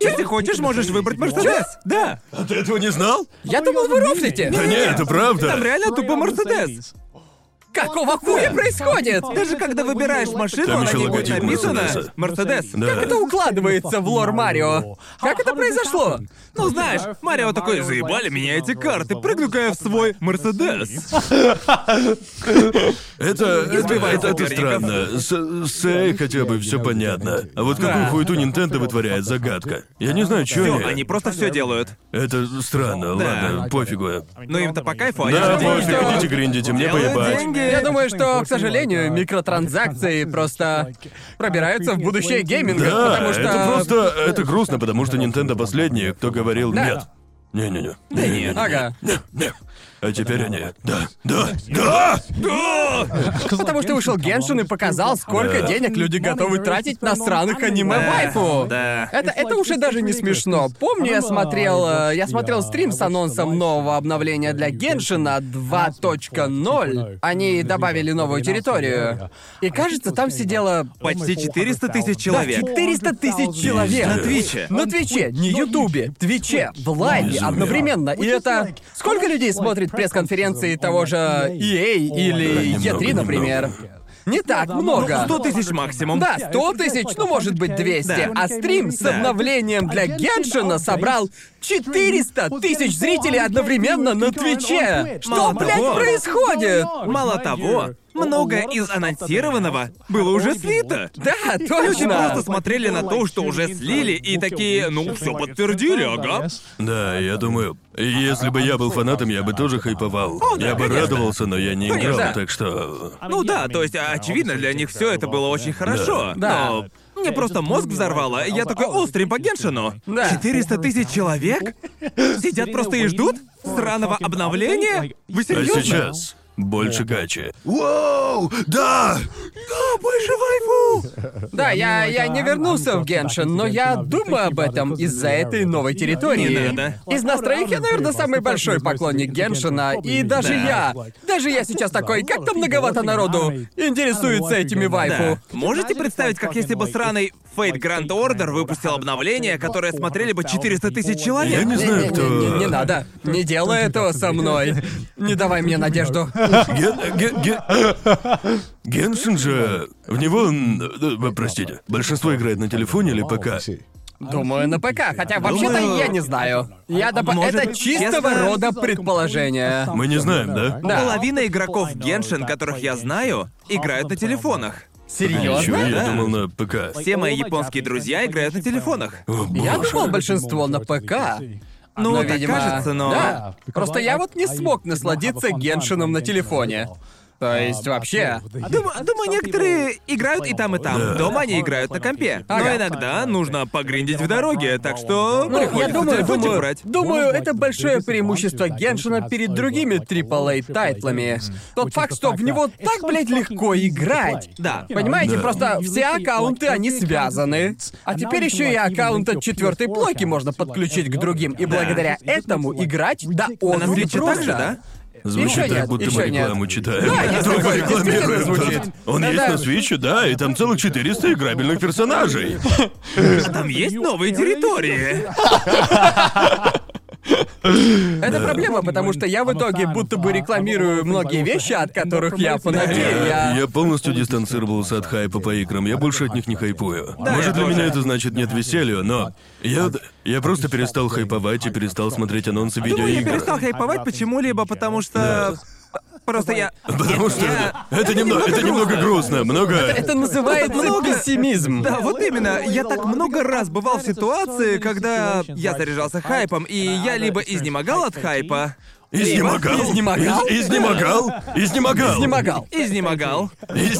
[SPEAKER 1] Если хочешь, можешь выбрать Мерседес. Да.
[SPEAKER 3] А ты этого не знал?
[SPEAKER 2] Я думал, вы рофлите.
[SPEAKER 3] Да нет, это правда.
[SPEAKER 1] Там реально тупо Мерседес.
[SPEAKER 2] Какого хуя происходит?
[SPEAKER 1] Даже когда выбираешь машину,
[SPEAKER 3] Там
[SPEAKER 1] она
[SPEAKER 3] еще
[SPEAKER 1] не будет
[SPEAKER 3] логотип
[SPEAKER 1] написано
[SPEAKER 3] Мерседеса.
[SPEAKER 1] Мерседес.
[SPEAKER 3] Да.
[SPEAKER 2] Как это укладывается в лор Марио? Как это произошло?
[SPEAKER 1] Ну знаешь, Марио такой, заебали меня эти карты, прыгну-ка я в свой Мерседес.
[SPEAKER 3] Это, это,
[SPEAKER 1] Избивает
[SPEAKER 3] это, это
[SPEAKER 1] соперников.
[SPEAKER 3] странно. С, с Эй хотя бы все понятно. А вот какую
[SPEAKER 1] Да.
[SPEAKER 3] хуету Nintendo вытворяет, загадка. Я не знаю, что
[SPEAKER 1] Все,
[SPEAKER 3] они.
[SPEAKER 1] они просто все делают.
[SPEAKER 3] Это странно, ладно, пофигу.
[SPEAKER 1] Но им-то по кайфу, а
[SPEAKER 3] Да,
[SPEAKER 1] я же
[SPEAKER 2] думаю,
[SPEAKER 3] пофиг,
[SPEAKER 1] деньги-
[SPEAKER 2] что-
[SPEAKER 3] идите гриндите, мне
[SPEAKER 1] Делают
[SPEAKER 3] поебать.
[SPEAKER 1] деньги.
[SPEAKER 2] Я думаю, что, к сожалению, микротранзакции просто пробираются в будущее гейминга,
[SPEAKER 3] Да,
[SPEAKER 2] потому что...
[SPEAKER 3] это просто... Это грустно, потому что Nintendo последние, кто говорил
[SPEAKER 2] Да.
[SPEAKER 3] «нет». Не-не-не.
[SPEAKER 1] Да нет.
[SPEAKER 2] Ага.
[SPEAKER 3] Не. А теперь они... Да, да, да!
[SPEAKER 2] Потому что вышел Геншин и показал, сколько
[SPEAKER 3] Да.
[SPEAKER 2] денег люди готовы тратить на сраных аниме-вайфу.
[SPEAKER 1] Да.
[SPEAKER 2] Это, это уже даже не смешно. Помню, я смотрел, э, я смотрел стрим с анонсом нового обновления для Геншина 2.0. Они добавили новую территорию. И кажется, там сидело...
[SPEAKER 1] Почти 400 тысяч человек.
[SPEAKER 2] Да, 400 тысяч человек.
[SPEAKER 1] На Твиче.
[SPEAKER 2] На Твиче, не Ютубе, Твиче, в лайве
[SPEAKER 3] Безумие.
[SPEAKER 2] одновременно. И это... Сколько людей смотрит пресс-конференции того же EA или
[SPEAKER 3] Да, немного,
[SPEAKER 2] E3, например?
[SPEAKER 3] немного.
[SPEAKER 2] Не так много.
[SPEAKER 1] 100 тысяч максимум.
[SPEAKER 2] Да, 100 тысяч, ну может быть 200.
[SPEAKER 1] Да.
[SPEAKER 2] А стрим с
[SPEAKER 1] Да.
[SPEAKER 2] обновлением для Геншина собрал 400 тысяч зрителей одновременно на Твиче. Что,
[SPEAKER 1] Мало
[SPEAKER 2] блядь,
[SPEAKER 1] того.
[SPEAKER 2] происходит?
[SPEAKER 1] Мало того, многое из анонсированного было уже слито.
[SPEAKER 2] Да,
[SPEAKER 1] Люди просто
[SPEAKER 2] точно.
[SPEAKER 1] смотрели на то, что уже слили, и такие, ну, все подтвердили, ага.
[SPEAKER 3] Да, я думаю, если бы я был фанатом, я бы тоже хайповал. Я бы радовался, но я не
[SPEAKER 2] Конечно.
[SPEAKER 3] играл, так что... А
[SPEAKER 1] а, Ну да, то есть, очевидно, для них все это было очень хорошо.
[SPEAKER 2] Да.
[SPEAKER 1] Но Мне просто мозг взорвало. Я такой, о, стрим по Геншину. ну,
[SPEAKER 2] Да.
[SPEAKER 1] 400 тысяч человек? Сидят просто и ждут? Сраного обновления? Вы
[SPEAKER 3] А
[SPEAKER 1] серьезно?
[SPEAKER 3] сейчас больше качи.
[SPEAKER 5] Воу! Да!
[SPEAKER 1] А, больше вайфу!
[SPEAKER 2] Да, я, я не вернулся в Геншин, но я думаю об этом из-за этой новой территории.
[SPEAKER 1] Не надо.
[SPEAKER 2] Из нас троих я, наверное, самый большой поклонник Геншина, и даже
[SPEAKER 1] Да.
[SPEAKER 2] я, даже я сейчас такой, как там многовато народу интересуется этими
[SPEAKER 1] Да.
[SPEAKER 2] вайфу.
[SPEAKER 1] Можете представить, как если бы сраный Fate Grand Order выпусил обновление, которое смотрели бы 400 тысяч человек?
[SPEAKER 3] Я не знаю,
[SPEAKER 2] Не,
[SPEAKER 3] кто-
[SPEAKER 2] не, не, не надо, не делай этого со мной. Не давай мне надежду.
[SPEAKER 3] Ген- ген- ген- Геншин же... В него... м, э, Простите. Большинство играет на телефоне или ПК.
[SPEAKER 2] Думаю, на ПК, хотя вообще-то
[SPEAKER 1] Думаю-
[SPEAKER 2] я не знаю. Я доп...
[SPEAKER 1] Может,
[SPEAKER 2] Это чистого
[SPEAKER 1] честно?
[SPEAKER 2] рода предположение.
[SPEAKER 3] Мы не знаем, да?
[SPEAKER 2] Да.
[SPEAKER 1] Половина игроков Геншин, которых я знаю, играют на телефонах.
[SPEAKER 2] Серьезно?
[SPEAKER 3] Чего? Я
[SPEAKER 1] Да.
[SPEAKER 3] думал на ПК.
[SPEAKER 1] Все мои японские друзья играют на телефонах.
[SPEAKER 3] О,
[SPEAKER 2] Я
[SPEAKER 3] боже.
[SPEAKER 2] думал, большинство на ПК.
[SPEAKER 1] Ну,
[SPEAKER 2] Но,
[SPEAKER 1] так
[SPEAKER 2] видимо,
[SPEAKER 1] кажется, но...
[SPEAKER 2] Да. Просто я вот не смог насладиться Геншином на телефоне. То есть вообще...
[SPEAKER 1] Думаю, думаю, некоторые играют и там, и там.
[SPEAKER 3] Да.
[SPEAKER 1] Дома они играют на компе. Но
[SPEAKER 2] Ага.
[SPEAKER 1] иногда нужно погриндить в дороге, так что
[SPEAKER 2] Ну,
[SPEAKER 1] приходится
[SPEAKER 2] я думаю,
[SPEAKER 1] телефончик
[SPEAKER 2] думаю,
[SPEAKER 1] брать.
[SPEAKER 2] думаю, это большое преимущество Геншина перед другими AAA-тайтлами. Тот факт, что в него так, блядь, легко играть.
[SPEAKER 1] Да.
[SPEAKER 6] ну,
[SPEAKER 2] Понимаете,
[SPEAKER 3] Да.
[SPEAKER 2] просто все аккаунты, они связаны. А теперь еще и аккаунт от четвертой плойки можно подключить к другим. И благодаря этому играть до
[SPEAKER 1] А на
[SPEAKER 2] он
[SPEAKER 1] свече так же, да?
[SPEAKER 3] Звучит
[SPEAKER 2] Ещё
[SPEAKER 3] так,
[SPEAKER 2] нет,
[SPEAKER 3] будто
[SPEAKER 2] ещё
[SPEAKER 3] мы рекламу
[SPEAKER 2] нет.
[SPEAKER 3] читаем.
[SPEAKER 2] Да, есть
[SPEAKER 3] Только
[SPEAKER 2] такое,
[SPEAKER 3] рекламируем,
[SPEAKER 2] действительно звучит.
[SPEAKER 3] да. Он
[SPEAKER 2] Да-да.
[SPEAKER 3] есть на Свиче, да, и там целых 400 играбельных персонажей.
[SPEAKER 1] А там есть новые территории.
[SPEAKER 2] Это проблема, потому что я в итоге будто бы рекламирую многие вещи, от которых я фанатею.
[SPEAKER 3] Я,
[SPEAKER 2] Я...
[SPEAKER 3] я полностью дистанцировался от хайпа по играм, я больше от них не хайпую.
[SPEAKER 1] я
[SPEAKER 3] Может, для
[SPEAKER 1] тоже.
[SPEAKER 3] меня это значит нет веселья, но... Я, я просто перестал хайповать и перестал смотреть анонсы
[SPEAKER 1] Думаю, я
[SPEAKER 3] видеоигр.
[SPEAKER 1] перестал хайповать почему-либо, потому что... Просто я...
[SPEAKER 3] Потому что
[SPEAKER 1] Я-
[SPEAKER 3] это, это немного, это немного грустно, много...
[SPEAKER 2] Это называется пессимизм.
[SPEAKER 1] Да, вот именно. Я так много раз бывал в ситуации, когда я заряжался хайпом, и я либо изнемогал от хайпа,
[SPEAKER 3] Изнемогал.
[SPEAKER 2] Изнемогал?
[SPEAKER 3] Из- Изнемогал. Изнемогал.
[SPEAKER 2] Изнемогал.
[SPEAKER 1] изнемогал.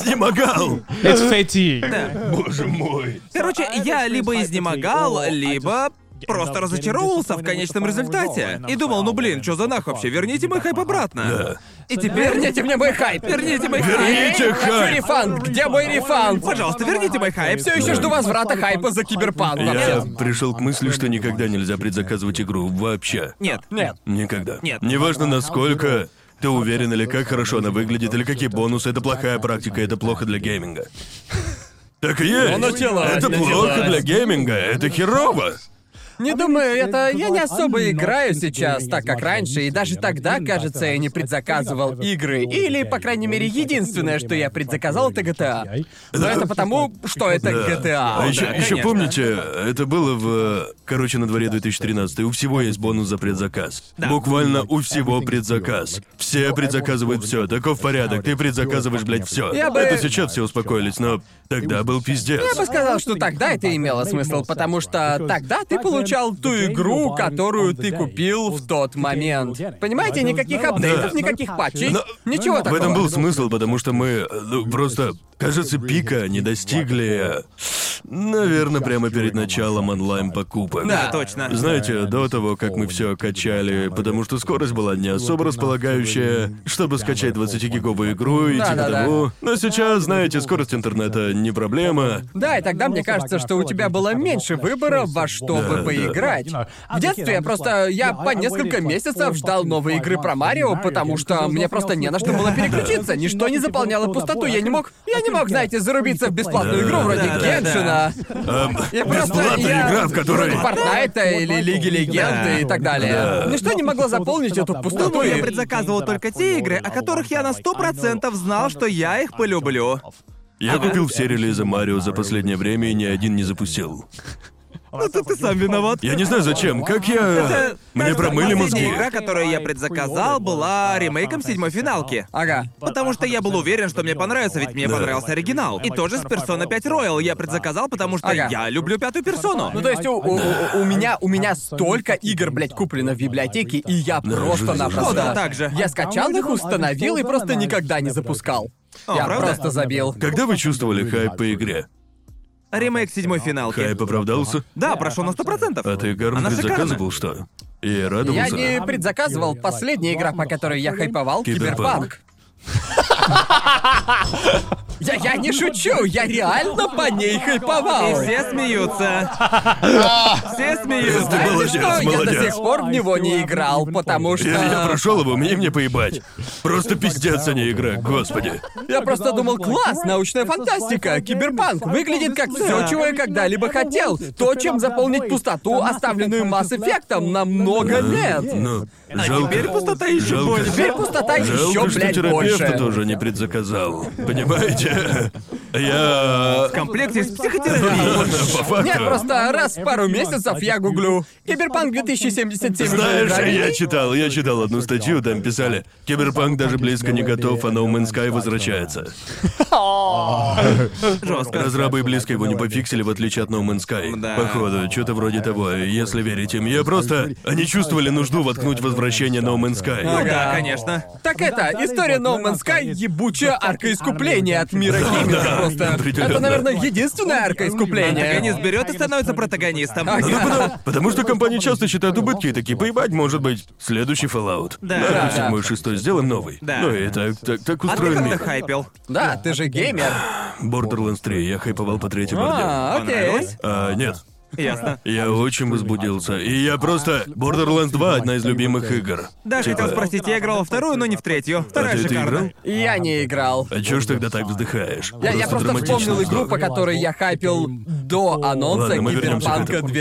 [SPEAKER 3] Изнемогал.
[SPEAKER 6] It's fatigue.
[SPEAKER 3] Боже мой.
[SPEAKER 1] Короче, я либо изнемогал, либо просто разочаровывался в конечном результате. И думал, ну блин, что за нах вообще, верните мой хайп обратно. И теперь...
[SPEAKER 2] Верните мне мой хайп!
[SPEAKER 1] Верните мой хайп!
[SPEAKER 3] Верните
[SPEAKER 2] Хочу
[SPEAKER 3] хайп.
[SPEAKER 2] рефанд! Где мой рефанд?
[SPEAKER 1] Пожалуйста, верните мой хайп!
[SPEAKER 2] Все еще жду возврата хайпа за киберпанк.
[SPEAKER 3] Я пришел к мысли, что никогда нельзя предзаказывать игру вообще.
[SPEAKER 1] Нет.
[SPEAKER 2] Нет.
[SPEAKER 3] Никогда.
[SPEAKER 1] Нет.
[SPEAKER 3] Неважно, насколько ты уверен или как хорошо она выглядит, или какие бонусы, это плохая практика, это плохо для гейминга. Так и есть.
[SPEAKER 2] началась,
[SPEAKER 3] это плохо
[SPEAKER 2] началась.
[SPEAKER 3] для гейминга, это херово.
[SPEAKER 2] Не думаю, это... Я не особо играю сейчас так, как раньше, и даже тогда, кажется, я не предзаказывал игры. Или, по крайней мере, единственное, что я предзаказал, это GTA. Но это потому, что это
[SPEAKER 3] Да. А
[SPEAKER 2] GTA.
[SPEAKER 3] еще,
[SPEAKER 1] да,
[SPEAKER 3] еще
[SPEAKER 1] конечно.
[SPEAKER 3] помните, это было в... э, Короче, на дворе 2013, у всего есть бонус за предзаказ. Буквально у всего предзаказ. Все предзаказывают все, таков порядок, ты предзаказываешь, блядь, все.
[SPEAKER 2] Я бы-
[SPEAKER 3] Это сейчас все успокоились, но тогда был пиздец.
[SPEAKER 2] Я бы сказал, что тогда это имело смысл, потому что тогда ты получал ту игру, которую ты купил в тот момент. Понимаете, никаких апдейтов,
[SPEAKER 3] Да.
[SPEAKER 2] никаких патчей,
[SPEAKER 3] Но-
[SPEAKER 2] ничего
[SPEAKER 3] В
[SPEAKER 2] такого.
[SPEAKER 3] этом был смысл, потому что мы, э, ну, просто, кажется, пика не достигли, э, наверное, прямо перед началом онлайн-покупок.
[SPEAKER 1] Да, точно.
[SPEAKER 3] Знаете, до того, как мы все качали, потому что скорость была не особо располагающая, чтобы скачать 20-гиговую игру и типа
[SPEAKER 2] Да-да-да.
[SPEAKER 3] того. Но сейчас, знаете, скорость интернета не проблема.
[SPEAKER 2] Да, и тогда мне кажется, что у тебя было меньше выбора, во что
[SPEAKER 3] Да, да.
[SPEAKER 2] бы поиграть. В детстве я просто... Я по несколько месяцев ждал новой игры про Марио, потому что мне просто не на что было переключиться. Ничто не заполняло пустоту. Я не мог... Я не мог, знаете, зарубиться в бесплатную игру вроде
[SPEAKER 1] Да, да,
[SPEAKER 2] Геншина.
[SPEAKER 3] Эм,
[SPEAKER 2] Я просто-
[SPEAKER 3] бесплатная
[SPEAKER 2] я-
[SPEAKER 3] игра, в которой...
[SPEAKER 2] Вроде Фортнайта или Лиги
[SPEAKER 1] Да.
[SPEAKER 2] Легенды и так далее.
[SPEAKER 3] Да.
[SPEAKER 2] Ничто не могло заполнить эту пустоту.
[SPEAKER 1] Думаю, я
[SPEAKER 2] и-
[SPEAKER 1] предзаказывал только те игры, о которых я на 100% знал, что я их полюблю.
[SPEAKER 3] Я купил все релизы Марио за последнее время и ни один не запустил.
[SPEAKER 1] Ну ты, ты сам виноват.
[SPEAKER 3] Я не знаю зачем, как я...
[SPEAKER 1] Это-
[SPEAKER 3] Мне
[SPEAKER 1] кажется,
[SPEAKER 3] промыли
[SPEAKER 1] последняя
[SPEAKER 3] мозги.
[SPEAKER 1] игра, которую я предзаказал, была ремейком седьмой финалки. А
[SPEAKER 2] Ага.
[SPEAKER 1] Потому что я был уверен, что мне понравится, ведь мне
[SPEAKER 3] Да.
[SPEAKER 1] понравился оригинал. И тоже с Persona 5 Royal я предзаказал, потому что
[SPEAKER 2] Ага.
[SPEAKER 1] я люблю пятую персону.
[SPEAKER 2] Ну то есть у, у- у- у меня у меня столько игр, блядь, кублено в библиотеке, и я
[SPEAKER 3] Да,
[SPEAKER 2] просто
[SPEAKER 3] жизнь.
[SPEAKER 2] напросто.
[SPEAKER 1] Ну да, так же.
[SPEAKER 2] Я скачал их, установил и просто никогда не запускал.
[SPEAKER 1] О,
[SPEAKER 2] я
[SPEAKER 1] правда?
[SPEAKER 2] просто забил.
[SPEAKER 3] Когда вы чувствовали хайп по игре?
[SPEAKER 1] Ремейк седьмой финалки.
[SPEAKER 3] Хайп оправдался?
[SPEAKER 1] Да, прошел на 100%.
[SPEAKER 3] А ты гарм
[SPEAKER 1] Она шикарна.
[SPEAKER 3] предзаказывал что? И
[SPEAKER 2] Я
[SPEAKER 3] радовался?
[SPEAKER 2] не предзаказывал. Последняя игра, по которой я хайповал,
[SPEAKER 3] Киберпанк.
[SPEAKER 2] Киберпанк. Я, я не шучу, я реально по ней
[SPEAKER 1] И
[SPEAKER 2] хайповал.
[SPEAKER 1] все смеются. Все
[SPEAKER 3] Ты
[SPEAKER 1] смеются.
[SPEAKER 3] был-
[SPEAKER 2] Знаете
[SPEAKER 3] молодец,
[SPEAKER 2] что, я до
[SPEAKER 3] молодец.
[SPEAKER 2] сих пор в него не играл, потому что...
[SPEAKER 3] Я, я прошел его, мне мне поебать. Просто пиздец, а не игра, господи.
[SPEAKER 2] Я просто думал, класс, научная фантастика, киберпанк выглядит как все, чего я когда-либо хотел. То, чем заполнить пустоту, оставленную масс-эффектом на много лет.
[SPEAKER 3] Ну, жалко.
[SPEAKER 1] Теперь пустота еще
[SPEAKER 3] Жалко.
[SPEAKER 1] больше.
[SPEAKER 2] Теперь пустота еще,
[SPEAKER 3] Жалко, что
[SPEAKER 2] блядь,
[SPEAKER 3] терапевта
[SPEAKER 2] больше.
[SPEAKER 3] тоже не предзаказал. Понимаете? Я...
[SPEAKER 1] В комплекте с психотерапией.
[SPEAKER 3] По факту.
[SPEAKER 2] Нет, просто раз в пару месяцев я гуглю Киберпанк 2077 уже
[SPEAKER 3] Знаешь,
[SPEAKER 2] играли?»
[SPEAKER 3] я читал, я читал одну статью, там писали, Киберпанк даже близко не готов, а No Man's Sky возвращается.
[SPEAKER 1] Жестко.
[SPEAKER 3] Разрабы и близко его не пофиксили, в отличие от No Man's Sky.
[SPEAKER 1] Да.
[SPEAKER 3] Походу, что-то вроде того, если верить им. Я просто... Они чувствовали нужду воткнуть возвращение No Man's Sky.
[SPEAKER 1] Ну да,
[SPEAKER 2] да.
[SPEAKER 1] конечно.
[SPEAKER 2] Так это, история No Man's Sky — ебучая арка искупления от мира
[SPEAKER 3] Да,
[SPEAKER 2] химика просто.
[SPEAKER 3] определенно.
[SPEAKER 2] Это, наверное, единственная арка
[SPEAKER 1] Антагонист
[SPEAKER 2] искупления.
[SPEAKER 1] берет и становится протагонистом.
[SPEAKER 2] Ага.
[SPEAKER 3] Ну, потому, потому что компании часто считают убытки и такие, поебать, может быть, следующий Fallout.
[SPEAKER 1] Да.
[SPEAKER 3] Допустим,
[SPEAKER 2] Да, да.
[SPEAKER 3] мы шестой сделаем новый.
[SPEAKER 1] Да.
[SPEAKER 3] Ну и так, так, так
[SPEAKER 1] А ты
[SPEAKER 3] устроен
[SPEAKER 1] когда
[SPEAKER 3] мир.
[SPEAKER 1] хайпел?
[SPEAKER 2] Да, ты же геймер.
[SPEAKER 3] Borderlands 3, я хайповал по третьему
[SPEAKER 2] А, окей.
[SPEAKER 1] Понравилось?
[SPEAKER 3] А, нет,
[SPEAKER 1] Ясно.
[SPEAKER 3] я очень возбудился. И я просто... Borderlands 2 — одна из любимых игр.
[SPEAKER 1] Да,
[SPEAKER 3] Типа,
[SPEAKER 1] хотел спросить, я играл во вторую, но не в третью.
[SPEAKER 3] А
[SPEAKER 1] Вторая
[SPEAKER 3] ты, ты играл?
[SPEAKER 1] шикарная.
[SPEAKER 2] Я не играл.
[SPEAKER 3] А чё ж тогда так вздыхаешь?
[SPEAKER 2] Я, я просто
[SPEAKER 3] драматично
[SPEAKER 2] вспомнил игру,
[SPEAKER 3] вздох.
[SPEAKER 2] по которой я хайпил до анонса
[SPEAKER 3] Ладно, мы вернёмся к
[SPEAKER 2] Киберпанка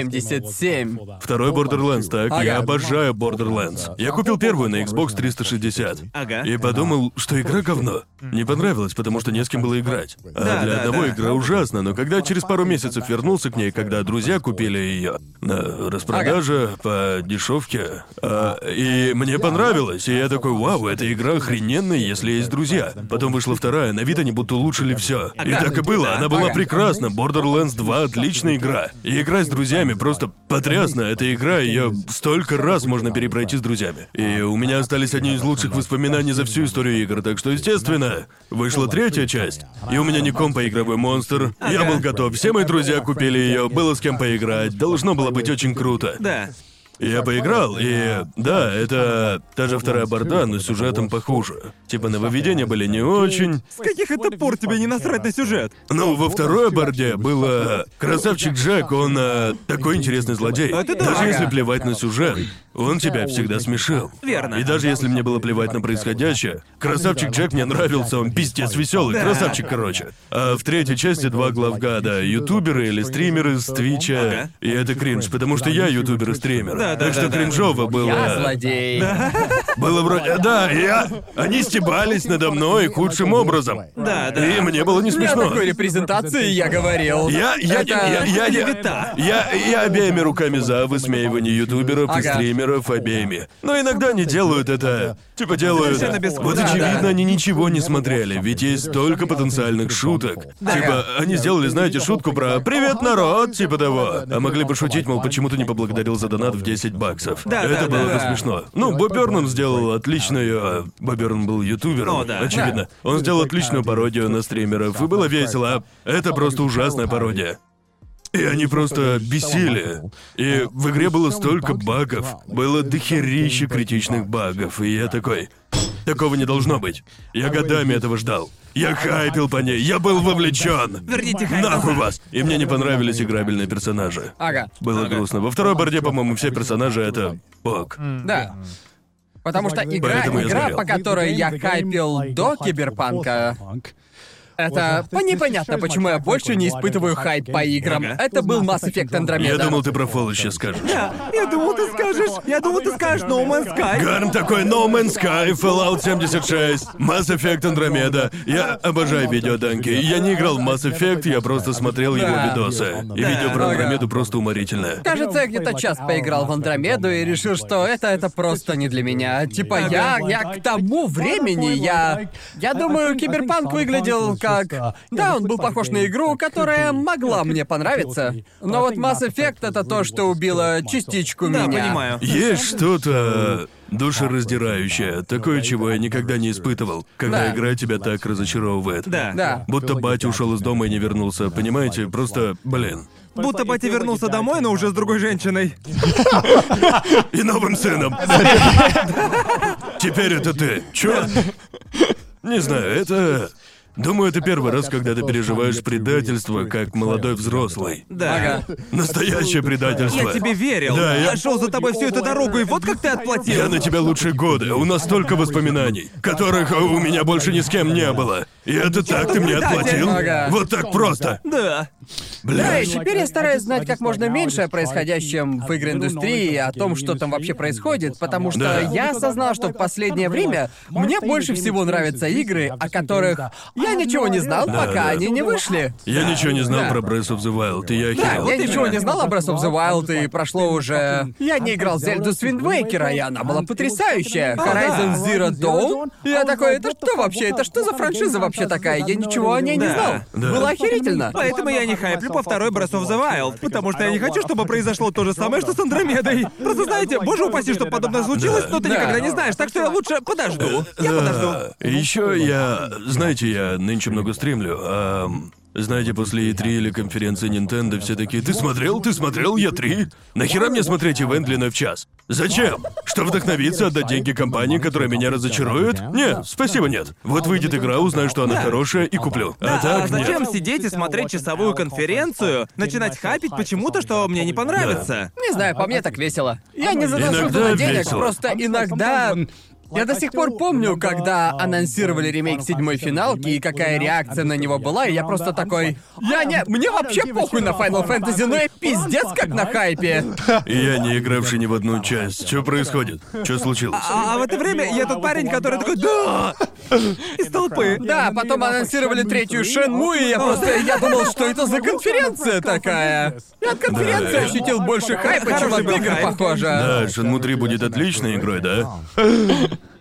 [SPEAKER 2] 2077.
[SPEAKER 3] Второй Borderlands, так? Я
[SPEAKER 2] Ага.
[SPEAKER 3] обожаю Borderlands. Я купил первую на Xbox 360.
[SPEAKER 1] Ага.
[SPEAKER 3] И подумал, что игра говно. Не понравилось, потому что не с кем было играть. А
[SPEAKER 1] Да,
[SPEAKER 3] для
[SPEAKER 1] да,
[SPEAKER 3] одного
[SPEAKER 1] да.
[SPEAKER 3] игра ужасна, но когда через пару месяцев вернулся к ней, когда друзья купили ее на распродаже по дешевке, а, и мне понравилось, и я такой, вау, эта игра охрененная, если есть друзья. Потом вышла вторая, на вид они будто улучшили все. И так и было, она была
[SPEAKER 2] Ага.
[SPEAKER 3] прекрасна. Borderlands 2 отличная игра. И игра с друзьями просто потрясна. Эта игра, ее столько раз можно перепройти с друзьями. И у меня остались одни из лучших воспоминаний за всю историю игр, так что, естественно, вышла третья часть. И у меня не компа игровой монстр. Я был готов. Все мои друзья купили ее, было с кем поиграть. Должно было быть очень круто.
[SPEAKER 1] Да.
[SPEAKER 3] Я поиграл, и да, это та же вторая борда, но с сюжетом похуже. Типа нововведения были не очень.
[SPEAKER 1] С каких это пор тебе не насрать на сюжет?
[SPEAKER 3] Ну, во второй борде было... Красавчик Джек, он э, такой интересный злодей.
[SPEAKER 1] Это да.
[SPEAKER 3] Даже
[SPEAKER 1] Ага.
[SPEAKER 3] если плевать на сюжет, он тебя всегда смешил.
[SPEAKER 1] Верно.
[SPEAKER 3] И даже если мне было плевать на происходящее, Красавчик Джек мне нравился, он пиздец веселый, красавчик, короче. А в третьей части два главгада, ютуберы или стримеры с Твича.
[SPEAKER 1] Ага.
[SPEAKER 3] И это кринж, потому что я ютубер и стример.
[SPEAKER 1] Да, да, да,
[SPEAKER 3] так что
[SPEAKER 1] да.
[SPEAKER 3] кринжово было...
[SPEAKER 2] Я злодей.
[SPEAKER 3] Было вроде... Да, я... Они стебались надо мной худшим образом.
[SPEAKER 1] Да, да.
[SPEAKER 3] И мне было не
[SPEAKER 2] Я
[SPEAKER 3] смешно.
[SPEAKER 2] такой репрезентации я говорил.
[SPEAKER 3] Я, я,
[SPEAKER 2] Это-
[SPEAKER 3] я, я, я,
[SPEAKER 1] клевета.
[SPEAKER 3] я, я обеими руками за высмеивание ютуберов и
[SPEAKER 2] Ага.
[SPEAKER 3] стримеров обеими. Но иногда они делают это, типа делают.
[SPEAKER 1] Совершенно бесплатно.
[SPEAKER 3] Вот
[SPEAKER 1] Да,
[SPEAKER 3] очевидно,
[SPEAKER 2] да.
[SPEAKER 3] они ничего не смотрели, ведь есть столько потенциальных шуток. Типа они сделали, знаете, шутку про "Привет, народ" типа того, а могли бы шутить, мол, почему ты не поблагодарил за донат в 10 баксов.
[SPEAKER 1] Да, да,
[SPEAKER 3] это было
[SPEAKER 1] да.
[SPEAKER 3] бы смешно. Ну, Боберном сделал отличную. Боберн был ютубером,
[SPEAKER 1] О, да.
[SPEAKER 3] очевидно. Он сделал отличную пародию на стримеров и было весело. а Это просто ужасная пародия. И они просто бесили. И в игре было столько багов. Было дохерища критичных багов. И я такой... Такого не должно быть. Я годами этого ждал. Я хайпил по ней. Я был вовлечен.
[SPEAKER 1] Верните хайп
[SPEAKER 3] Нахуй вас! И мне не понравились играбельные персонажи.
[SPEAKER 2] Ага,
[SPEAKER 3] Было грустно. Во второй борде, по-моему, все персонажи это бог.
[SPEAKER 2] да. Потому что игра,
[SPEAKER 3] Поэтому я
[SPEAKER 2] игра,
[SPEAKER 3] смотрел.
[SPEAKER 2] по которой я хайпил до Киберпанка, это... по- Непонятно, почему я больше не испытываю хайп по играм.
[SPEAKER 1] Ага.
[SPEAKER 2] Это был Mass Effect
[SPEAKER 3] Я
[SPEAKER 2] Andromeda.
[SPEAKER 3] думал, ты про Fallout сейчас скажешь.
[SPEAKER 1] Я думал, ты скажешь. Я думал, ты скажешь No Man's Sky.
[SPEAKER 3] Гарм такой No Man's Sky, Fallout 76, Mass Effect Andromeda. Я обожаю видеоданки. Я не играл в Mass Effect, я просто смотрел его
[SPEAKER 2] Да.
[SPEAKER 3] видосы. И
[SPEAKER 1] Да.
[SPEAKER 3] видео про
[SPEAKER 2] Ага.
[SPEAKER 3] Андромеду просто уморительное.
[SPEAKER 2] Кажется, я где-то час поиграл в Андромеду и решил,
[SPEAKER 1] типа,
[SPEAKER 2] что это это просто не для меня. Типа я я к тому времени я я думаю, Киберпанк выглядел как... Да, он был похож на игру, которая могла мне понравиться. Но вот Mass Effect — это то, что убило частичку
[SPEAKER 1] Да,
[SPEAKER 2] меня.
[SPEAKER 1] понимаю.
[SPEAKER 3] Есть что-то душераздирающее, такое, чего я никогда не испытывал, когда
[SPEAKER 2] Да.
[SPEAKER 3] игра тебя так разочаровывает.
[SPEAKER 1] Да.
[SPEAKER 2] Да.
[SPEAKER 3] Будто батя ушел из дома и не вернулся, понимаете? Просто, блин.
[SPEAKER 1] Будто батя вернулся домой, но уже с другой женщиной.
[SPEAKER 3] И новым сыном. Теперь это ты. Чё? Не знаю, это... Думаю, это первый раз, когда ты переживаешь предательство, как молодой взрослый.
[SPEAKER 1] Да.
[SPEAKER 2] Ага.
[SPEAKER 3] Настоящее предательство.
[SPEAKER 1] Я тебе верил.
[SPEAKER 3] Да, я-
[SPEAKER 1] я шел за тобой всю эту дорогу, и вот как ты отплатил.
[SPEAKER 3] Я на тебя лучше года. У нас столько воспоминаний, которых у меня больше ни с кем не было. И это так ты мне отплатил?
[SPEAKER 2] Ага.
[SPEAKER 3] Вот так просто.
[SPEAKER 1] Да.
[SPEAKER 2] Да,
[SPEAKER 3] Бля.
[SPEAKER 2] и теперь я стараюсь знать как можно меньше о происходящем в игр-индустрии, о том, что там вообще происходит, потому что
[SPEAKER 3] Да.
[SPEAKER 2] я осознал, что в последнее время мне больше всего нравятся игры, о которых я ничего не знал,
[SPEAKER 3] Да,
[SPEAKER 2] пока
[SPEAKER 3] да.
[SPEAKER 2] они не вышли.
[SPEAKER 3] Я ничего не знал
[SPEAKER 2] Да.
[SPEAKER 3] про Breath of the Wild, и я
[SPEAKER 2] Да,
[SPEAKER 3] охерел.
[SPEAKER 2] я ничего не знал о Breath of the Wild, и прошло уже... Я не играл в Зельду с Wind Waker, и она была потрясающая.
[SPEAKER 1] О, да.
[SPEAKER 2] Horizon Zero Dawn. Я такой, это что вообще? Это что за франшиза вообще такая? Я ничего о ней не
[SPEAKER 1] Да.
[SPEAKER 2] знал.
[SPEAKER 3] Да.
[SPEAKER 2] Было охерительно.
[SPEAKER 1] Поэтому я не хайплю по второй Breath of the Wild, потому что я не хочу, чтобы произошло то же самое, что с Андромедой. Просто знаете, боже упаси, что подобное случилось, но ты
[SPEAKER 2] Да.
[SPEAKER 1] никогда не знаешь, так что я лучше подожду. Я подожду.
[SPEAKER 3] А
[SPEAKER 1] Ну,
[SPEAKER 3] Еще Э, я, знаете, я нынче много стримлю. а, знаете, после E3 или конференции Nintendo все такие, ты смотрел, ты смотрел E3? Нахера мне смотреть ивент длиной в час? Зачем? Что вдохновиться, отдать деньги компании, которая меня разочарует? Нет, спасибо, нет. Вот выйдет игра, узнаю, что она хорошая и куплю. А
[SPEAKER 1] Да, а
[SPEAKER 3] так нет.
[SPEAKER 1] зачем сидеть и смотреть часовую конференцию, начинать хапить почему-то, что мне не понравится?
[SPEAKER 2] Не знаю, по мне так весело. а Я не заношу
[SPEAKER 3] Иногда
[SPEAKER 2] туда денег,
[SPEAKER 3] весело.
[SPEAKER 2] просто иногда... Я до сих пор помню, когда анонсировали ремейк седьмой финалки и какая реакция на него была, и я просто такой... Я не... Мне вообще похуй на Final Fantasy, но я пиздец как на хайпе.
[SPEAKER 3] И я не игравший ни в одну часть. Что происходит? Что случилось?
[SPEAKER 1] А, а в это время я тот парень, который такой «Да!» из толпы.
[SPEAKER 2] Да, потом анонсировали третью Шенму, и я просто... Я думал, что это за конференция такая. Я от конференции
[SPEAKER 3] Да.
[SPEAKER 2] ощутил больше хайпа, чем
[SPEAKER 1] Хороший
[SPEAKER 2] от
[SPEAKER 1] был
[SPEAKER 2] игр,
[SPEAKER 1] хайп.
[SPEAKER 2] похоже.
[SPEAKER 3] Да, Shenmue 3 будет отличной игрой, да?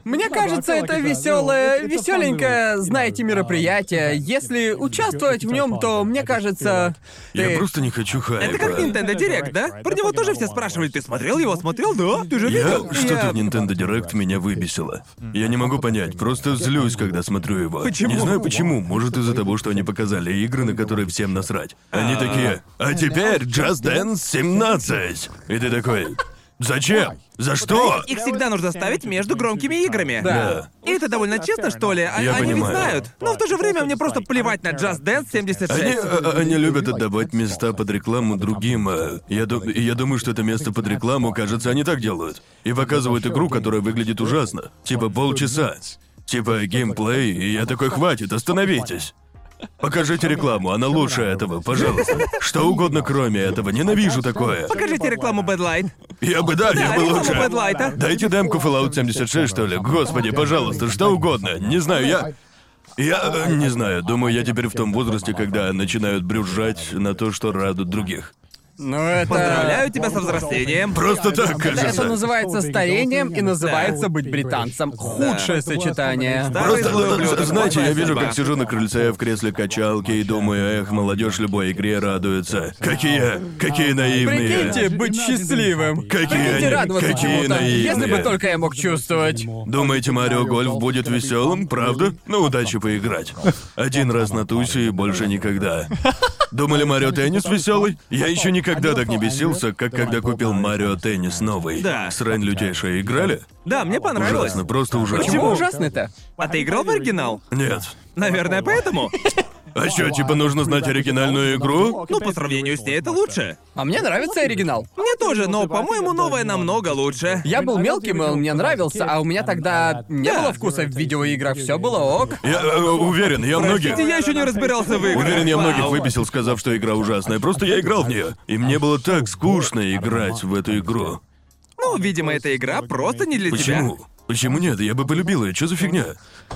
[SPEAKER 2] Мне кажется, это веселое, веселенькое, знаете, мероприятие. Если участвовать в нем, то мне кажется.
[SPEAKER 3] Я
[SPEAKER 2] ты-
[SPEAKER 3] просто не хочу хайпа.
[SPEAKER 1] Это как Nintendo Direct, да? Про него тоже все спрашивали. Ты смотрел его? Смотрел? Да? Ты же
[SPEAKER 3] Я
[SPEAKER 1] видел?
[SPEAKER 3] что-то
[SPEAKER 1] Я-
[SPEAKER 3] в Nintendo Direct меня выбесило. Я не могу понять, просто злюсь, когда смотрю его.
[SPEAKER 1] Почему?
[SPEAKER 3] Не знаю почему, может из-за того, что они показали игры, на которые всем насрать. Они такие, а теперь Just Dance 17! И ты такой, зачем? За что?
[SPEAKER 1] Их всегда нужно ставить между громкими играми.
[SPEAKER 2] Да.
[SPEAKER 1] И это довольно честно, что ли? А-
[SPEAKER 3] Я
[SPEAKER 1] Они ведь
[SPEAKER 3] понимаю.
[SPEAKER 1] знают. Но в то же время мне просто плевать на Just Dance 76.
[SPEAKER 3] Они, а- они любят отдавать места под рекламу другим. а Я, ду- и я думаю, что это место под рекламу, кажется, они так делают. И показывают игру, которая выглядит ужасно. Типа полчаса. Типа геймплей, и я такой, хватит, остановитесь. Покажите рекламу, она лучше этого, пожалуйста. Что угодно, кроме этого, ненавижу такое.
[SPEAKER 1] Покажите рекламу Bad Light.
[SPEAKER 3] Я бы, да, я
[SPEAKER 1] Да,
[SPEAKER 3] бы
[SPEAKER 1] рекламу
[SPEAKER 3] лучше.
[SPEAKER 1] Bad Light.
[SPEAKER 3] Дайте демку Fallout 76, что ли. Господи, пожалуйста, что угодно. Не знаю, я... Я э, не знаю, думаю, я теперь в том возрасте, когда начинают брюзжать на то, что радует других.
[SPEAKER 2] Ну это.
[SPEAKER 1] Поздравляю тебя со взрослением.
[SPEAKER 3] Просто так
[SPEAKER 2] Это, это
[SPEAKER 3] кажется.
[SPEAKER 2] называется старением и называется быть британцем. Худшее сочетание.
[SPEAKER 1] Да.
[SPEAKER 3] Просто,
[SPEAKER 1] Ой,
[SPEAKER 3] э,
[SPEAKER 1] ублюдок,
[SPEAKER 3] знаете, я
[SPEAKER 1] плохая
[SPEAKER 3] вижу,
[SPEAKER 1] судьба.
[SPEAKER 3] как сижу на крыльце в кресле качалки и думаю, эх, молодежь любой игре радуется. Какие,
[SPEAKER 2] Прикиньте,
[SPEAKER 3] какие наивные.
[SPEAKER 2] быть счастливым.
[SPEAKER 3] Какие
[SPEAKER 2] Прикиньте
[SPEAKER 3] они-
[SPEAKER 2] радоваться
[SPEAKER 3] какие
[SPEAKER 2] чему-то.
[SPEAKER 3] наивные.
[SPEAKER 2] Если бы только я мог чувствовать.
[SPEAKER 3] Думаете, Марио Гольф будет веселым, правда? Ну, удачи поиграть. Один раз на тусе и больше никогда. Думали, Марио Теннис веселый? Я еще никогда так не бесился, как когда купил Марио Теннис новый.
[SPEAKER 1] Да.
[SPEAKER 3] Срань лютейшая играли?
[SPEAKER 1] Да, мне понравилось.
[SPEAKER 3] Ужасно, просто ужасно.
[SPEAKER 2] Почему ужасно-то?
[SPEAKER 1] А ты играл в оригинал?
[SPEAKER 3] Нет.
[SPEAKER 1] Наверное, поэтому.
[SPEAKER 3] А что, типа нужно знать оригинальную игру?
[SPEAKER 1] Ну, по сравнению с ней, это лучше.
[SPEAKER 2] А мне нравится оригинал.
[SPEAKER 1] Мне тоже, но, по-моему, новое намного лучше.
[SPEAKER 2] Я был мелким, и он мне нравился, а у меня тогда не
[SPEAKER 6] Да.
[SPEAKER 2] было вкуса в видеоиграх, все было ок.
[SPEAKER 3] Я э, уверен, я многих...
[SPEAKER 1] Простите, я еще не разбирался в играх.
[SPEAKER 3] Уверен, я многих
[SPEAKER 1] Вау.
[SPEAKER 3] выбесил, сказав, что игра ужасная. Просто я играл в нее. И мне было так скучно играть в эту игру.
[SPEAKER 1] Ну, видимо, эта игра просто не для тебя.
[SPEAKER 3] Почему? Почему нет? Я бы полюбил ее. Чё за фигня?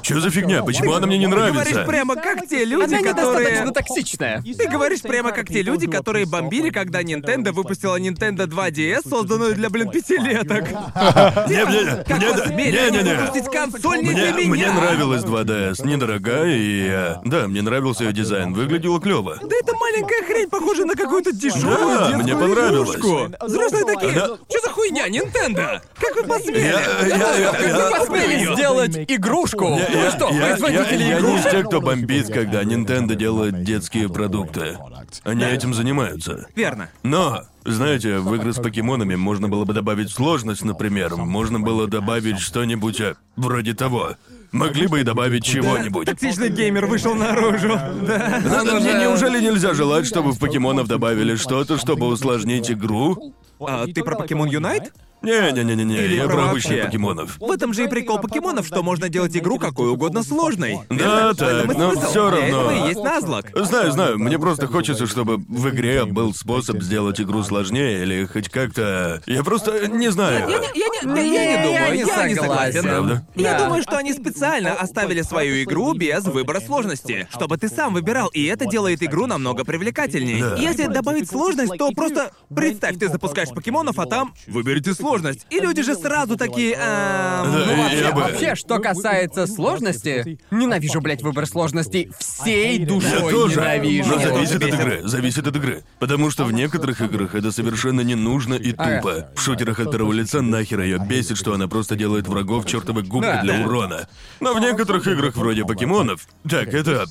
[SPEAKER 3] Чё за фигня? Почему она мне не нравится?
[SPEAKER 1] Говоришь прямо как те люди,
[SPEAKER 2] Она недостаточно
[SPEAKER 1] которые...
[SPEAKER 2] токсичная.
[SPEAKER 1] Ты говоришь прямо как те люди, которые бомбили, когда Nintendo выпустила Nintendo 2DS, созданную для, блин, пятилеток. (laughs)
[SPEAKER 3] Не, мне-
[SPEAKER 1] Как
[SPEAKER 3] мне-
[SPEAKER 1] посмели
[SPEAKER 3] не, не, не.
[SPEAKER 1] выпустить консоль не
[SPEAKER 3] Мне,
[SPEAKER 1] для меня?
[SPEAKER 3] мне нравилась 2DS, недорогая и... э, Да, мне нравился ее дизайн, выглядело клево.
[SPEAKER 1] Да эта маленькая хрень похожа на какую-то дешевую
[SPEAKER 3] Да,
[SPEAKER 1] детскую
[SPEAKER 3] мне понравилось.
[SPEAKER 1] игрушку. Взрослые такие,
[SPEAKER 3] Да.
[SPEAKER 1] что за хуйня, Nintendo? Как вы посмели?
[SPEAKER 3] Я- я- я-
[SPEAKER 2] Как вы
[SPEAKER 3] я-
[SPEAKER 2] посмели сделать игрушку?
[SPEAKER 3] Я-
[SPEAKER 2] Вы
[SPEAKER 3] я-
[SPEAKER 2] что,
[SPEAKER 3] я- я-
[SPEAKER 2] производители
[SPEAKER 3] я не из
[SPEAKER 2] игрушек?
[SPEAKER 3] тех, кто бомбит, когда Nintendo делает детские продукты. Они этим занимаются.
[SPEAKER 1] Верно.
[SPEAKER 3] Но, знаете, в игры с покемонами можно было бы добавить сложность, например. Можно было добавить что-нибудь э, вроде того. Могли бы и добавить чего-нибудь.
[SPEAKER 1] Токсичный геймер вышел наружу. (laughs) Да.
[SPEAKER 3] Но
[SPEAKER 2] Надо
[SPEAKER 3] не-
[SPEAKER 2] же-
[SPEAKER 3] неужели нельзя желать, чтобы в покемонов добавили что-то, чтобы усложнить игру?
[SPEAKER 1] А, ты про Покемон Юнайт?
[SPEAKER 3] Не-не-не-не-не,
[SPEAKER 1] Или
[SPEAKER 3] я
[SPEAKER 1] про
[SPEAKER 3] про обычных
[SPEAKER 1] вообще?
[SPEAKER 3] покемонов.
[SPEAKER 1] В этом же и прикол покемонов, что можно делать игру какой угодно сложной.
[SPEAKER 3] Да,
[SPEAKER 1] В этом и
[SPEAKER 3] так, но
[SPEAKER 1] смысл.
[SPEAKER 3] все
[SPEAKER 1] Для этого и
[SPEAKER 3] равно. Э,
[SPEAKER 1] есть назлак.
[SPEAKER 3] Знаю, знаю, мне просто хочется, чтобы в игре был способ сделать игру сложнее или хоть как-то... Я просто не знаю.
[SPEAKER 1] Ну, Я не, я не думаю, я не согласен.
[SPEAKER 3] Правда?
[SPEAKER 1] Я
[SPEAKER 2] Да.
[SPEAKER 1] думаю, что они специально оставили свою игру без выбора сложности, чтобы ты сам выбирал, и это делает игру намного привлекательнее.
[SPEAKER 3] Да.
[SPEAKER 1] Если добавить сложность, то просто представь, ты запускаешь покемонов, а там выберите сложность. И люди же сразу такие. «Эм,
[SPEAKER 3] Да,
[SPEAKER 1] ну,
[SPEAKER 3] и-
[SPEAKER 1] вообще,
[SPEAKER 3] я бы-
[SPEAKER 2] Вообще, что касается сложности, ненавижу, блядь, выбор сложности всей
[SPEAKER 3] Я
[SPEAKER 2] душой
[SPEAKER 3] тоже,
[SPEAKER 2] ненавижу.
[SPEAKER 3] но
[SPEAKER 1] Я тоже
[SPEAKER 3] зависит от
[SPEAKER 1] бесит.
[SPEAKER 3] игры, зависит от игры. Потому что в некоторых играх это совершенно не нужно и
[SPEAKER 2] Ага.
[SPEAKER 3] тупо. В шутерах от первого лица нахер ее бесит, что она просто делает врагов чертовой губкой
[SPEAKER 2] Да,
[SPEAKER 3] для
[SPEAKER 2] да.
[SPEAKER 3] урона. Но в некоторых играх вроде покемонов, так это...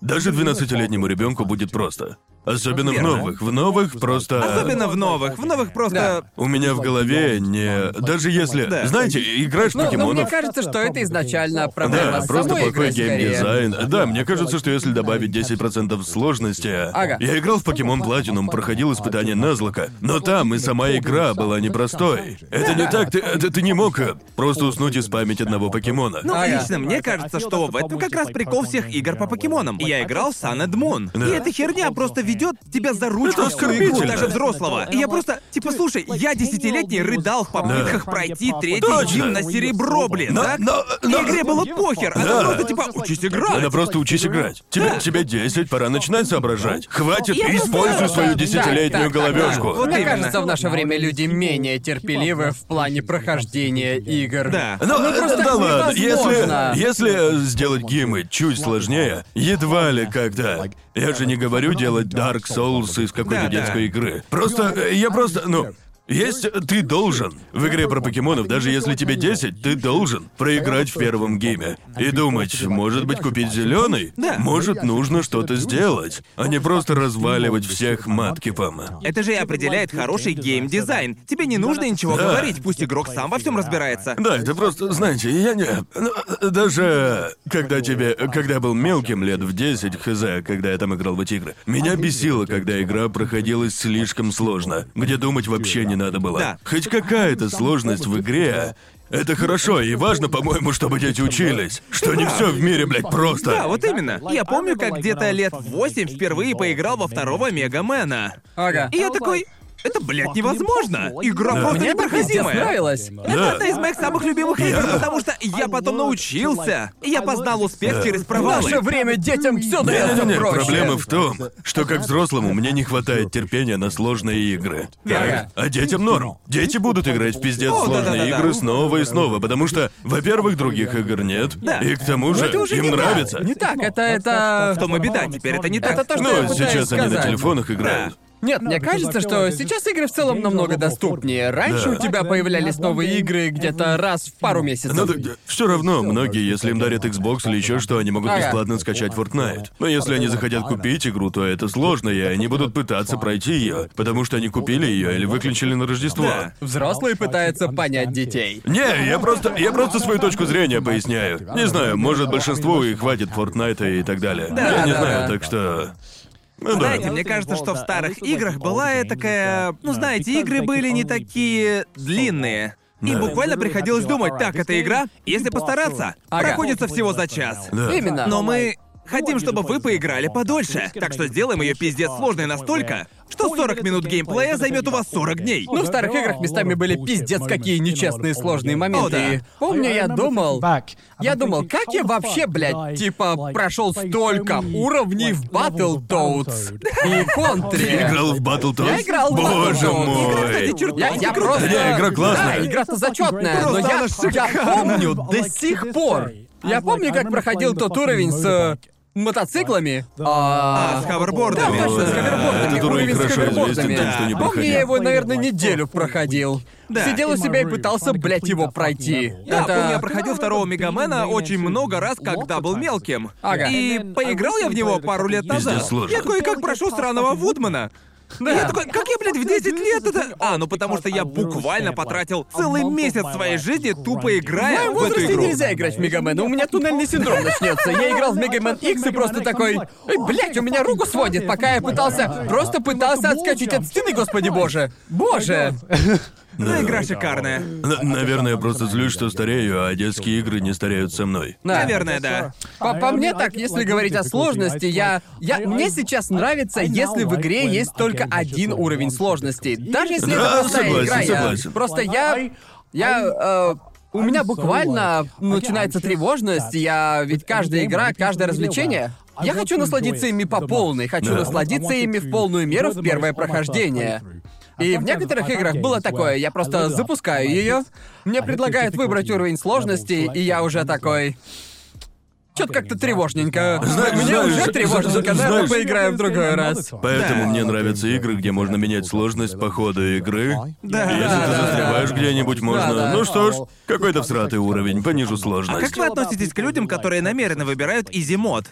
[SPEAKER 3] Даже 12-летнему ребенку будет просто. Особенно в
[SPEAKER 1] Верно.
[SPEAKER 3] новых. В новых просто...
[SPEAKER 1] Особенно в новых. В новых просто.
[SPEAKER 3] У меня в голове не... Даже если...
[SPEAKER 1] Да.
[SPEAKER 3] Знаете, играешь в
[SPEAKER 2] Ну, но мне
[SPEAKER 3] покемонов...
[SPEAKER 2] кажется, что это изначально
[SPEAKER 3] Да,
[SPEAKER 2] проблема
[SPEAKER 3] просто
[SPEAKER 2] самой
[SPEAKER 3] плохой
[SPEAKER 2] игры скорее.
[SPEAKER 3] геймдизайн. Да, мне кажется, что если добавить 10% сложности...
[SPEAKER 2] Ага.
[SPEAKER 3] Я играл в Покемон Платинум, проходил испытание Назлока, но там и сама игра была непростой. Это не так, ты, это ты не мог э, просто уснуть и спамить одного покемона.
[SPEAKER 1] Ну,
[SPEAKER 2] Ага.
[SPEAKER 1] лично мне кажется, что в этом как раз прикол всех игр по покемонам. Я играл в Sun and Moon. И эта херня просто ведет тебя за ручку
[SPEAKER 3] Это
[SPEAKER 1] в всю игру,
[SPEAKER 3] оскорбительно.
[SPEAKER 1] даже взрослого. И я просто, типа, слушай, я десятилетний рыдал в попытках
[SPEAKER 6] Да.
[SPEAKER 1] пройти третий
[SPEAKER 3] Точно.
[SPEAKER 1] гимн на серебро, блин,
[SPEAKER 3] Но-
[SPEAKER 1] так?
[SPEAKER 3] но- но-
[SPEAKER 1] И игре было похер, она
[SPEAKER 3] Да.
[SPEAKER 1] просто типа учись играть.
[SPEAKER 3] Надо просто учись играть. Тебе, тебе 10, пора начинать соображать. Хватит,
[SPEAKER 1] Я просто-
[SPEAKER 3] используй свою десятилетнюю
[SPEAKER 2] Так, так, так, так.
[SPEAKER 3] головешку.
[SPEAKER 1] Вот
[SPEAKER 2] Мне
[SPEAKER 1] именно.
[SPEAKER 2] кажется, в наше время люди менее терпеливы в плане прохождения игр.
[SPEAKER 1] Да.
[SPEAKER 3] Ну,
[SPEAKER 2] Ну, просто
[SPEAKER 3] да ладно,
[SPEAKER 2] невозможно.
[SPEAKER 3] если, если э, сделать гимы чуть сложнее, едва ли когда. Я же не говорю делать Dark Souls из
[SPEAKER 1] Да,
[SPEAKER 3] какой-то
[SPEAKER 1] да.
[SPEAKER 3] детской игры. Просто, э, я просто, ну... Есть, э, ты должен. В игре про покемонов, даже если тебе 10, ты должен проиграть в первом гиме. И думать, может быть, купить зеленый?
[SPEAKER 1] Да.
[SPEAKER 3] Может, нужно что-то сделать, а не просто разваливать всех маткипом.
[SPEAKER 1] Это же и определяет хороший геймдизайн. Тебе не нужно ничего
[SPEAKER 6] Да.
[SPEAKER 1] говорить, пусть игрок сам во всем разбирается.
[SPEAKER 3] Да, это просто, знаете, я не... ну, Даже когда тебе... Когда я был мелким, лет в 10, хз, когда я там играл в эти игры, меня бесило, когда игра проходилась слишком сложно, где думать вообще не надо было.
[SPEAKER 1] Да.
[SPEAKER 3] Хоть какая-то сложность в игре... Это хорошо и важно, по-моему, чтобы дети учились, что не все в мире, блядь, просто.
[SPEAKER 1] Да, вот именно. Я помню, как где-то лет в 8 впервые поиграл во второго Мегамена.
[SPEAKER 2] Ага.
[SPEAKER 1] И я такой, это, блядь, невозможно. Игра
[SPEAKER 3] Да.
[SPEAKER 1] просто
[SPEAKER 2] Мне это пиздец
[SPEAKER 1] непроходимая.
[SPEAKER 2] нравилось.
[SPEAKER 1] Это
[SPEAKER 3] Да.
[SPEAKER 1] одна из моих самых любимых игр, потому что я потом научился. Я познал успех через
[SPEAKER 2] В наше
[SPEAKER 1] провалы.
[SPEAKER 2] время детям все дается
[SPEAKER 3] Не-не-не,
[SPEAKER 2] проще.
[SPEAKER 3] проблема в том, что как взрослому мне не хватает терпения на сложные игры.
[SPEAKER 2] Ага.
[SPEAKER 3] Так, а детям
[SPEAKER 2] Ну.
[SPEAKER 3] норм. Дети будут играть в пиздец
[SPEAKER 1] О,
[SPEAKER 3] сложные
[SPEAKER 1] да-да-да-да.
[SPEAKER 3] игры снова и снова, потому что, во-первых, других игр нет,
[SPEAKER 1] Да.
[SPEAKER 3] и к тому же
[SPEAKER 2] Это уже
[SPEAKER 3] им
[SPEAKER 2] не так.
[SPEAKER 3] нравится.
[SPEAKER 2] Не так, это это.
[SPEAKER 1] В том и беда, теперь это не так.
[SPEAKER 2] Это то, что я
[SPEAKER 3] Ну,
[SPEAKER 2] пытаюсь
[SPEAKER 3] сейчас они на
[SPEAKER 2] сказать.
[SPEAKER 3] телефонах играют.
[SPEAKER 2] Нет, мне кажется, что сейчас игры в целом намного доступнее. Раньше
[SPEAKER 3] Да.
[SPEAKER 2] у тебя появлялись новые игры где-то раз в пару месяцев.
[SPEAKER 3] Ну так все равно, многие, если им дарят Xbox или еще что, они могут
[SPEAKER 2] Ага.
[SPEAKER 3] бесплатно скачать Fortnite. Но если они захотят купить игру, то это сложно, и они будут пытаться пройти ее, потому что они купили ее или выключили на Рождество.
[SPEAKER 1] Да.
[SPEAKER 2] Взрослые пытаются понять детей.
[SPEAKER 3] Не, я просто, я просто свою точку зрения поясняю. Не знаю, может большинству и хватит Фортнайта и так далее.
[SPEAKER 1] Да,
[SPEAKER 3] я не
[SPEAKER 2] да,
[SPEAKER 3] знаю,
[SPEAKER 2] да.
[SPEAKER 3] так что. Ну да.
[SPEAKER 1] Знаете, мне кажется, что в старых играх была я такая... Ну, знаете, игры были не такие длинные. И
[SPEAKER 3] Да.
[SPEAKER 1] буквально приходилось думать, так, эта игра, если постараться,
[SPEAKER 2] Ага.
[SPEAKER 1] проходится всего за час.
[SPEAKER 3] Да.
[SPEAKER 2] Именно.
[SPEAKER 1] Но мы хотим, чтобы вы поиграли подольше, так что сделаем ее пиздец сложной настолько, что 40 минут геймплея займет у вас 40 дней.
[SPEAKER 2] Ну, в старых играх местами были пиздец какие нечестные сложные
[SPEAKER 1] О, да.
[SPEAKER 2] моменты. И помню, я думал... Я думал, как я вообще, блядь, типа, прошел столько уровней в Battletoads
[SPEAKER 1] (laughs)
[SPEAKER 2] и
[SPEAKER 3] Ты
[SPEAKER 2] Контре.
[SPEAKER 3] играл в Battletoads?
[SPEAKER 2] Я играл в
[SPEAKER 3] Боже
[SPEAKER 2] Battletoads.
[SPEAKER 1] Игра,
[SPEAKER 3] мой!
[SPEAKER 1] кстати, чертовски
[SPEAKER 2] Я, я
[SPEAKER 1] крутая.
[SPEAKER 2] просто...
[SPEAKER 3] Да, игра классная.
[SPEAKER 2] Да, игра-то зачетная, но
[SPEAKER 1] Просто
[SPEAKER 2] я,
[SPEAKER 1] она
[SPEAKER 2] я помню до сих пор. Я помню, как проходил тот уровень с э, мотоциклами.
[SPEAKER 1] А,
[SPEAKER 2] А,
[SPEAKER 1] с ховербордами.
[SPEAKER 2] Да, точно, с
[SPEAKER 3] Да,
[SPEAKER 2] ховербордами.
[SPEAKER 3] Этот уровень
[SPEAKER 2] Уровень с
[SPEAKER 3] хорошо известен тем,
[SPEAKER 2] ховербордами.
[SPEAKER 3] что
[SPEAKER 2] Помню,
[SPEAKER 3] не
[SPEAKER 2] я
[SPEAKER 3] проходил.
[SPEAKER 2] его, наверное, неделю проходил.
[SPEAKER 1] Да.
[SPEAKER 2] Сидел у себя и пытался, блядь, его пройти.
[SPEAKER 1] Да,
[SPEAKER 2] Это-
[SPEAKER 1] помню, я проходил второго Мегамена очень много раз, когда был мелким.
[SPEAKER 2] Ага.
[SPEAKER 1] И поиграл я в него пару лет
[SPEAKER 3] Пиздец
[SPEAKER 1] назад.
[SPEAKER 3] сложно.
[SPEAKER 1] Я кое-как прошел сраного Вудмана. Да. Я такой, как я, блядь, в 10 лет это... А, ну потому что я буквально потратил целый месяц своей жизни, тупо
[SPEAKER 2] В
[SPEAKER 1] играя
[SPEAKER 2] моем
[SPEAKER 1] в, эту
[SPEAKER 2] возрасте
[SPEAKER 1] игру.
[SPEAKER 2] нельзя играть в Мегамена, у меня туннельный синдром начнется. Я играл в Мегамен X и просто такой... «Эй, Блядь, у меня руку сводит, пока я пытался... Просто пытался отскочить от стены, господи боже. Боже!
[SPEAKER 1] Да, Ну, игра шикарная.
[SPEAKER 3] На- Наверное, я просто злюсь, что старею, а детские игры не стареют со мной.
[SPEAKER 2] Да.
[SPEAKER 1] Наверное, да.
[SPEAKER 2] По, по мне так, если говорить о сложности, я, я... Мне сейчас нравится, если в игре есть только один уровень сложности. Даже если это
[SPEAKER 3] Да,
[SPEAKER 2] простая
[SPEAKER 3] согласен,
[SPEAKER 2] игра, я-
[SPEAKER 3] согласен.
[SPEAKER 2] Просто я...
[SPEAKER 3] А
[SPEAKER 2] Я... э, у меня буквально начинается тревожность, я... Ведь каждая игра, каждое развлечение... Я хочу насладиться ими по полной, хочу
[SPEAKER 3] Да.
[SPEAKER 2] насладиться ими в полную меру в
[SPEAKER 3] Oh
[SPEAKER 2] первое прохождение. И в некоторых играх было такое, я просто запускаю ее, мне предлагают выбрать уровень сложности, и я уже такой... Чё-то как-то тревожненько.
[SPEAKER 3] Знаешь,
[SPEAKER 2] Мне
[SPEAKER 3] знаешь,
[SPEAKER 2] уже тревожненько, наверное,
[SPEAKER 3] знаешь-
[SPEAKER 2] поиграем в другой раз.
[SPEAKER 3] Поэтому
[SPEAKER 1] Да.
[SPEAKER 3] мне нравятся игры, где можно менять сложность по ходу игры.
[SPEAKER 1] Да.
[SPEAKER 3] И Если
[SPEAKER 2] Да,
[SPEAKER 3] ты
[SPEAKER 2] да,
[SPEAKER 3] застреваешь
[SPEAKER 2] да.
[SPEAKER 3] где-нибудь, можно...
[SPEAKER 2] да.
[SPEAKER 3] Ну что ж, какой-то всратый уровень, понижу сложность.
[SPEAKER 1] А Как вы относитесь к людям, которые намеренно выбирают изи-мод?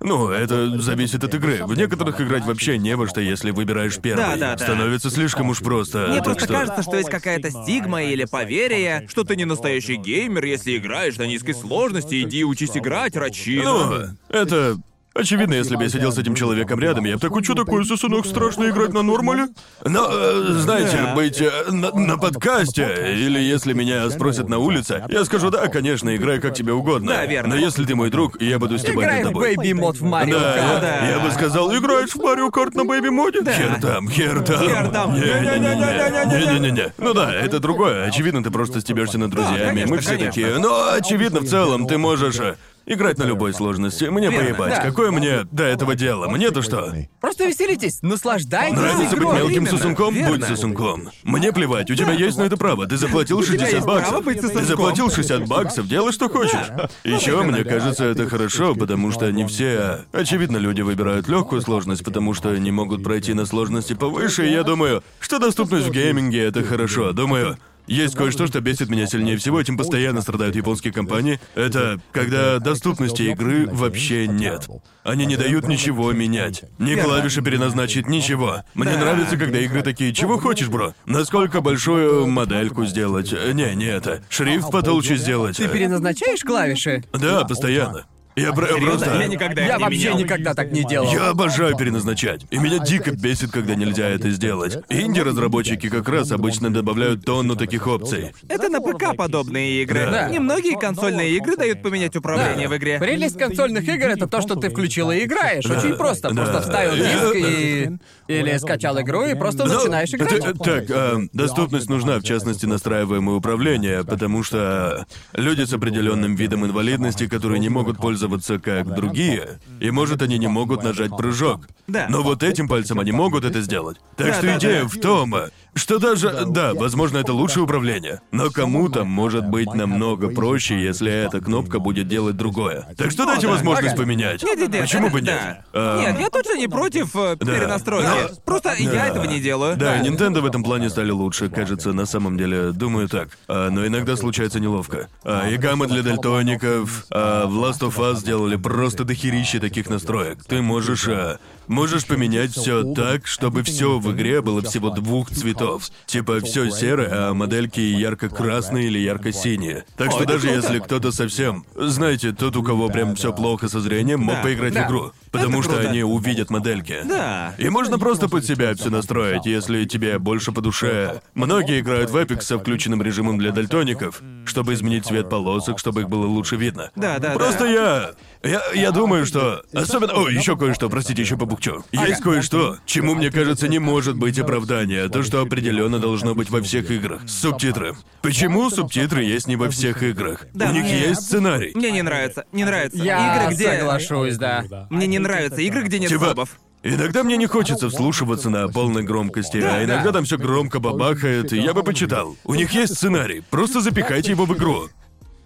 [SPEAKER 3] Ну, это зависит от игры. В некоторых играть вообще не во что, если выбираешь первый.
[SPEAKER 1] Да, да, да.
[SPEAKER 3] Становится слишком уж просто.
[SPEAKER 1] Мне
[SPEAKER 3] так
[SPEAKER 1] просто
[SPEAKER 3] что...
[SPEAKER 1] кажется, что есть какая-то стигма или поверие, что ты не настоящий геймер, если играешь на низкой сложности, иди учись играть,
[SPEAKER 3] Ну,
[SPEAKER 1] рачина.
[SPEAKER 3] это... Очевидно, если бы я сидел с этим человеком рядом, я бы такой, что такое, сосунок, страшно играть на нормале? Но, э, знаете,
[SPEAKER 1] Да.
[SPEAKER 3] быть э, на, на подкасте, или если меня спросят на улице, я скажу, да, конечно, играй как тебе угодно.
[SPEAKER 1] Да, верно.
[SPEAKER 3] Но если ты мой друг, я буду стебать над
[SPEAKER 2] Играем в
[SPEAKER 3] тобой.
[SPEAKER 2] Baby мод в Марио
[SPEAKER 3] Да, я,
[SPEAKER 2] Kart.
[SPEAKER 1] да.
[SPEAKER 3] я бы сказал, играешь в Марио Карт на Бэйби Моде? Хер там, хер там.
[SPEAKER 1] Хер там.
[SPEAKER 3] Не-не-не-не-не-не-не-не. Ну да, это другое. Очевидно, ты просто стебешься над друзьями.
[SPEAKER 1] конечно,
[SPEAKER 3] Мы все
[SPEAKER 1] конечно.
[SPEAKER 3] такие. Но очевидно, в целом, ты можешь э, играть на любой сложности. Мне
[SPEAKER 1] Верно,
[SPEAKER 3] поебать.
[SPEAKER 2] да.
[SPEAKER 3] Какое мне до этого дело? Мне-то что?
[SPEAKER 2] Просто веселитесь, наслаждайтесь
[SPEAKER 3] Нравится быть
[SPEAKER 2] игрой.
[SPEAKER 3] мелким
[SPEAKER 1] именно,
[SPEAKER 3] сосунком? Будь
[SPEAKER 1] верно.
[SPEAKER 3] сосунком. Мне плевать, у тебя есть на это право. Ты заплатил
[SPEAKER 1] тебя
[SPEAKER 3] 60
[SPEAKER 1] есть право
[SPEAKER 3] баксов.
[SPEAKER 1] быть
[SPEAKER 3] Ты
[SPEAKER 1] сосунком.
[SPEAKER 3] заплатил 60 баксов, делай что хочешь. Еще, мне кажется, это хорошо, потому что не все. Очевидно, люди выбирают легкую сложность, потому что не могут пройти на сложности повыше. И я думаю, что доступность в гейминге это хорошо. Думаю. Есть кое-что, что бесит меня сильнее всего, этим постоянно страдают японские компании. Это когда доступности игры вообще нет. Они не дают ничего менять. Ни клавиши переназначить, ничего. Мне нравится, когда игры такие, чего хочешь, бро? Насколько большую модельку сделать? Э, Не, не это. Шрифт потолще сделать.
[SPEAKER 2] Ты переназначаешь клавиши?
[SPEAKER 3] Да, постоянно. Я про- просто...
[SPEAKER 1] Я никогда
[SPEAKER 2] Я
[SPEAKER 1] их не
[SPEAKER 2] вообще
[SPEAKER 1] менял.
[SPEAKER 2] никогда так не делал.
[SPEAKER 3] Я обожаю переназначать. И меня дико бесит, когда нельзя это сделать. Инди-разработчики как раз обычно добавляют тонну таких опций.
[SPEAKER 1] Это на ПК подобные игры.
[SPEAKER 2] Да.
[SPEAKER 1] Немногие консольные игры дают поменять управление в игре.
[SPEAKER 2] Прелесть консольных игр это то, что ты включил и играешь. Очень просто.
[SPEAKER 3] да.
[SPEAKER 2] Просто вставил диск и. Или скачал игру и просто
[SPEAKER 3] Ну,
[SPEAKER 2] начинаешь играть.
[SPEAKER 3] т- Так, э, доступность нужна, в частности, настраиваемое управление, потому что люди с определенным видом инвалидности, которые не могут пользоваться как другие, и может они не могут нажать прыжок.
[SPEAKER 1] Да.
[SPEAKER 3] Но вот этим пальцем они могут это сделать. Так
[SPEAKER 1] Да,
[SPEAKER 3] что
[SPEAKER 1] да,
[SPEAKER 3] идея
[SPEAKER 1] да.
[SPEAKER 3] в том, э, что даже, да, возможно, это лучшее управление, но кому-то может быть намного проще, если эта кнопка будет делать другое. Так что дайте
[SPEAKER 1] да,
[SPEAKER 3] возможность
[SPEAKER 2] ага.
[SPEAKER 3] поменять.
[SPEAKER 1] Не-не-не,
[SPEAKER 3] Почему бы
[SPEAKER 1] это-
[SPEAKER 3] нет?
[SPEAKER 1] да.
[SPEAKER 3] Эм,
[SPEAKER 1] Нет, я точно не против э, перенастройки. Просто я этого не делаю.
[SPEAKER 3] Да, Nintendo в этом плане стали лучше, кажется, на самом деле, думаю так. А, но иногда случается неловко. А, и гамма для дальтоников, а, в Last of Us сделали просто дохерища таких настроек. Ты можешь... а, можешь поменять все так, чтобы все в игре было всего двух цветов. Типа все серое, а модельки ярко-красные или ярко-синие. Так что даже если кто-то совсем... Знаете, тот, у кого прям все плохо со зрением, мог
[SPEAKER 1] Да.
[SPEAKER 3] поиграть в
[SPEAKER 2] Да.
[SPEAKER 3] игру. Потому что
[SPEAKER 1] круто.
[SPEAKER 3] они увидят модельки.
[SPEAKER 1] Да.
[SPEAKER 3] И можно просто под себя все настроить, если тебе больше по душе. Многие играют в Apex со включенным режимом для дальтоников, чтобы изменить цвет полосок, чтобы их было лучше видно.
[SPEAKER 1] Да, да, да.
[SPEAKER 3] Просто я Да. Я, я думаю, что... Особенно... О, еще кое-что, простите, еще побухчу. Есть кое-что, чему, мне кажется, не может быть оправдания, то, что определенно должно быть во всех играх. Субтитры. Почему субтитры есть не во всех играх?
[SPEAKER 1] Да,
[SPEAKER 3] У них
[SPEAKER 1] мне-
[SPEAKER 3] есть сценарий.
[SPEAKER 1] Мне не нравится, не нравится.
[SPEAKER 2] Я
[SPEAKER 1] игры, где...
[SPEAKER 2] соглашусь, да.
[SPEAKER 1] Мне не нравятся игры, где нет
[SPEAKER 3] Типа,
[SPEAKER 1] слабов.
[SPEAKER 3] Иногда мне не хочется вслушиваться на полной громкости, а иногда там все громко бабахает, и я бы почитал. У них есть сценарий, просто запихайте его в игру.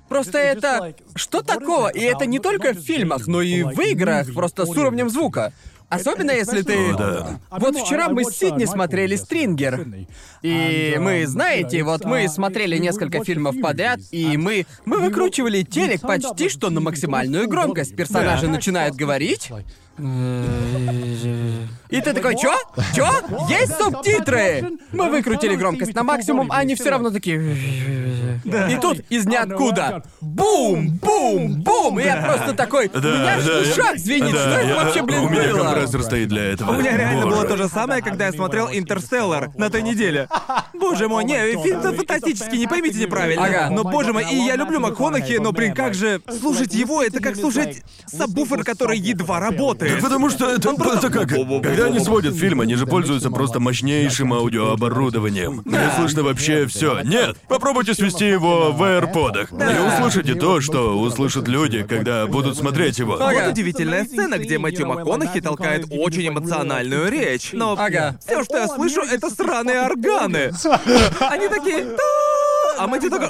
[SPEAKER 2] Просто это... Что такого? И это не только в фильмах, но и в играх, просто с уровнем звука. Особенно если ты...
[SPEAKER 3] О, да.
[SPEAKER 2] Вот вчера мы с Сидни смотрели «Стрингер». И
[SPEAKER 6] um,
[SPEAKER 2] мы, знаете, вот
[SPEAKER 6] uh,
[SPEAKER 2] мы смотрели несколько фильмов подряд, и мы... Мы выкручивали телек почти что на максимальную громкость. Персонажи начинают говорить. И ты такой, чё? Чё? Есть субтитры! Мы выкрутили громкость на максимум, а они все равно такие... И тут из ниоткуда бум, бум, бум, и я просто такой, у меня
[SPEAKER 3] да,
[SPEAKER 2] аж в
[SPEAKER 3] я-
[SPEAKER 2] ушах звенит, что
[SPEAKER 3] Да,
[SPEAKER 2] это
[SPEAKER 3] я-
[SPEAKER 2] вообще, блин,
[SPEAKER 3] У меня
[SPEAKER 2] было?
[SPEAKER 3] компрессор стоит для этого.
[SPEAKER 1] У меня реально было
[SPEAKER 3] Боже.
[SPEAKER 1] то же самое, когда я смотрел «Интерстеллар» на той неделе. Боже мой, не, фильм-то фантастический, не поймите неправильно.
[SPEAKER 2] Ага.
[SPEAKER 1] Но, боже мой, и я люблю МакКонахи, но, блин, как же... Слушать его — это как слушать сабвуфер, который едва
[SPEAKER 3] Так
[SPEAKER 1] работает.
[SPEAKER 3] потому что это, это как... Когда они сводят фильм, они же пользуются просто мощнейшим аудиооборудованием. Не слышно вообще все. Нет, попробуйте свести его в AirPod'ах. И услышите то, что услышат люди, когда будут смотреть его.
[SPEAKER 1] Вот
[SPEAKER 2] Ага.
[SPEAKER 1] удивительная сцена, где Мэтью МакКонахи толкает очень эмоциональную речь. Но
[SPEAKER 2] Ага.
[SPEAKER 1] все, что я слышу, это сраные органы. Они такие... «Та-а-а», А Мэтью такой...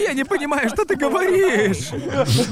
[SPEAKER 1] Я не понимаю, что ты говоришь.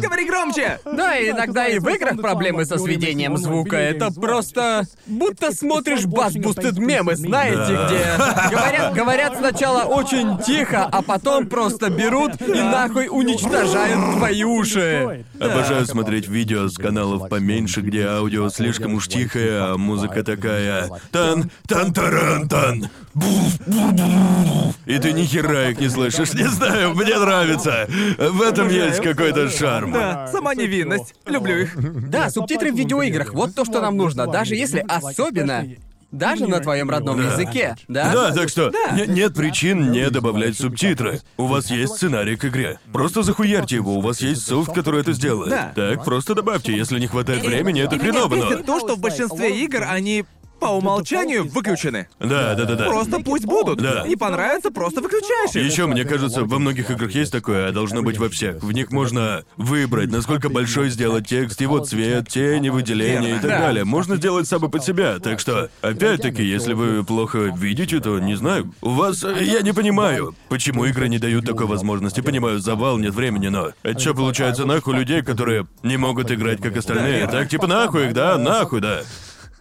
[SPEAKER 1] Говори громче.
[SPEAKER 2] Да, и иногда и в играх проблемы со сведением звука. Это просто... Будто смотришь бас-бустед мемы, знаете, где... Говорят, говорят сначала очень тихо, а потом просто берут и нахуй уничтожают твои уши.
[SPEAKER 3] Обожаю смотреть видео с каналов поменьше, где аудио слишком уж тихое, а музыка такая тан тан таран тан буф, буф, буф. И ты ни хера их не слышишь, не знаю, мне нравится. В этом есть какой-то шарм.
[SPEAKER 1] Да, сама невинность. Люблю их.
[SPEAKER 2] Да, субтитры в видеоиграх. Вот то, что нам нужно. Даже если особенно... Даже на твоем родном
[SPEAKER 3] Да.
[SPEAKER 2] языке, да?
[SPEAKER 3] Да, так что не- нет причин не добавлять субтитры. У вас есть сценарий к игре. Просто захуярьте его, у вас есть софт, который это сделает.
[SPEAKER 1] Да.
[SPEAKER 3] Так, просто добавьте, если не хватает времени, это
[SPEAKER 1] И меня
[SPEAKER 3] хреново, но...
[SPEAKER 1] бесит то, что в большинстве игр они по умолчанию выключены.
[SPEAKER 3] Да, да, да, да.
[SPEAKER 1] Просто пусть будут.
[SPEAKER 3] Да.
[SPEAKER 1] Не понравится, просто выключаешь их.
[SPEAKER 3] Еще, мне кажется, во многих играх есть такое, а должно быть во всех. В них можно выбрать, насколько большой сделать текст, его цвет, тени, выделения и так
[SPEAKER 2] Да.
[SPEAKER 3] далее. Можно сделать сабы под себя, так что, опять-таки, если вы плохо видите, то не знаю. У вас... э, Я не понимаю, почему игры не дают такой возможности. Понимаю, завал, нет времени, но... Это что, получается, нахуй людей, которые не могут играть, как остальные? Так, типа, нахуй их, да? Нахуй, да.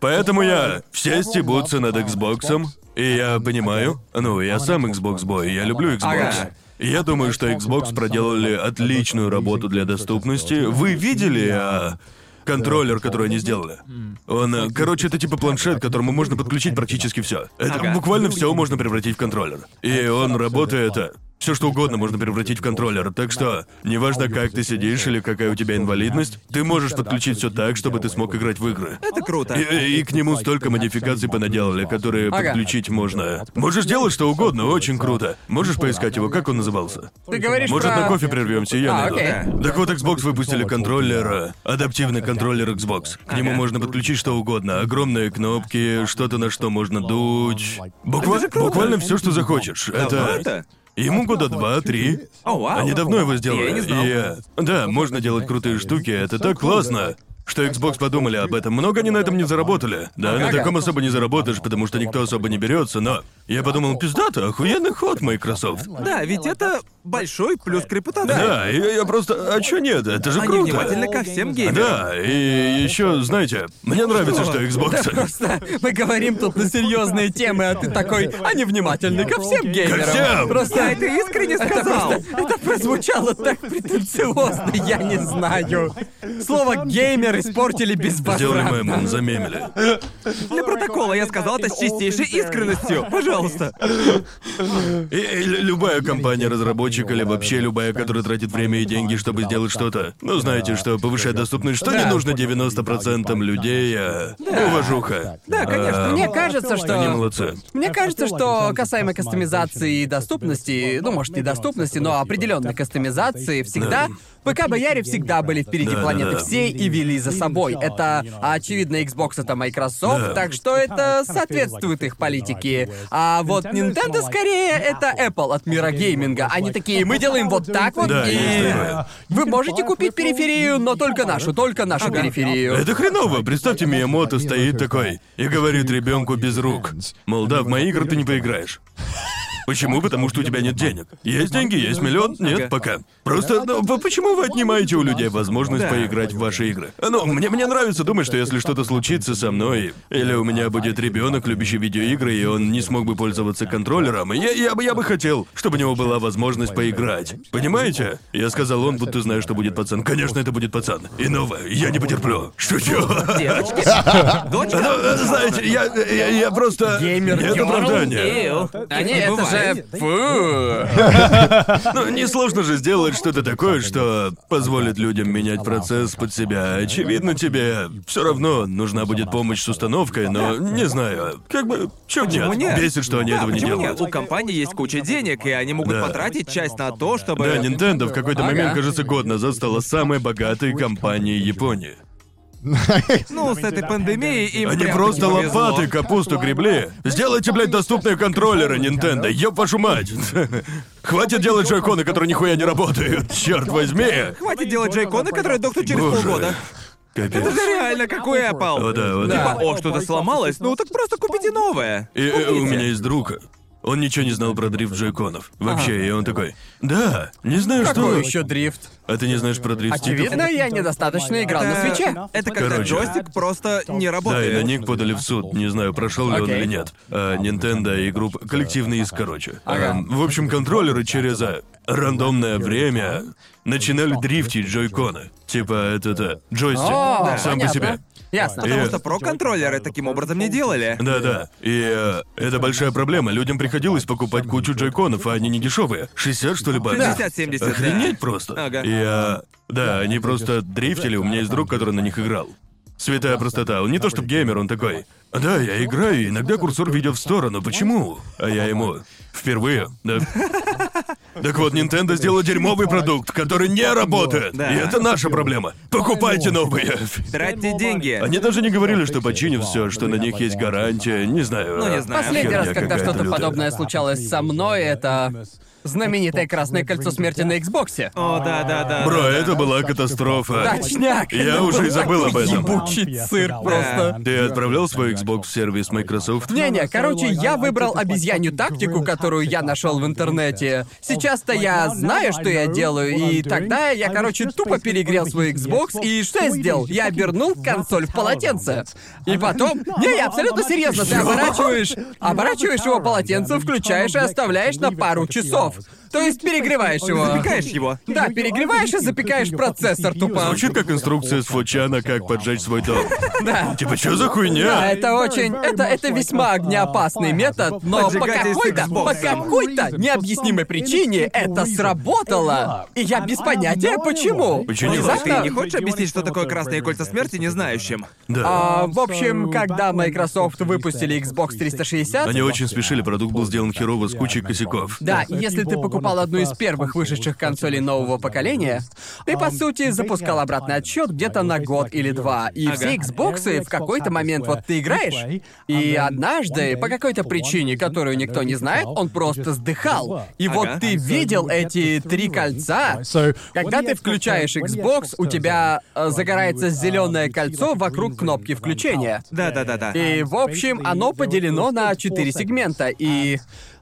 [SPEAKER 3] Поэтому я... Все стебутся над Xbox, и я понимаю. Ну, я сам Xbox бой, я люблю Xbox.
[SPEAKER 2] Ага.
[SPEAKER 3] Я думаю, что Xbox проделали отличную работу для доступности. Вы видели а, контроллер, который они сделали? Он, а, короче, это типа планшет, к которому можно подключить практически все. Это
[SPEAKER 1] Ага.
[SPEAKER 3] буквально все можно превратить в контроллер. И он работает. Все что угодно можно превратить в контроллер, так что неважно, как ты сидишь или какая у тебя инвалидность, ты можешь подключить все так, чтобы ты смог играть в игры.
[SPEAKER 1] Это круто.
[SPEAKER 3] И, и к нему столько модификаций понаделали, которые
[SPEAKER 2] Ага.
[SPEAKER 3] подключить можно. Можешь делать что угодно, очень круто. Можешь поискать его, как он назывался?
[SPEAKER 2] Ты говоришь
[SPEAKER 3] Может,
[SPEAKER 2] про...
[SPEAKER 3] на кофе прервемся, и я
[SPEAKER 2] А,
[SPEAKER 3] найду.
[SPEAKER 2] окей.
[SPEAKER 3] Так вот, Xbox выпустили контроллер, э, адаптивный контроллер Xbox. К нему можно подключить что угодно, огромные кнопки, что-то на что можно дуть. Буква-
[SPEAKER 1] Это же круто.
[SPEAKER 3] Буквально все, что захочешь.
[SPEAKER 1] Давно
[SPEAKER 3] Это...
[SPEAKER 1] это?
[SPEAKER 3] Ему года два-три.
[SPEAKER 1] О, вау.
[SPEAKER 3] Они давно его сделали.
[SPEAKER 1] А, Я не знал.
[SPEAKER 3] И, э, да, можно делать крутые штуки, это так классно. Что Xbox подумали об этом, много они на этом не заработали. Да, на
[SPEAKER 2] Ага.
[SPEAKER 3] таком особо не заработаешь, потому что никто особо не берется, но я подумал, пиздато, охуенный ход, Microsoft.
[SPEAKER 1] Да, ведь это большой плюс к репутации.
[SPEAKER 3] Да, и я просто. А чё нет? Это же
[SPEAKER 1] Они
[SPEAKER 3] круто.
[SPEAKER 1] внимательны ко всем геймерам.
[SPEAKER 3] Да, и еще, знаете, мне нравится, что Xbox.
[SPEAKER 2] Просто мы говорим тут на серьезные темы, а ты такой, они внимательны ко всем геймерам.
[SPEAKER 3] Ко всем!
[SPEAKER 2] Просто
[SPEAKER 1] Я это искренне сказал.
[SPEAKER 2] Это, просто- это прозвучало (laughs) так претенциозно, я не знаю. Слово геймер испортили
[SPEAKER 3] Сделали
[SPEAKER 2] безвозвратно.
[SPEAKER 3] мем, замемили.
[SPEAKER 1] Для протокола я сказал это с чистейшей искренностью. Пожалуйста.
[SPEAKER 3] И, и лю- любая компания разработчик или вообще любая, которая тратит время и деньги, чтобы сделать что-то. Ну, знаете, что повышать доступность, что не
[SPEAKER 2] Да.
[SPEAKER 3] нужно 90% людей, а... Уважуха.
[SPEAKER 2] Да, конечно.
[SPEAKER 3] А,
[SPEAKER 2] Мне кажется, что...
[SPEAKER 3] Они молодцы.
[SPEAKER 2] Мне кажется, что касаемо кастомизации и доступности, ну, может, не доступности, но определенной кастомизации всегда... ПК-бояре всегда были впереди
[SPEAKER 3] Да,
[SPEAKER 2] планеты
[SPEAKER 3] да.
[SPEAKER 2] всей и вели за собой. Это, а, очевидно, Xbox это Microsoft,
[SPEAKER 3] Да.
[SPEAKER 2] так что это соответствует их политике. А вот Nintendo скорее это Apple от мира гейминга. Они такие, мы делаем вот так вот
[SPEAKER 3] Да, есть
[SPEAKER 2] и...
[SPEAKER 3] такое.
[SPEAKER 2] Вы можете купить периферию, но только нашу, только нашу периферию.
[SPEAKER 3] Это хреново. Представьте, Миямото стоит такой и говорит ребенку без рук. Мол, да, в мои игры ты не поиграешь. Почему? Потому что у тебя нет денег. Есть деньги, есть миллион, нет,
[SPEAKER 1] Ага.
[SPEAKER 3] пока. Просто, ну, п- почему вы отнимаете у людей возможность
[SPEAKER 1] Да.
[SPEAKER 3] поиграть в ваши игры? Ну, мне, мне нравится думать, что если что-то случится со мной, или у меня будет ребенок, любящий видеоигры, и он не смог бы пользоваться контроллером, я, я, бы, я бы хотел, чтобы у него была возможность поиграть. Понимаете? Я сказал, он будто знаю, что будет пацан. Конечно, это будет пацан. Иного я не потерплю. Шучу. (laughs)
[SPEAKER 1] Девочки,
[SPEAKER 3] Ну, (laughs)
[SPEAKER 1] дочка.
[SPEAKER 3] э, знаете, я, я, я просто...
[SPEAKER 2] Геймер
[SPEAKER 3] Нет
[SPEAKER 2] Герл.
[SPEAKER 3] оправдания.
[SPEAKER 1] Эу,
[SPEAKER 2] Они,
[SPEAKER 1] не
[SPEAKER 2] А это
[SPEAKER 1] бывает.
[SPEAKER 2] же... Фу.
[SPEAKER 3] Ну, несложно же сделать что-то такое, что позволит людям менять процесс под себя. Очевидно, тебе все равно нужна будет помощь с установкой, но не знаю. Как бы, чё
[SPEAKER 1] Почему
[SPEAKER 3] нет?
[SPEAKER 1] нет?
[SPEAKER 3] Бесит, что они
[SPEAKER 1] Да,
[SPEAKER 3] этого не
[SPEAKER 1] почему
[SPEAKER 3] делают.
[SPEAKER 1] нет? У компании есть куча денег, и они могут
[SPEAKER 3] Да.
[SPEAKER 1] потратить часть на то, чтобы...
[SPEAKER 3] Да, Nintendo в какой-то
[SPEAKER 2] Ага.
[SPEAKER 3] момент, кажется, год назад стала самой богатой компанией Японии.
[SPEAKER 1] Ну, с этой пандемией им
[SPEAKER 3] Они
[SPEAKER 1] прям-таки
[SPEAKER 3] просто
[SPEAKER 1] повезло.
[SPEAKER 3] лопаты капусту гребли. Сделайте, блядь, доступные контроллеры, Nintendo. Ёб вашу мать. Хватит делать джойконы, которые нихуя не работают. Черт возьми.
[SPEAKER 1] Хватит делать джейконы, которые дохнут через
[SPEAKER 3] Боже.
[SPEAKER 1] полгода. Это
[SPEAKER 3] Капец.
[SPEAKER 1] же реально, как у Apple.
[SPEAKER 3] О, да, о, да.
[SPEAKER 1] Типа, о, что-то сломалось, ну так просто купите новое.
[SPEAKER 3] И э, у меня есть друг. Он ничего не знал про дрифт джойконов. Вообще, и он такой, да, не знаю, что...
[SPEAKER 2] Какой еще дрифт?
[SPEAKER 3] А ты не знаешь про дрифт стиков?
[SPEAKER 2] Очевидно, я недостаточно играл на
[SPEAKER 1] Это-
[SPEAKER 2] свече.
[SPEAKER 1] Это когда
[SPEAKER 3] Короче.
[SPEAKER 1] джойстик просто не
[SPEAKER 3] Да, и на
[SPEAKER 1] работает.
[SPEAKER 3] них подали в суд. Не знаю, прошел ли он
[SPEAKER 2] Окей.
[SPEAKER 3] или нет. А, Nintendo и группа коллективный иск, короче. Эм, в общем, контроллеры через а, рандомное время начинали дрифтить джойконы. Типа этот а, джойстик
[SPEAKER 2] О,
[SPEAKER 3] сам
[SPEAKER 2] понятно.
[SPEAKER 3] по себе.
[SPEAKER 2] Ясно.
[SPEAKER 3] И-
[SPEAKER 1] Потому что про-контроллеры таким образом не делали.
[SPEAKER 3] Да, да. И э, это большая проблема. Людям приходилось покупать кучу джойконов, а они не дешевые. 60 что ли баксов?
[SPEAKER 1] 60-70, да.
[SPEAKER 3] Охренеть просто.
[SPEAKER 1] Ага.
[SPEAKER 3] И э, да, они просто дрифтили. У меня есть друг, который на них играл. Святая простота. Он не то чтобы геймер, он такой. Да, я играю, и иногда курсор ведет в сторону. Почему? А я ему. Впервые, да. Так вот, Nintendo сделала дерьмовый продукт, который не работает.
[SPEAKER 1] Да.
[SPEAKER 3] И это наша проблема. Покупайте новые.
[SPEAKER 1] Тратьте деньги.
[SPEAKER 3] Они даже не говорили, что починят все, что на них есть гарантия, не знаю.
[SPEAKER 1] Ну, не
[SPEAKER 3] а,
[SPEAKER 1] знаю.
[SPEAKER 2] Последний
[SPEAKER 3] херня
[SPEAKER 2] раз, когда
[SPEAKER 3] какая-то
[SPEAKER 2] что-то
[SPEAKER 3] лютая.
[SPEAKER 2] подобное случалось со мной, это знаменитое красное кольцо смерти на Xbox.
[SPEAKER 1] О, да, да, да.
[SPEAKER 3] Бро,
[SPEAKER 1] да,
[SPEAKER 3] это была катастрофа.
[SPEAKER 2] Точняк!
[SPEAKER 3] Я уже и забыл об этом.
[SPEAKER 2] Ебучий цирк просто.
[SPEAKER 3] Ты отправлял свой Xbox в сервис Microsoft?
[SPEAKER 2] Не-не, короче, я выбрал обезьянью тактику, которую я нашел в интернете. Сейчас-то я знаю, что я делаю, и тогда я, короче, тупо перегрел свой Xbox, и что я сделал? Я обернул консоль в полотенце. И потом... Не, я абсолютно серьезно, ты оборачиваешь... Оборачиваешь его полотенцем, включаешь и оставляешь на пару часов. То есть перегреваешь его.
[SPEAKER 6] (laughs)
[SPEAKER 1] Запекаешь его.
[SPEAKER 2] Да, перегреваешь и запекаешь процессор тупо.
[SPEAKER 3] Звучит как инструкция с Фочана, как поджечь свой дом.
[SPEAKER 2] Да.
[SPEAKER 3] Типа, что за
[SPEAKER 2] Да,
[SPEAKER 3] хуйня?
[SPEAKER 2] это очень... Это, это
[SPEAKER 1] А,
[SPEAKER 2] весьма огнеопасный метод, но по
[SPEAKER 1] Поджигатель с
[SPEAKER 2] какой-то, по
[SPEAKER 1] Xbox.
[SPEAKER 2] какой-то необъяснимой причине это сработало. И я без понятия, почему.
[SPEAKER 3] Почему?
[SPEAKER 1] Слушай,
[SPEAKER 2] Внезапно-
[SPEAKER 1] ты не хочешь объяснить, что такое красные кольца смерти незнающим?
[SPEAKER 3] Да.
[SPEAKER 2] А, в общем, когда Microsoft выпустили Xbox 360,
[SPEAKER 3] Они очень спешили, продукт был сделан херово с кучей косяков.
[SPEAKER 2] Да, и если ты покупал одну из первых вышедших консолей нового поколения, ты, по сути, запускал обратный отсчет где-то на год или два. И все Xbox а в какой-то момент вот ты играешь, и однажды, по какой-то причине, которую никто не знает, он просто сдыхал. И вот
[SPEAKER 1] Ага.
[SPEAKER 2] ты видел эти три кольца. Когда ты включаешь Xbox, у тебя э,
[SPEAKER 6] uh,
[SPEAKER 2] загорается зеленое кольцо вокруг кнопки включения.
[SPEAKER 1] Да-да-да-да.
[SPEAKER 2] И, в общем, оно поделено на четыре сегмента. И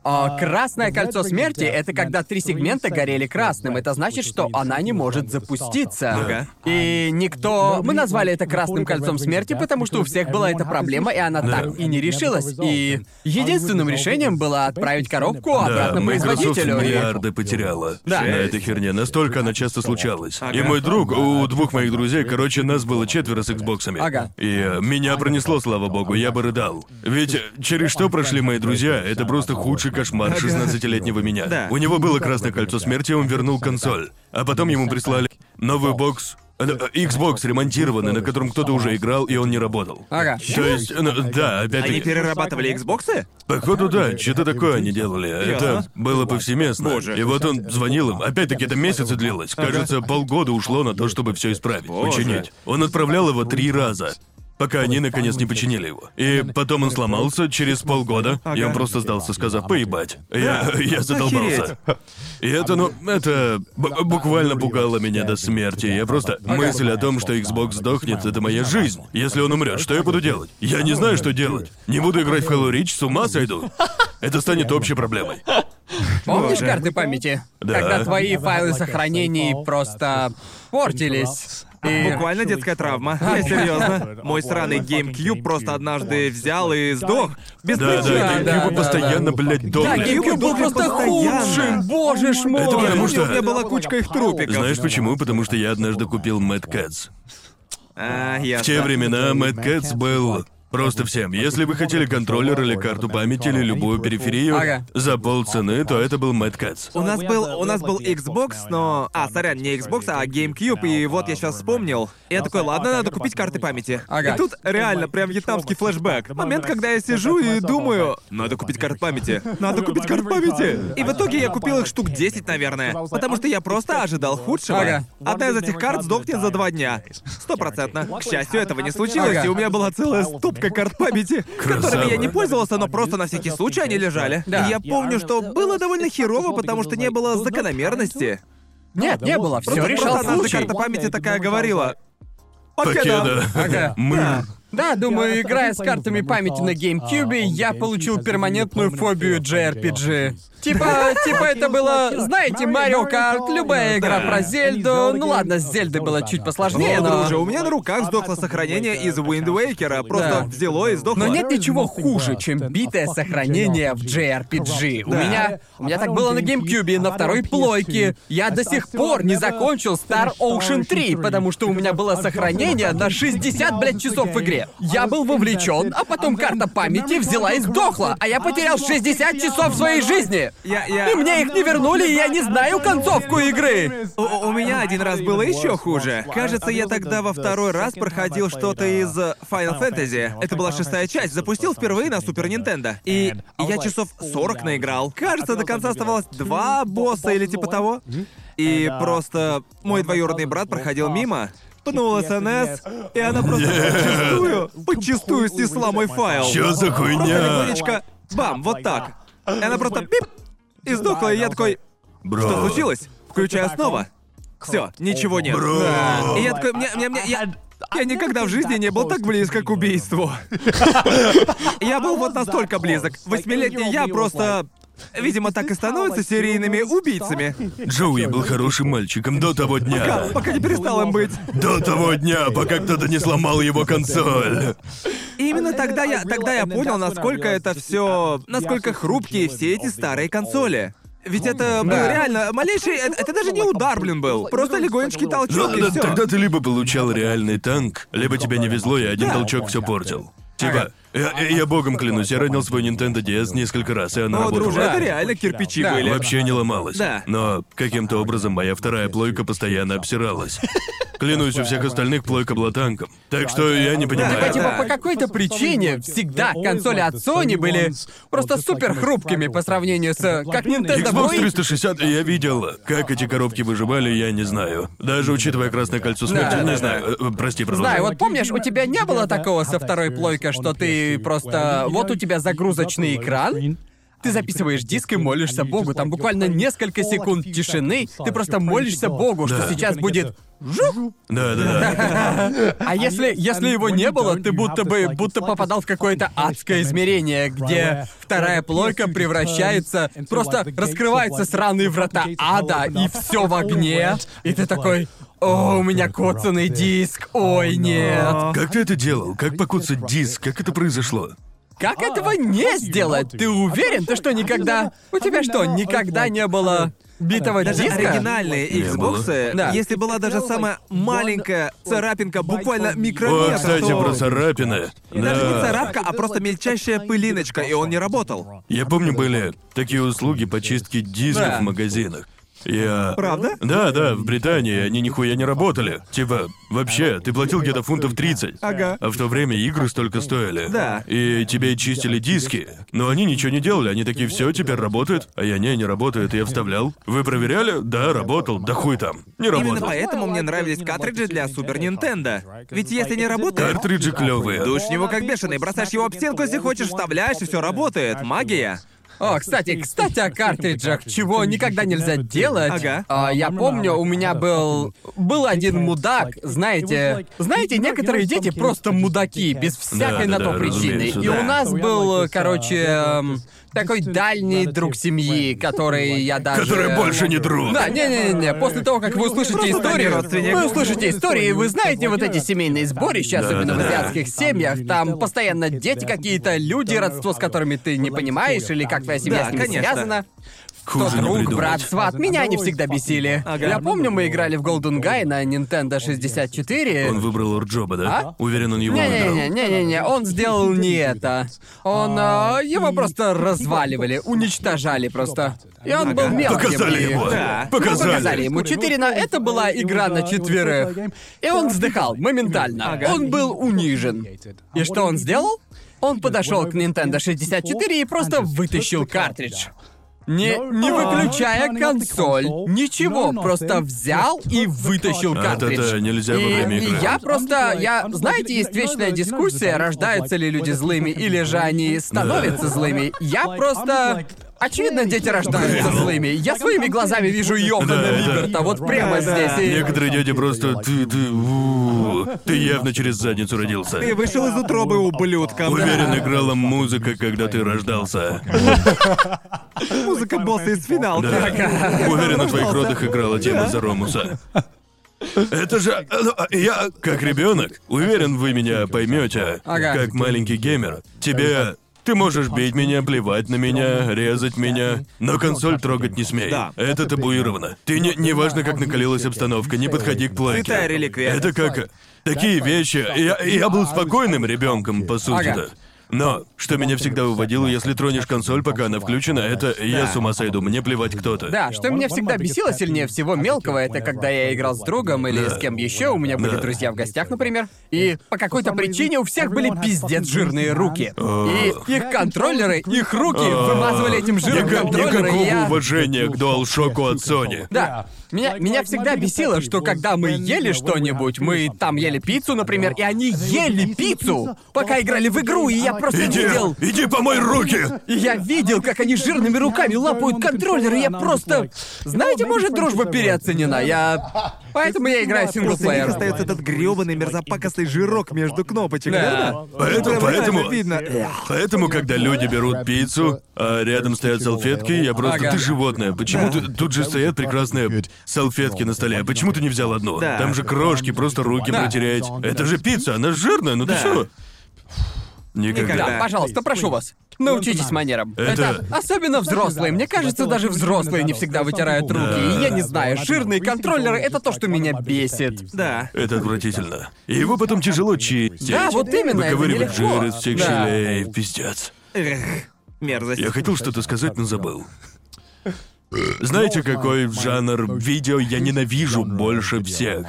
[SPEAKER 2] а, красное кольцо смерти — это когда три сегмента горели красным. Это значит, что она не может запуститься.
[SPEAKER 1] Ага.
[SPEAKER 2] И никто... Мы назвали это красным ну, кольцом смерти, потому что у всех была эта проблема, и она так и не А решилась. И единственным решением было отправить коробку
[SPEAKER 3] Да,
[SPEAKER 2] обратно
[SPEAKER 3] Microsoft
[SPEAKER 2] производителю. И-
[SPEAKER 3] миллиарды потеряла
[SPEAKER 2] Да.
[SPEAKER 3] на этой херне. Настолько она часто случалась. И мой друг, у двух моих друзей, короче, нас было четверо с Xbox'ами.
[SPEAKER 2] Ага.
[SPEAKER 3] И э, меня пронесло, слава богу, я бы рыдал. Ведь э, через что прошли мои друзья, это просто худший кошмар 16-летнего меня.
[SPEAKER 1] Да.
[SPEAKER 3] У него было красное кольцо смерти, он вернул консоль. А потом ему прислали новый бокс. э, э, Xbox ремонтированный, на котором кто-то уже играл, и он не работал.
[SPEAKER 2] Ага.
[SPEAKER 3] То есть, ну, да,
[SPEAKER 1] Они
[SPEAKER 3] опять-таки.
[SPEAKER 1] перерабатывали Xboxы?
[SPEAKER 3] Походу, да, что-то такое они делали. а Это
[SPEAKER 1] Ясно.
[SPEAKER 3] было повсеместно.
[SPEAKER 1] Боже.
[SPEAKER 3] И вот он звонил им. Опять-таки, это месяцы длилось. Кажется, полгода ушло на то, чтобы все исправить,
[SPEAKER 1] Боже.
[SPEAKER 3] починить. Он отправлял его три раза. Пока они наконец не починили его. И потом он сломался через полгода, и он
[SPEAKER 1] Ага.
[SPEAKER 3] просто сдался, сказав «поебать». Я, (laughs) я задолбался. И это, ну, это б- буквально пугало меня до смерти. Я просто... Мысль о том, что Xbox сдохнет, это моя жизнь. Если он умрет, что я буду делать? Я не знаю, что делать. Не буду играть в Halo Reach, с ума сойду. Это станет общей проблемой.
[SPEAKER 2] Помнишь
[SPEAKER 1] Боже.
[SPEAKER 2] карты памяти?
[SPEAKER 3] Да.
[SPEAKER 2] Когда твои файлы сохранений просто портились. И...
[SPEAKER 1] Буквально детская травма. Я серьезно. Мой сраный GameCube просто однажды взял и сдох. Без
[SPEAKER 3] Да,
[SPEAKER 1] причины.
[SPEAKER 3] да,
[SPEAKER 2] да,
[SPEAKER 3] GameCube
[SPEAKER 2] да,
[SPEAKER 3] постоянно,
[SPEAKER 2] да.
[SPEAKER 1] Блин,
[SPEAKER 2] Да,
[SPEAKER 3] блядь, дохнет.
[SPEAKER 2] GameCube был
[SPEAKER 1] дохли
[SPEAKER 2] просто
[SPEAKER 1] постоянно.
[SPEAKER 2] худшим, боже ж мой!
[SPEAKER 3] Это потому что-
[SPEAKER 1] У меня была кучка их трупиков.
[SPEAKER 3] Знаешь почему? Потому что я однажды купил Mad Cats.
[SPEAKER 1] А,
[SPEAKER 3] В
[SPEAKER 1] ясно.
[SPEAKER 3] те времена Mad Cats был просто всем. Если вы хотели контроллер или карту памяти или любую периферию
[SPEAKER 2] Ага.
[SPEAKER 3] за полцены, то это был Mad Cats.
[SPEAKER 1] У нас был, у нас был Xbox, но... А, сорян, не Xbox, а GameCube, и вот я сейчас вспомнил. Я такой, ладно, надо купить карты памяти.
[SPEAKER 2] Ага.
[SPEAKER 1] И тут реально прям вьетнамский флешбэк. Момент, когда я сижу и думаю, надо купить карты памяти, надо купить карты памяти. И в итоге я купил их штук 10, наверное, потому что я просто ожидал худшего.
[SPEAKER 2] Ага.
[SPEAKER 1] Одна из этих карт сдохнет за два дня. Стопроцентно. К счастью, этого не случилось,
[SPEAKER 2] Ага.
[SPEAKER 1] и у меня была целая стопка карт памяти, которыми я не
[SPEAKER 3] Красава.
[SPEAKER 1] пользовался, но просто на всякий случай они лежали.
[SPEAKER 2] Да.
[SPEAKER 1] И я помню, что было довольно херово, потому что не было закономерности.
[SPEAKER 2] Нет, не было, все
[SPEAKER 1] Просто-
[SPEAKER 2] решал
[SPEAKER 1] просто однажды
[SPEAKER 2] случай. э,
[SPEAKER 1] карта памяти такая говорила. Покеда.
[SPEAKER 3] Покеда.
[SPEAKER 2] Ага.
[SPEAKER 3] Мы...
[SPEAKER 2] Да, думаю, играя с картами памяти на GameCube, я получил перманентную фобию JRPG. Типа, типа это было, знаете, Марио Карт, любая игра про Зельду. Ну ладно, с Зельдой было чуть посложнее,
[SPEAKER 1] Не, друже,
[SPEAKER 2] но...
[SPEAKER 1] у меня на руках сдохло сохранение из Wind Waker, а
[SPEAKER 2] Да.
[SPEAKER 1] просто взяло и сдохло.
[SPEAKER 2] Но нет ничего хуже, чем битое сохранение в JRPG. У
[SPEAKER 1] Да.
[SPEAKER 2] меня... У меня так было на GameCube, на второй плойке. Я до сих пор не закончил Star Ocean 3, потому что у меня было сохранение на 60, блядь, часов в игре. Я был вовлечен, а потом карта памяти взяла и сдохла, а я потерял 60 часов своей жизни.
[SPEAKER 1] Я, я...
[SPEAKER 2] (laughs) И мне их не вернули, и я не знаю концовку игры.
[SPEAKER 1] У, у меня один раз было еще хуже. Кажется, я тогда во второй раз проходил что-то из э, Final Fantasy. Это была шестая часть. Запустил впервые на Супер Нинтендо. И я часов 40 наиграл. Кажется, до конца оставалось два босса или типа того. И просто мой двоюродный брат проходил мимо, пнул СНС, и она просто подчистую, подчистую снесла мой файл.
[SPEAKER 3] Чё за
[SPEAKER 1] Просто
[SPEAKER 3] хуйня?
[SPEAKER 1] легонечко, бам, вот так. И она просто пип, и сдохла, и я такой,
[SPEAKER 3] Бро.
[SPEAKER 1] что случилось? Включай основа. Все, ничего нет.
[SPEAKER 3] Бро.
[SPEAKER 1] Да. И я такой, мне, мне, мне, я... Я никогда в жизни не был так близко к убийству. Я был вот настолько близок. Восьмилетний я просто... Видимо, так и становятся серийными убийцами.
[SPEAKER 3] Джоуи был хорошим мальчиком до того дня.
[SPEAKER 1] Пока не перестал им быть.
[SPEAKER 3] До того дня, пока кто-то не сломал его консоль.
[SPEAKER 1] И именно тогда я, тогда я понял, насколько это все, насколько хрупкие все эти старые консоли. Ведь это был
[SPEAKER 2] Да.
[SPEAKER 1] реально малейший, это, это даже не удар, блин, был, просто легонечкий толчок
[SPEAKER 3] Ну,
[SPEAKER 1] и
[SPEAKER 3] да,
[SPEAKER 1] все.
[SPEAKER 3] тогда ты либо получал реальный танк, либо тебя не везло, и один
[SPEAKER 1] Да.
[SPEAKER 3] толчок все портил. Типа, я, я- я богом клянусь, я ранил свой Nintendo DS несколько раз, и
[SPEAKER 1] Но,
[SPEAKER 3] она работала.
[SPEAKER 1] друже, Ну это реально кирпичи
[SPEAKER 2] Да.
[SPEAKER 1] были.
[SPEAKER 3] Вообще не ломалась.
[SPEAKER 1] Да.
[SPEAKER 3] Но каким-то образом моя вторая плойка постоянно обсиралась. Клянусь, у всех остальных плойка была танком. Так что я не понимаю.
[SPEAKER 2] Типа,
[SPEAKER 1] Да,
[SPEAKER 2] типа,
[SPEAKER 1] да.
[SPEAKER 2] по какой-то причине всегда консоли от Sony были просто супер хрупкими по сравнению с... э, Как Nintendo
[SPEAKER 3] Xbox
[SPEAKER 2] Wii
[SPEAKER 3] 360 я видел, как эти коробки выживали, я не знаю. Даже учитывая красное кольцо смерти,
[SPEAKER 2] Да,
[SPEAKER 3] не
[SPEAKER 2] да,
[SPEAKER 3] знаю. Э, э, Прости, продолжай.
[SPEAKER 2] Знаю, вот помнишь, у тебя не было такого со второй плойкой, что ты просто... Вот у тебя загрузочный экран, ты записываешь диск и молишься Богу. Там буквально несколько секунд тишины. Ты просто молишься Богу, что сейчас будет... жух.
[SPEAKER 3] Да, да, да.
[SPEAKER 2] А если, если его не было, ты будто бы будто попадал в какое-то адское измерение, где вторая э, плойка превращается, просто раскрываются сраные врата ада, и все в огне. И ты такой, о, у меня коцанный диск, ой, нет.
[SPEAKER 3] Как ты это делал? Как покуцать диск? Как это произошло?
[SPEAKER 2] Как этого не сделать? Ты уверен? Ты что, никогда... У тебя что, никогда не было Битого
[SPEAKER 1] Даже
[SPEAKER 2] диска?
[SPEAKER 1] оригинальные
[SPEAKER 3] Не
[SPEAKER 1] Xbox, э,
[SPEAKER 2] было. Да.
[SPEAKER 1] если была даже самая маленькая царапинка, буквально
[SPEAKER 3] О,
[SPEAKER 1] микрометр,
[SPEAKER 3] кстати,
[SPEAKER 1] то-
[SPEAKER 3] про царапины.
[SPEAKER 1] И даже не
[SPEAKER 3] Да.
[SPEAKER 1] царапка, а просто мельчайшая пылиночка, и он не работал.
[SPEAKER 3] Я помню, были такие услуги по чистке дисков
[SPEAKER 1] Да.
[SPEAKER 3] в магазинах. Я...
[SPEAKER 1] Правда?
[SPEAKER 3] Да, да, в Британии они нихуя не работали. Типа, вообще, ты платил где-то фунтов 30.
[SPEAKER 1] Ага.
[SPEAKER 3] А в то время игры столько стоили.
[SPEAKER 1] Да.
[SPEAKER 3] И тебе чистили диски. Но они ничего не делали. Они такие, все, теперь работает. А я, не, не работает. Я вставлял. Вы проверяли? Да, работал. Да хуй там. Не
[SPEAKER 1] Именно
[SPEAKER 3] работал.
[SPEAKER 1] поэтому мне нравились картриджи для Супер Нинтендо. Ведь если не работает,
[SPEAKER 3] Картриджи клевые.
[SPEAKER 1] душь него как бешеный, бросаешь его об стенку, если хочешь, вставляешь, и все работает. Магия.
[SPEAKER 2] О, кстати, кстати, о картриджах, чего никогда нельзя делать.
[SPEAKER 1] Ага.
[SPEAKER 2] А, я помню, у меня был... Был один мудак, знаете... Знаете, некоторые дети просто мудаки, без всякой на то
[SPEAKER 3] Да-да-да,
[SPEAKER 2] причины.
[SPEAKER 3] разумеется,
[SPEAKER 2] И
[SPEAKER 3] да.
[SPEAKER 2] у нас был, короче, эм, такой дальний друг семьи, который я даже...
[SPEAKER 3] Которые больше не друг.
[SPEAKER 2] Да, не-не-не, после того, как вы услышите
[SPEAKER 1] Просто дальний
[SPEAKER 2] историю,
[SPEAKER 1] родственник.
[SPEAKER 2] вы услышите истории, вы знаете вот эти семейные сборища,
[SPEAKER 3] Да,
[SPEAKER 2] особенно в
[SPEAKER 3] да.
[SPEAKER 2] азиатских семьях, там постоянно дети какие-то, люди, родство с которыми ты не понимаешь, или как твоя семья
[SPEAKER 1] Да,
[SPEAKER 2] с ними
[SPEAKER 1] конечно.
[SPEAKER 2] связана. Кто
[SPEAKER 3] Хуже не
[SPEAKER 2] друг, брат,
[SPEAKER 3] придумать.
[SPEAKER 2] сват, меня они всегда бесили.
[SPEAKER 1] Ага.
[SPEAKER 2] Я помню, мы играли в Golden Guy на Nintendo 64.
[SPEAKER 3] Он выбрал Орджоба, да?
[SPEAKER 2] А?
[SPEAKER 3] Уверен, он его выбрал.
[SPEAKER 2] Не-не-не-не-не, он сделал не это. Он... а, его просто разваливали, уничтожали просто. И он был мелким.
[SPEAKER 3] Показали
[SPEAKER 2] и-
[SPEAKER 3] его.
[SPEAKER 1] Да.
[SPEAKER 2] Мы
[SPEAKER 3] Показали.
[SPEAKER 2] Ну, показали ему 4 на... Это была игра на четверых. И он вздыхал моментально. Он был унижен. И что он сделал? Он подошел к Nintendo 64 и просто вытащил картридж. Не, не выключая консоль, ничего, просто взял и вытащил
[SPEAKER 3] А, это-то
[SPEAKER 2] картридж.
[SPEAKER 3] нельзя во
[SPEAKER 2] И-
[SPEAKER 3] время
[SPEAKER 2] и
[SPEAKER 3] игры.
[SPEAKER 2] я просто, я, знаете, есть вечная дискуссия, рождаются ли люди злыми или же они становятся злыми. Я просто... Очевидно, дети рождаются злыми. Я своими глазами вижу Йохана
[SPEAKER 3] Да, да.
[SPEAKER 2] Либерта вот
[SPEAKER 1] Да,
[SPEAKER 2] прямо
[SPEAKER 1] да.
[SPEAKER 2] здесь. и-
[SPEAKER 3] Некоторые дяди просто ты ты у, ты явно через задницу родился.
[SPEAKER 1] Ты вышел из утробы, ублюдка.
[SPEAKER 3] Уверен, играла музыка, когда ты рождался.
[SPEAKER 1] Да. Музыка босса из финалки.
[SPEAKER 3] Да.
[SPEAKER 1] (laughs)
[SPEAKER 3] Уверен, на твоих
[SPEAKER 1] Рождался.
[SPEAKER 3] родах играла тема Заромуса. Это же э, я как ребенок. Уверен, вы меня поймете.
[SPEAKER 2] Ага.
[SPEAKER 3] Как маленький геймер. Тебе ты можешь бить меня, плевать на меня, резать меня, но консоль трогать не смей.
[SPEAKER 1] Да.
[SPEAKER 3] Это табуировано. Ты не, не важно, как накалилась обстановка, не подходи к плойке.
[SPEAKER 1] Святая реликвия.
[SPEAKER 3] Это как такие вещи. Я, я был спокойным ребенком, по сути-то.
[SPEAKER 2] Ага.
[SPEAKER 3] Но, что меня всегда выводило, если тронешь консоль, пока она включена, это я с ума сойду, мне плевать кто-то.
[SPEAKER 2] Да, что меня всегда бесило сильнее всего мелкого, это когда я играл с другом или с кем еще, у меня были
[SPEAKER 3] Да.
[SPEAKER 2] друзья в гостях, например, и по какой-то причине у всех были пиздец жирные руки. И их контроллеры, их руки вымазывали этим жиром
[SPEAKER 3] Ника-
[SPEAKER 2] контроллеры, и
[SPEAKER 3] никакого
[SPEAKER 2] я...
[SPEAKER 3] уважения к DualShock от Sony.
[SPEAKER 2] Да. Меня, меня всегда бесило, что когда мы ели что-нибудь, мы там ели пиццу, например, и они ели пиццу, пока играли в игру, и я просто
[SPEAKER 3] Иди,
[SPEAKER 2] видел...
[SPEAKER 3] иди помой руки!
[SPEAKER 2] И я видел, как они жирными руками лапают контроллер, и я просто... Знаете, может, дружба переоценена, я... Поэтому я играю
[SPEAKER 1] Просто у них
[SPEAKER 2] синглплеер.
[SPEAKER 1] остается этот грёбаный мерзопакостный жирок между кнопочек,
[SPEAKER 2] Да.
[SPEAKER 1] верно?
[SPEAKER 3] Поэтому,
[SPEAKER 1] Прям
[SPEAKER 3] поэтому,
[SPEAKER 1] реально видно.
[SPEAKER 3] поэтому, когда люди берут пиццу, а рядом стоят салфетки, я просто,
[SPEAKER 2] Ага.
[SPEAKER 3] ты животное, почему ты, тут же стоят прекрасные салфетки на столе, почему ты не взял одну?
[SPEAKER 1] Да.
[SPEAKER 3] Там же крошки, просто руки
[SPEAKER 2] Да.
[SPEAKER 3] протереть. Это же пицца, она жирная, ну
[SPEAKER 1] Да.
[SPEAKER 3] ты что?
[SPEAKER 2] Да,
[SPEAKER 1] Никогда.
[SPEAKER 3] Никогда.
[SPEAKER 2] пожалуйста, прошу вас. Научитесь манерам.
[SPEAKER 3] Это-
[SPEAKER 2] особенно взрослые. Мне кажется, даже взрослые не всегда вытирают руки. И я не знаю, жирные контроллеры — это то, что меня бесит.
[SPEAKER 1] Да.
[SPEAKER 3] Это отвратительно. И его потом тяжело чистить.
[SPEAKER 2] Да, вот именно, это
[SPEAKER 3] Выковыривать
[SPEAKER 2] нелегко.
[SPEAKER 3] жир из всех
[SPEAKER 2] Да.
[SPEAKER 3] щелей, пиздец.
[SPEAKER 1] Эх, мерзость.
[SPEAKER 3] Я хотел что-то сказать, но забыл. Знаете,
[SPEAKER 2] Ну,
[SPEAKER 3] какой жанр видео я ненавижу больше всех?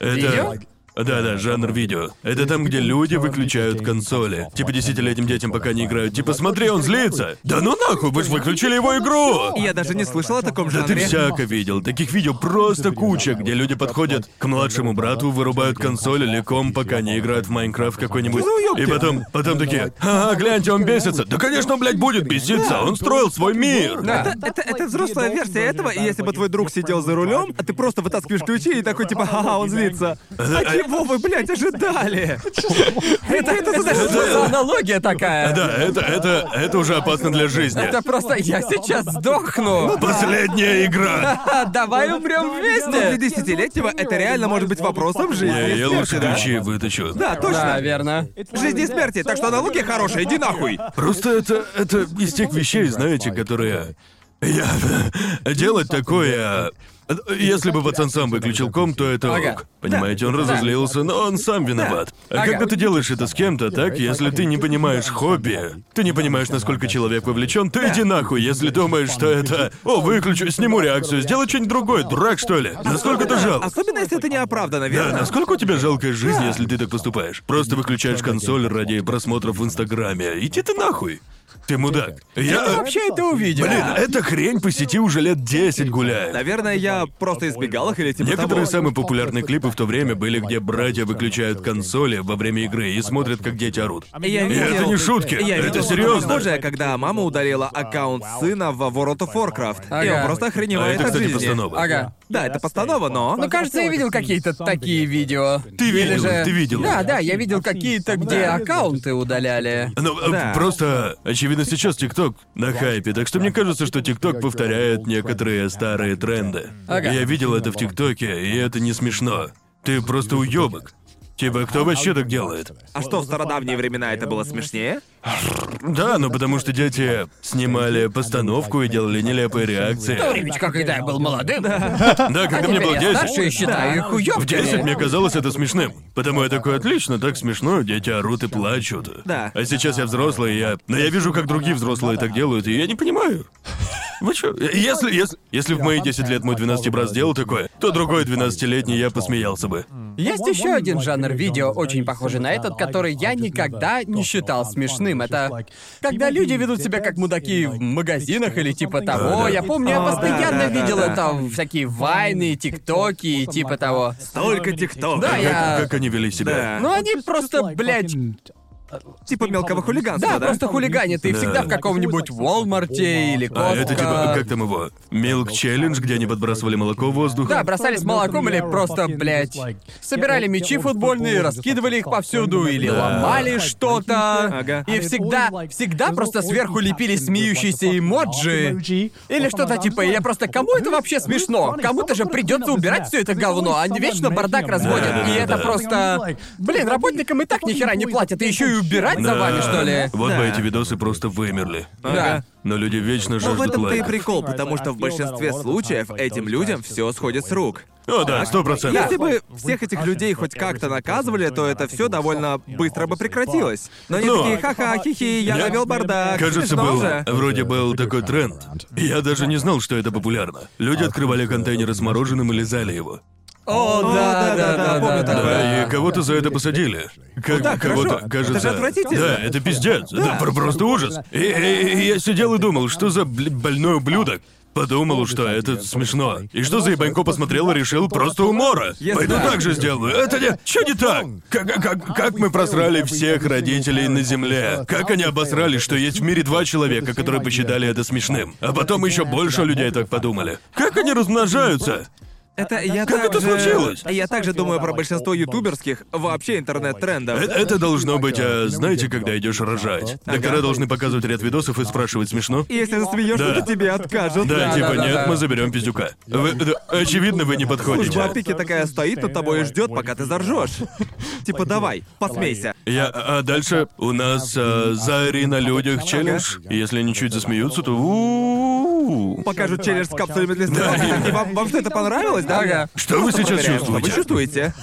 [SPEAKER 2] Видео?
[SPEAKER 3] Это... Да-да, жанр видео. Это там, где люди выключают консоли. Типа десятилетним детям пока не играют.
[SPEAKER 2] Ну,
[SPEAKER 3] Типа, смотри, он злится. Да ну нахуй, вы же выключили его игру!
[SPEAKER 1] Я даже не слышал о таком
[SPEAKER 3] Да ты
[SPEAKER 1] жанре.
[SPEAKER 3] всяко видел. Таких видео просто куча, где люди подходят к младшему брату, вырубают консоль или ком, пока не играют в Майнкрафт какой-нибудь.
[SPEAKER 1] Ну,
[SPEAKER 3] И потом, потом такие, ага, гляньте, он бесится. Да, конечно, он, блядь, будет беситься, он строил свой мир.
[SPEAKER 1] Это, это, это взрослая версия этого, и если бы твой друг сидел за рулем, а ты просто вытаскиваешь ключи и такой типа, ха-ха, он злится. А чего вы, блядь, (laughs) ожидали? Это, это
[SPEAKER 2] Что
[SPEAKER 1] даже...
[SPEAKER 2] за аналогия такая?
[SPEAKER 3] Да, это, это, это уже опасно для жизни.
[SPEAKER 2] Это просто я сейчас
[SPEAKER 1] Ну,
[SPEAKER 2] сдохну.
[SPEAKER 3] Последняя игра.
[SPEAKER 2] А, давай умрем
[SPEAKER 1] Для
[SPEAKER 2] вместе.
[SPEAKER 1] десятилетнего это реально может быть вопросом жизни
[SPEAKER 3] Не,
[SPEAKER 1] и
[SPEAKER 3] я
[SPEAKER 1] смерти,
[SPEAKER 3] лучше
[SPEAKER 1] да?
[SPEAKER 3] ключи вытащу.
[SPEAKER 1] Да,
[SPEAKER 2] Да,
[SPEAKER 1] точно.
[SPEAKER 2] верно.
[SPEAKER 1] Жизнь и смерти, так что аналогия хорошая, иди нахуй.
[SPEAKER 3] Просто это, это из тех вещей, знаете, которые... Я... Делать такое... э, Если бы пацан сам выключил ком, то это
[SPEAKER 2] Ага.
[SPEAKER 3] ок. Понимаете, он разозлился, но он сам виноват. А
[SPEAKER 2] Ага.
[SPEAKER 3] когда ты делаешь это с кем-то, так, если ты не понимаешь хобби, ты не понимаешь, насколько человек вовлечен, ты иди нахуй, если думаешь, что это... О, выключу, сниму реакцию, сделай что-нибудь другое, дурак, что ли? Насколько ты жалок?
[SPEAKER 1] Особенно, если это неоправданно,
[SPEAKER 3] Да,
[SPEAKER 1] верно?
[SPEAKER 3] насколько у тебя жалкая жизнь, если ты так поступаешь? Просто выключаешь консоль ради просмотров в Инстаграме. Иди ты нахуй. Ты мудак.
[SPEAKER 2] Ты
[SPEAKER 3] Я...
[SPEAKER 2] вообще это увидел.
[SPEAKER 3] Блин,
[SPEAKER 1] э,
[SPEAKER 3] эта хрень по сети уже лет 10 гуляет.
[SPEAKER 1] Наверное, я просто избегал их или типа
[SPEAKER 3] Некоторые
[SPEAKER 1] того.
[SPEAKER 3] самые популярные клипы в то время были, где братья выключают консоли во время игры и смотрят, как дети орут. А
[SPEAKER 1] Я
[SPEAKER 3] И это
[SPEAKER 1] видел-
[SPEAKER 3] не шутки,
[SPEAKER 1] Я
[SPEAKER 3] это
[SPEAKER 1] видел
[SPEAKER 3] серьезно.
[SPEAKER 1] похожее, когда мама удалила аккаунт сына в World of Warcraft. И
[SPEAKER 2] Ага.
[SPEAKER 1] он просто
[SPEAKER 3] А
[SPEAKER 1] охреневает
[SPEAKER 3] это,
[SPEAKER 1] от
[SPEAKER 3] кстати,
[SPEAKER 1] жизни.
[SPEAKER 3] постанова.
[SPEAKER 2] Ага.
[SPEAKER 1] Да, это постанова, но...
[SPEAKER 2] Ну, кажется, я видел какие-то такие видео.
[SPEAKER 3] Ты
[SPEAKER 2] Или
[SPEAKER 3] видел,
[SPEAKER 2] же-
[SPEAKER 3] ты видел.
[SPEAKER 2] Да, да, я видел какие-то, где аккаунты удаляли.
[SPEAKER 3] Ну, э,
[SPEAKER 1] Да.
[SPEAKER 3] просто, очевидно, сейчас ТикТок на хайпе, так что мне кажется, что ТикТок повторяет некоторые старые тренды.
[SPEAKER 2] Ага.
[SPEAKER 3] Я видел это в ТикТоке, и это не смешно. Ты просто уёбок. Типа, кто вообще так делает?
[SPEAKER 1] А что, в стародавние времена это было смешнее?
[SPEAKER 3] Да, ну потому что дети снимали постановку и делали нелепые реакции.
[SPEAKER 2] В то времечко, когда я был молодым.
[SPEAKER 3] Да, когда мне было
[SPEAKER 2] Теперь я
[SPEAKER 3] 10.
[SPEAKER 2] старше и считаю их
[SPEAKER 3] В 10 мне
[SPEAKER 2] уёбками.
[SPEAKER 3] казалось это смешным. Потому я такой, отлично, так смешно, дети орут и плачут.
[SPEAKER 1] Да.
[SPEAKER 3] А сейчас я взрослый, и я... Но я вижу, как другие взрослые так делают, и я не понимаю. Вы чё? Если, если, если в мои 10 лет мой 12 брат сделал такое, то другой 12-летний я посмеялся бы.
[SPEAKER 2] Есть еще один жанр видео, очень похожий на этот, который я никогда не считал смешным. Это когда люди ведут себя как мудаки в магазинах или типа того.
[SPEAKER 3] Да-да.
[SPEAKER 2] Я помню, я
[SPEAKER 1] А,
[SPEAKER 2] постоянно
[SPEAKER 1] да-да-да.
[SPEAKER 2] видел это в всякие вайны, тиктоки и типа того.
[SPEAKER 1] Только ТикТок.
[SPEAKER 2] Да, я-
[SPEAKER 3] Как, как они вели себя.
[SPEAKER 1] Да.
[SPEAKER 2] Ну они просто, блядь,
[SPEAKER 1] Типа мелкого хулиганства,
[SPEAKER 2] да,
[SPEAKER 1] да?
[SPEAKER 2] просто хулиганят. Ты
[SPEAKER 3] Да.
[SPEAKER 2] всегда в каком-нибудь Уолмарте или
[SPEAKER 3] А это типа,
[SPEAKER 2] Копка.
[SPEAKER 3] как там его? Милк челлендж, где они подбрасывали молоко в воздух.
[SPEAKER 2] Да, бросались молоком или просто, блядь, собирали мячи футбольные, раскидывали их повсюду или
[SPEAKER 3] Да.
[SPEAKER 2] ломали что-то.
[SPEAKER 1] Ага.
[SPEAKER 2] И всегда, всегда просто сверху лепили смеющиеся эмоджи. Или что-то типа, и я просто, кому это вообще смешно? Кому-то же придется убирать все это говно, они вечно бардак разводят.
[SPEAKER 3] Да,
[SPEAKER 2] и
[SPEAKER 3] да,
[SPEAKER 2] это
[SPEAKER 3] да.
[SPEAKER 2] просто... Блин, работникам и так нихера не платят, и еще и убирать за
[SPEAKER 3] Да.
[SPEAKER 2] вами, что ли?
[SPEAKER 3] Вот
[SPEAKER 1] Да.
[SPEAKER 3] бы эти видосы просто вымерли.
[SPEAKER 2] Да.
[SPEAKER 3] Но люди
[SPEAKER 1] Но
[SPEAKER 3] вечно
[SPEAKER 1] Ну, в
[SPEAKER 3] жаждут
[SPEAKER 1] этом-то и
[SPEAKER 3] лайков.
[SPEAKER 1] прикол, потому что в большинстве случаев этим людям все сходит с рук.
[SPEAKER 3] О, да, сто процентов.
[SPEAKER 1] Если бы всех этих людей хоть как-то наказывали, то это все довольно быстро бы прекратилось. Но они
[SPEAKER 3] Ну.
[SPEAKER 1] такие, ха-ха, хихи, я
[SPEAKER 3] Я-
[SPEAKER 1] навел бардак.
[SPEAKER 3] Кажется,
[SPEAKER 1] Смешно
[SPEAKER 3] был,
[SPEAKER 1] же.
[SPEAKER 3] вроде был такой тренд. Я даже не знал, что это популярно. Люди открывали контейнеры с мороженым и лизали его.
[SPEAKER 2] О, да, да, да, да,
[SPEAKER 1] помню
[SPEAKER 2] да,
[SPEAKER 1] такое.
[SPEAKER 2] да.
[SPEAKER 3] Да, Типа и кого-то за это посадили. Как,
[SPEAKER 1] Ну Да,
[SPEAKER 3] кого-то,
[SPEAKER 1] хорошо.
[SPEAKER 3] кажется.
[SPEAKER 1] Это же отвратительно.
[SPEAKER 3] Да, это пиздец. Это пр- просто ужас. И, и- и я сидел и думал, что за бл- больной ублюдок. Подумал, что это смешно. И что за ебанько посмотрел и решил просто умора.
[SPEAKER 1] Yes,
[SPEAKER 3] Пойду
[SPEAKER 1] да.
[SPEAKER 3] так же сделаю. Это не... Чё не так? Как, как, как мы просрали всех родителей на земле? Как они обосрали, что есть в мире два человека, которые посчитали это смешным? А потом еще больше людей так подумали. Как они размножаются?
[SPEAKER 1] Это я
[SPEAKER 3] А, Как это
[SPEAKER 1] также-
[SPEAKER 3] случилось?
[SPEAKER 1] Я также думаю про большинство ютуберских, вообще интернет-трендов.
[SPEAKER 3] Э- Это, должно быть, а, знаете, когда идешь рожать. Доктора должны показывать ряд видосов и спрашивать смешно.
[SPEAKER 1] И Если засмеешься,
[SPEAKER 3] Да.
[SPEAKER 1] то тебе откажут.
[SPEAKER 3] Да,
[SPEAKER 2] Да,
[SPEAKER 3] типа,
[SPEAKER 2] да, да,
[SPEAKER 3] нет,
[SPEAKER 2] да.
[SPEAKER 3] мы заберем пиздюка. Вы- да, очевидно, вы не
[SPEAKER 1] Служба
[SPEAKER 3] подходите.
[SPEAKER 1] опеки такая стоит над тобой и ждет, пока ты
[SPEAKER 3] (laughs)
[SPEAKER 1] заржешь. Типа давай, посмейся.
[SPEAKER 3] Я, а дальше у нас а, Зари на людях челлендж. И Если они чуть засмеются, то у-у-у.
[SPEAKER 1] Покажут челлендж с капсулями для
[SPEAKER 3] Да,
[SPEAKER 1] страха.
[SPEAKER 3] именно.
[SPEAKER 1] Вам, вам что это понравилось, да?
[SPEAKER 2] Ага.
[SPEAKER 3] Что вы сейчас
[SPEAKER 1] Проверяем, что вы
[SPEAKER 3] чувствуете?
[SPEAKER 1] чувствуете?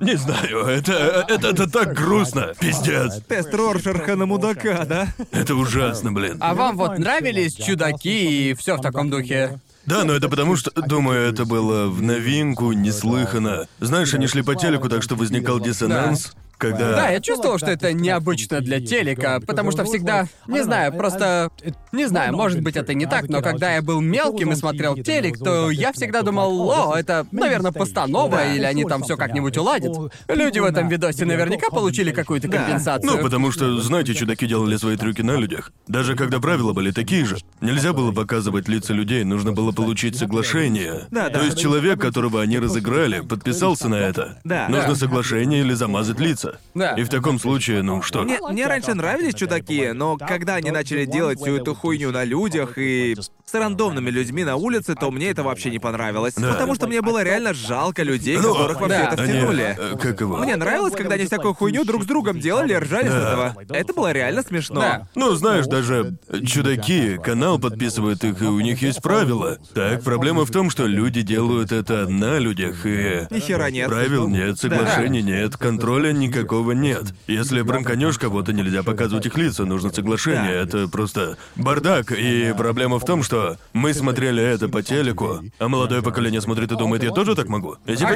[SPEAKER 3] Не знаю, это, э, это, это так грустно. Пиздец.
[SPEAKER 1] Тест Роршерха на мудака, да?
[SPEAKER 3] Это ужасно, блин.
[SPEAKER 2] А вам вот нравились чудаки и все в таком духе?
[SPEAKER 3] Да, но это потому что, думаю, это было в новинку, неслыханно. Знаешь, они шли по телеку, так что возникал диссонанс, когда...
[SPEAKER 2] Да, типа, я чувствовал, что это необычно для телека, потому что всегда, не знаю, просто, не знаю, может быть это не так, но когда я был мелким и смотрел телек, то я всегда думал, о, это, наверное, постанова, или они там все как-нибудь уладят. Люди в этом видосе наверняка получили какую-то
[SPEAKER 3] Ну,
[SPEAKER 2] компенсацию.
[SPEAKER 3] потому что, знаете, чудаки делали свои трюки на людях. Даже когда правила были такие же. Нельзя было показывать лица людей, нужно было получить соглашение.
[SPEAKER 1] Да, да.
[SPEAKER 3] То есть человек, которого они разыграли, подписался на это.
[SPEAKER 1] Да.
[SPEAKER 3] Нужно
[SPEAKER 1] Да.
[SPEAKER 3] соглашение или замазать лица.
[SPEAKER 2] Да.
[SPEAKER 3] И в таком случае, ну что?
[SPEAKER 1] Мне, мне раньше нравились чудаки, но когда они начали делать всю эту хуйню на людях и с рандомными людьми на улице, то мне это вообще не понравилось.
[SPEAKER 3] Да.
[SPEAKER 1] Потому что мне было реально жалко людей,
[SPEAKER 3] Ну,
[SPEAKER 1] которых во все
[SPEAKER 2] да.
[SPEAKER 1] это
[SPEAKER 3] Они,
[SPEAKER 1] втянули.
[SPEAKER 3] э, как его?
[SPEAKER 1] Мне нравилось, когда они всякую хуйню друг с другом делали и ржали с
[SPEAKER 3] Да.
[SPEAKER 1] этого. Это было реально смешно.
[SPEAKER 2] Да.
[SPEAKER 3] Ну, знаешь, даже чудаки, канал подписывает их, и у них есть правила. Так, проблема в том, что люди делают это на людях, и...
[SPEAKER 1] Ни хера нет.
[SPEAKER 3] Правил нет, соглашений нет, контроля никакого нет. Если бранканешь кого-то, нельзя показывать их лица, нужно соглашение. Это просто бардак. И проблема в том, что мы смотрели это по телеку, а молодое поколение смотрит и думает, я тоже так могу? И типа,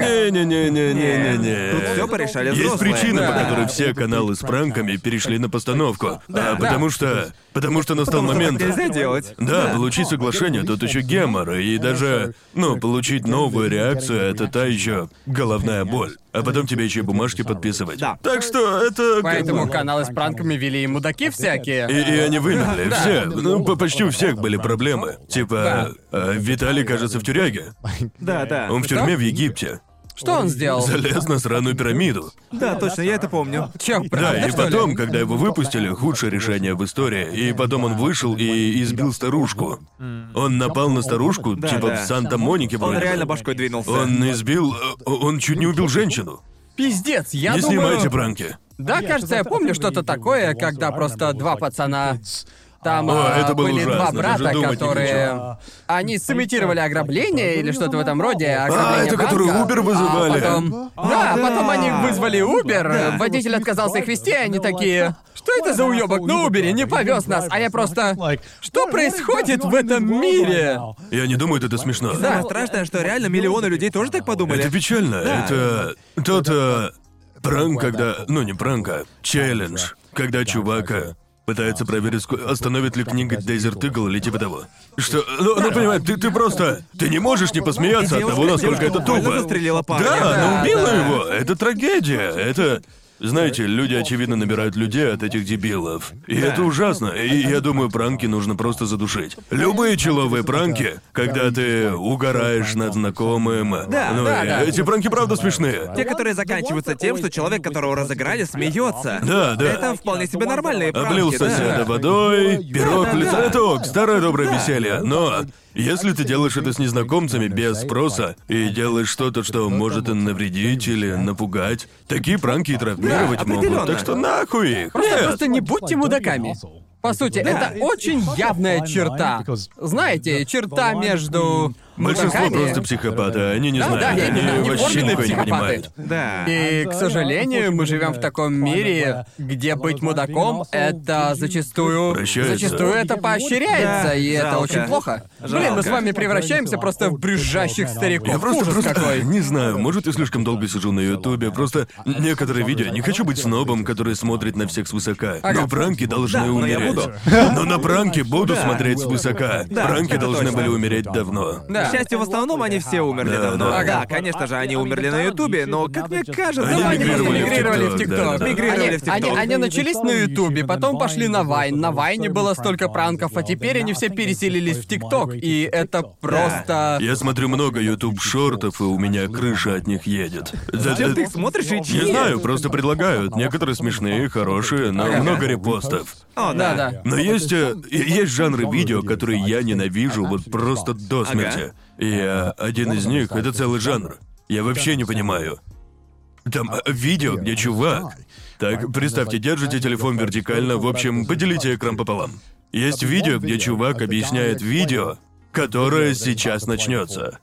[SPEAKER 3] не-не-не-не-не-не-не.
[SPEAKER 1] Тут все порешали
[SPEAKER 3] Есть
[SPEAKER 1] взрослые.
[SPEAKER 3] причина, по
[SPEAKER 2] Да.
[SPEAKER 3] которой все каналы с пранками перешли на постановку. а потому что. Потому что настал
[SPEAKER 1] Потому что так
[SPEAKER 3] момент.
[SPEAKER 1] нельзя делать.
[SPEAKER 3] Да, получить соглашение, тут еще гемор, и даже, ну, получить новую реакцию, это та еще головная боль. А потом тебе еще и бумажки подписывать.
[SPEAKER 1] Да.
[SPEAKER 3] Так что это... как
[SPEAKER 2] Поэтому
[SPEAKER 3] бы-
[SPEAKER 2] каналы с пранками вели и мудаки
[SPEAKER 3] И,
[SPEAKER 2] всякие.
[SPEAKER 3] и они вымерли, все. Ну, по- почти у всех были проблемы. Типа, э, Виталий, кажется, в тюряге.
[SPEAKER 1] Да, да.
[SPEAKER 3] Он в тюрьме в Египте.
[SPEAKER 2] Что он сделал?
[SPEAKER 3] Залез на сраную пирамиду.
[SPEAKER 1] Да, точно, я это помню.
[SPEAKER 2] Чё, правда,
[SPEAKER 3] Да, и
[SPEAKER 2] что ли?
[SPEAKER 3] потом, когда его выпустили, худшее решение в истории. И потом он вышел и избил старушку. Он напал на старушку,
[SPEAKER 1] Да,
[SPEAKER 3] типа
[SPEAKER 1] да.
[SPEAKER 3] в Санта-Монике
[SPEAKER 1] Он
[SPEAKER 3] вроде бы.
[SPEAKER 1] реально башкой двинулся.
[SPEAKER 3] Он избил... э, Он чуть не убил женщину.
[SPEAKER 2] Пиздец, я
[SPEAKER 3] не
[SPEAKER 2] думаю...
[SPEAKER 3] снимайте пранки.
[SPEAKER 2] Да, кажется, я помню что-то такое, когда просто два пацана... Там
[SPEAKER 3] О,
[SPEAKER 2] а,
[SPEAKER 3] это было
[SPEAKER 2] были
[SPEAKER 3] ужасно,
[SPEAKER 2] два брата,
[SPEAKER 3] даже думать не
[SPEAKER 2] которые... Они сымитировали ограбление или что-то в этом роде, ограбление
[SPEAKER 3] это который
[SPEAKER 2] банка,
[SPEAKER 3] Uber вызывали.
[SPEAKER 2] А потом... да, потом они вызвали Uber, водитель отказался их вести, и они такие... Что это за уёбок на Uber? Не повез нас, а я просто... Что происходит в этом мире?
[SPEAKER 3] Я не думаю, это смешно.
[SPEAKER 1] Самое страшное, что реально миллионы людей тоже так подумали.
[SPEAKER 3] Это печально. Это тот э, пранк, когда... Ну, не пранк, а челлендж. Когда чувака пытается проверить, ск- остановит ли книга Desert Eagle или типа того. Что... Ну, ну, понимаешь, ты, ты просто... Ты не можешь не посмеяться от
[SPEAKER 1] Девушка-
[SPEAKER 3] того, насколько
[SPEAKER 1] девушка
[SPEAKER 3] это
[SPEAKER 1] буквально
[SPEAKER 3] тупо.
[SPEAKER 1] застрелила парня.
[SPEAKER 3] Да, ну,
[SPEAKER 2] Да,
[SPEAKER 3] но убила
[SPEAKER 2] да.
[SPEAKER 3] его. Это трагедия. Это... Знаете, люди, очевидно, набирают людей от этих дебилов. И это ужасно. И я думаю, пранки нужно просто задушить. Любые человые пранки, когда ты угораешь над знакомым.
[SPEAKER 1] Да,
[SPEAKER 3] ну,
[SPEAKER 2] да,
[SPEAKER 3] и
[SPEAKER 2] да.
[SPEAKER 3] эти пранки правда смешные.
[SPEAKER 1] А Те, которые заканчиваются тем, что человек, которого разыграли, смеется.
[SPEAKER 3] Да, да.
[SPEAKER 1] Это вполне себе нормальные пранки,
[SPEAKER 3] Облил
[SPEAKER 1] да.
[SPEAKER 3] соседа водой, пирог в лицо. Это ок, старое доброе веселье. Но если ты делаешь это с незнакомцами без спроса и делаешь что-то, что может и навредить или напугать, такие пранки и травмировать
[SPEAKER 1] Да,
[SPEAKER 3] могут.
[SPEAKER 1] определенно.
[SPEAKER 3] Так что нахуй их.
[SPEAKER 2] Просто,
[SPEAKER 3] Нет.
[SPEAKER 2] просто не будьте мудаками. По сути, это очень явная черта. Знаете, черта между
[SPEAKER 3] Большинство
[SPEAKER 2] мудаками
[SPEAKER 3] просто психопаты, они не
[SPEAKER 2] Ну Да,
[SPEAKER 3] знают,
[SPEAKER 2] да, именно,
[SPEAKER 3] они
[SPEAKER 2] они
[SPEAKER 3] вообще
[SPEAKER 2] подлые
[SPEAKER 3] ничего не
[SPEAKER 2] психопаты.
[SPEAKER 3] понимают.
[SPEAKER 1] Да.
[SPEAKER 2] И, к сожалению, мы живем в таком мире, где быть мудаком — это зачастую...
[SPEAKER 3] Прощается.
[SPEAKER 2] Зачастую это поощряется,
[SPEAKER 1] Да,
[SPEAKER 2] и это
[SPEAKER 1] жалко.
[SPEAKER 2] очень плохо. Блин, мы с
[SPEAKER 1] Жалко.
[SPEAKER 2] вами превращаемся просто в брюзжащих стариков.
[SPEAKER 3] Я просто,
[SPEAKER 2] Ужас
[SPEAKER 3] просто
[SPEAKER 2] какой.
[SPEAKER 3] не знаю, может, я слишком долго сижу на Ютубе, просто некоторые видео. Не хочу быть снобом, который смотрит на всех свысока.
[SPEAKER 2] Ага.
[SPEAKER 3] Но пранки должны
[SPEAKER 1] А Да, но я
[SPEAKER 3] умереть.
[SPEAKER 1] буду. (laughs)
[SPEAKER 3] Но на пранки буду смотреть свысока.
[SPEAKER 1] Да,
[SPEAKER 3] пранки
[SPEAKER 1] это
[SPEAKER 3] должны
[SPEAKER 1] точно.
[SPEAKER 3] были умереть давно.
[SPEAKER 2] Да.
[SPEAKER 1] К счастью, в основном они все умерли
[SPEAKER 3] Да,
[SPEAKER 1] давно.
[SPEAKER 3] да.
[SPEAKER 1] Да,
[SPEAKER 2] Ага.
[SPEAKER 1] конечно же, они умерли на Ютубе, но, как мне кажется,
[SPEAKER 3] Они
[SPEAKER 2] Ну, они просто
[SPEAKER 3] мигрировали в
[SPEAKER 2] мигрировали в
[SPEAKER 3] TikTok,
[SPEAKER 2] ТикТок.
[SPEAKER 3] да-да-да.
[SPEAKER 1] Мигрировали в
[SPEAKER 2] Они,
[SPEAKER 1] TikTok.
[SPEAKER 2] они начались на Ютубе, потом пошли на Вайн. На Вайне было столько пранков, а теперь они все переселились в ТикТок. И это просто...
[SPEAKER 3] Я смотрю много YouTube шортов, и у меня крыша от них едет. Да,
[SPEAKER 1] Чем
[SPEAKER 3] да,
[SPEAKER 1] ты их смотришь и
[SPEAKER 3] Не
[SPEAKER 1] чьи?
[SPEAKER 3] знаю, просто предлагают. Некоторые смешные, хорошие, но
[SPEAKER 2] Ага.
[SPEAKER 3] много репостов.
[SPEAKER 1] О, да.
[SPEAKER 2] Да-да.
[SPEAKER 3] Но есть, э, есть жанры видео, которые я ненавижу вот просто до
[SPEAKER 1] Ага.
[SPEAKER 3] смерти. И э, один из них — это целый жанр. Я вообще не понимаю. Там э, видео, где чувак... Так, представьте, держите телефон вертикально, в общем, поделите экран пополам. Есть видео, где чувак объясняет видео, которое сейчас начнется,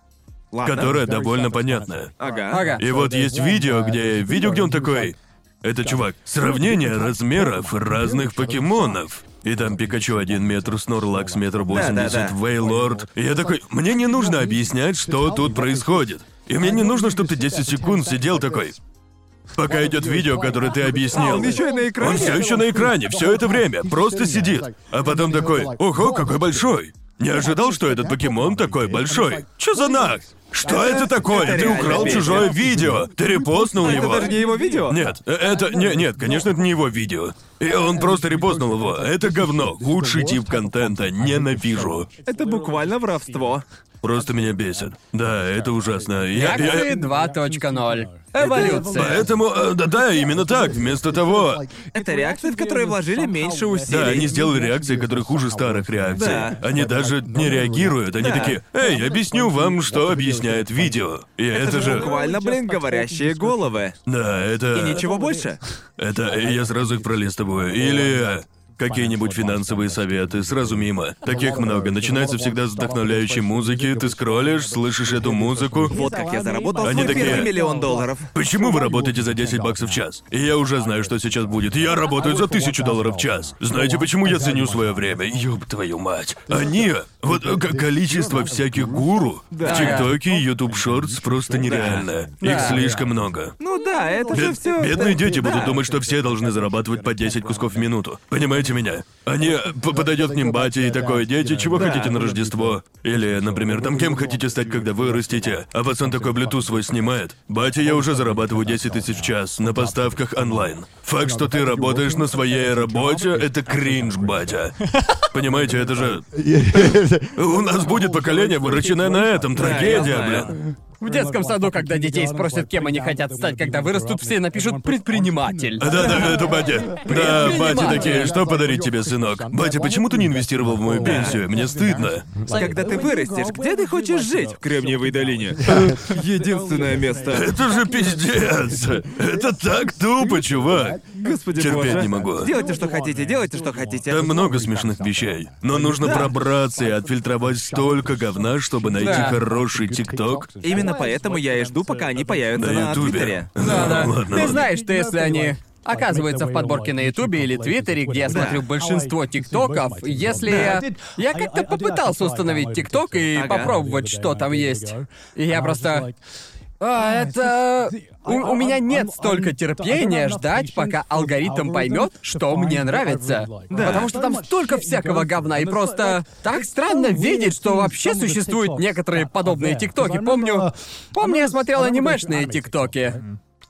[SPEAKER 1] Ладно.
[SPEAKER 3] которое довольно понятное.
[SPEAKER 1] Ага.
[SPEAKER 2] Ага.
[SPEAKER 3] И вот есть видео, где видео, где он такой. Это чувак. Сравнение размеров разных покемонов. И там Пикачу 1 метр, Снорлакс
[SPEAKER 1] Да,
[SPEAKER 3] метр
[SPEAKER 1] да,
[SPEAKER 3] 80,
[SPEAKER 1] да.
[SPEAKER 3] Вейлорд. И я такой, мне не нужно объяснять, что тут происходит. И мне не нужно, чтобы ты 10 секунд сидел такой. Пока идет видео, которое ты
[SPEAKER 1] А,
[SPEAKER 3] объяснил.
[SPEAKER 1] он еще и на экране?
[SPEAKER 3] Он все еще на экране, все это время, просто сидит. А потом такой, ого, какой большой. Не ожидал, что этот покемон такой большой. Чё за нах? Что это такое? Ты
[SPEAKER 1] реально
[SPEAKER 3] украл
[SPEAKER 1] песня.
[SPEAKER 3] чужое видео. Ты репостнул
[SPEAKER 1] Это
[SPEAKER 3] ну, его.
[SPEAKER 1] даже не его видео?
[SPEAKER 3] Нет, э, это... не- нет, конечно, это не его видео. И он просто репостнул его. Это говно. Лучший тип контента. Ненавижу.
[SPEAKER 1] Это буквально воровство.
[SPEAKER 3] Просто меня бесит. Да, это ужасно. Я...
[SPEAKER 2] Акции
[SPEAKER 3] я-
[SPEAKER 2] 2.0. Эволюция.
[SPEAKER 3] Поэтому... э, Да-да, именно так. Вместо того...
[SPEAKER 1] Это реакции, в которые вложили меньше усилий.
[SPEAKER 3] Да, они сделали реакции, которые хуже старых реакций.
[SPEAKER 1] Да.
[SPEAKER 3] Они даже не реагируют. Они
[SPEAKER 1] Ну, Да.
[SPEAKER 3] такие, эй, объясню вам, что объясняет видео. И это, же...
[SPEAKER 1] Буквально, блин, говорящие головы.
[SPEAKER 3] Да, это...
[SPEAKER 1] И ничего больше.
[SPEAKER 3] Это э, я сразу их пролистываю. Или э, какие-нибудь финансовые советы, сразу мимо. Таких много. Начинается всегда с вдохновляющей музыки, ты скроллишь, слышишь эту музыку.
[SPEAKER 1] Вот как я заработал
[SPEAKER 3] Они
[SPEAKER 1] свой
[SPEAKER 3] такие-
[SPEAKER 1] первый миллион долларов.
[SPEAKER 3] Почему вы работаете за 10 баксов в час? И я уже знаю, что сейчас будет. Я работаю за 1000 долларов в час. Знаете, почему я ценю свое время? Ёб твою мать. Они... Вот э, ко- количество всяких гуру в ТикТоке и Ютуб Шортс просто нереально. Их
[SPEAKER 2] Да.
[SPEAKER 3] слишком много.
[SPEAKER 1] Ну да, это же
[SPEAKER 3] Бед-
[SPEAKER 1] все.
[SPEAKER 3] Бедные дети будут думать, что все должны зарабатывать по 10 кусков в минуту. Понимаете меня? Они э, п- подойдет к ним батя и такое, дети, чего хотите на Рождество? Или, например, там кем хотите стать, когда вырастете? А пацан такой блютуз свой снимает. Батя, я уже зарабатываю 10 тысяч в час на поставках онлайн. Факт, что ты работаешь на своей работе, это кринж, батя. Понимаете, это же... У нас будет поколение, выращенное на этом. Трагедия,
[SPEAKER 1] знаю.
[SPEAKER 3] блин.
[SPEAKER 2] В детском саду, когда детей спросят, кем они хотят стать, когда вырастут, все напишут «предприниматель».
[SPEAKER 3] Да, да, это батя. Да, батя такие, что подарить тебе, сынок? Батя, почему ты не инвестировал в мою пенсию? Мне стыдно.
[SPEAKER 1] Когда ты вырастешь, где ты хочешь жить? В Кремниевой долине. (laughs) Единственное место.
[SPEAKER 3] Это же пиздец. Это так тупо, чувак.
[SPEAKER 1] Господи
[SPEAKER 3] Терпеть
[SPEAKER 1] боже.
[SPEAKER 3] не могу.
[SPEAKER 1] Делайте, что хотите, делайте, что хотите.
[SPEAKER 3] Там много смешных вещей, но нужно пробраться и отфильтровать столько говна, чтобы найти
[SPEAKER 2] Да.
[SPEAKER 3] хороший ТикТок
[SPEAKER 1] Именно поэтому я и жду, пока они появятся
[SPEAKER 3] на
[SPEAKER 1] на,
[SPEAKER 3] Ютубе.
[SPEAKER 1] Твиттере.
[SPEAKER 2] Да, да.
[SPEAKER 3] Ладно,
[SPEAKER 2] Ты
[SPEAKER 3] ладно.
[SPEAKER 2] знаешь, что если они оказываются в подборке на Ютубе или Твиттере, где я
[SPEAKER 1] Да.
[SPEAKER 2] смотрю большинство тиктоков, если я... Я как-то попытался установить тикток и
[SPEAKER 1] Ага.
[SPEAKER 2] попробовать, что там есть. И я просто... А, это... У, у меня нет столько терпения ждать, пока алгоритм поймет, что мне нравится.
[SPEAKER 6] Да.
[SPEAKER 2] Потому что там столько всякого говна, и просто так странно видеть, что вообще существуют некоторые подобные тиктоки. Помню, помню, я смотрел анимешные тиктоки.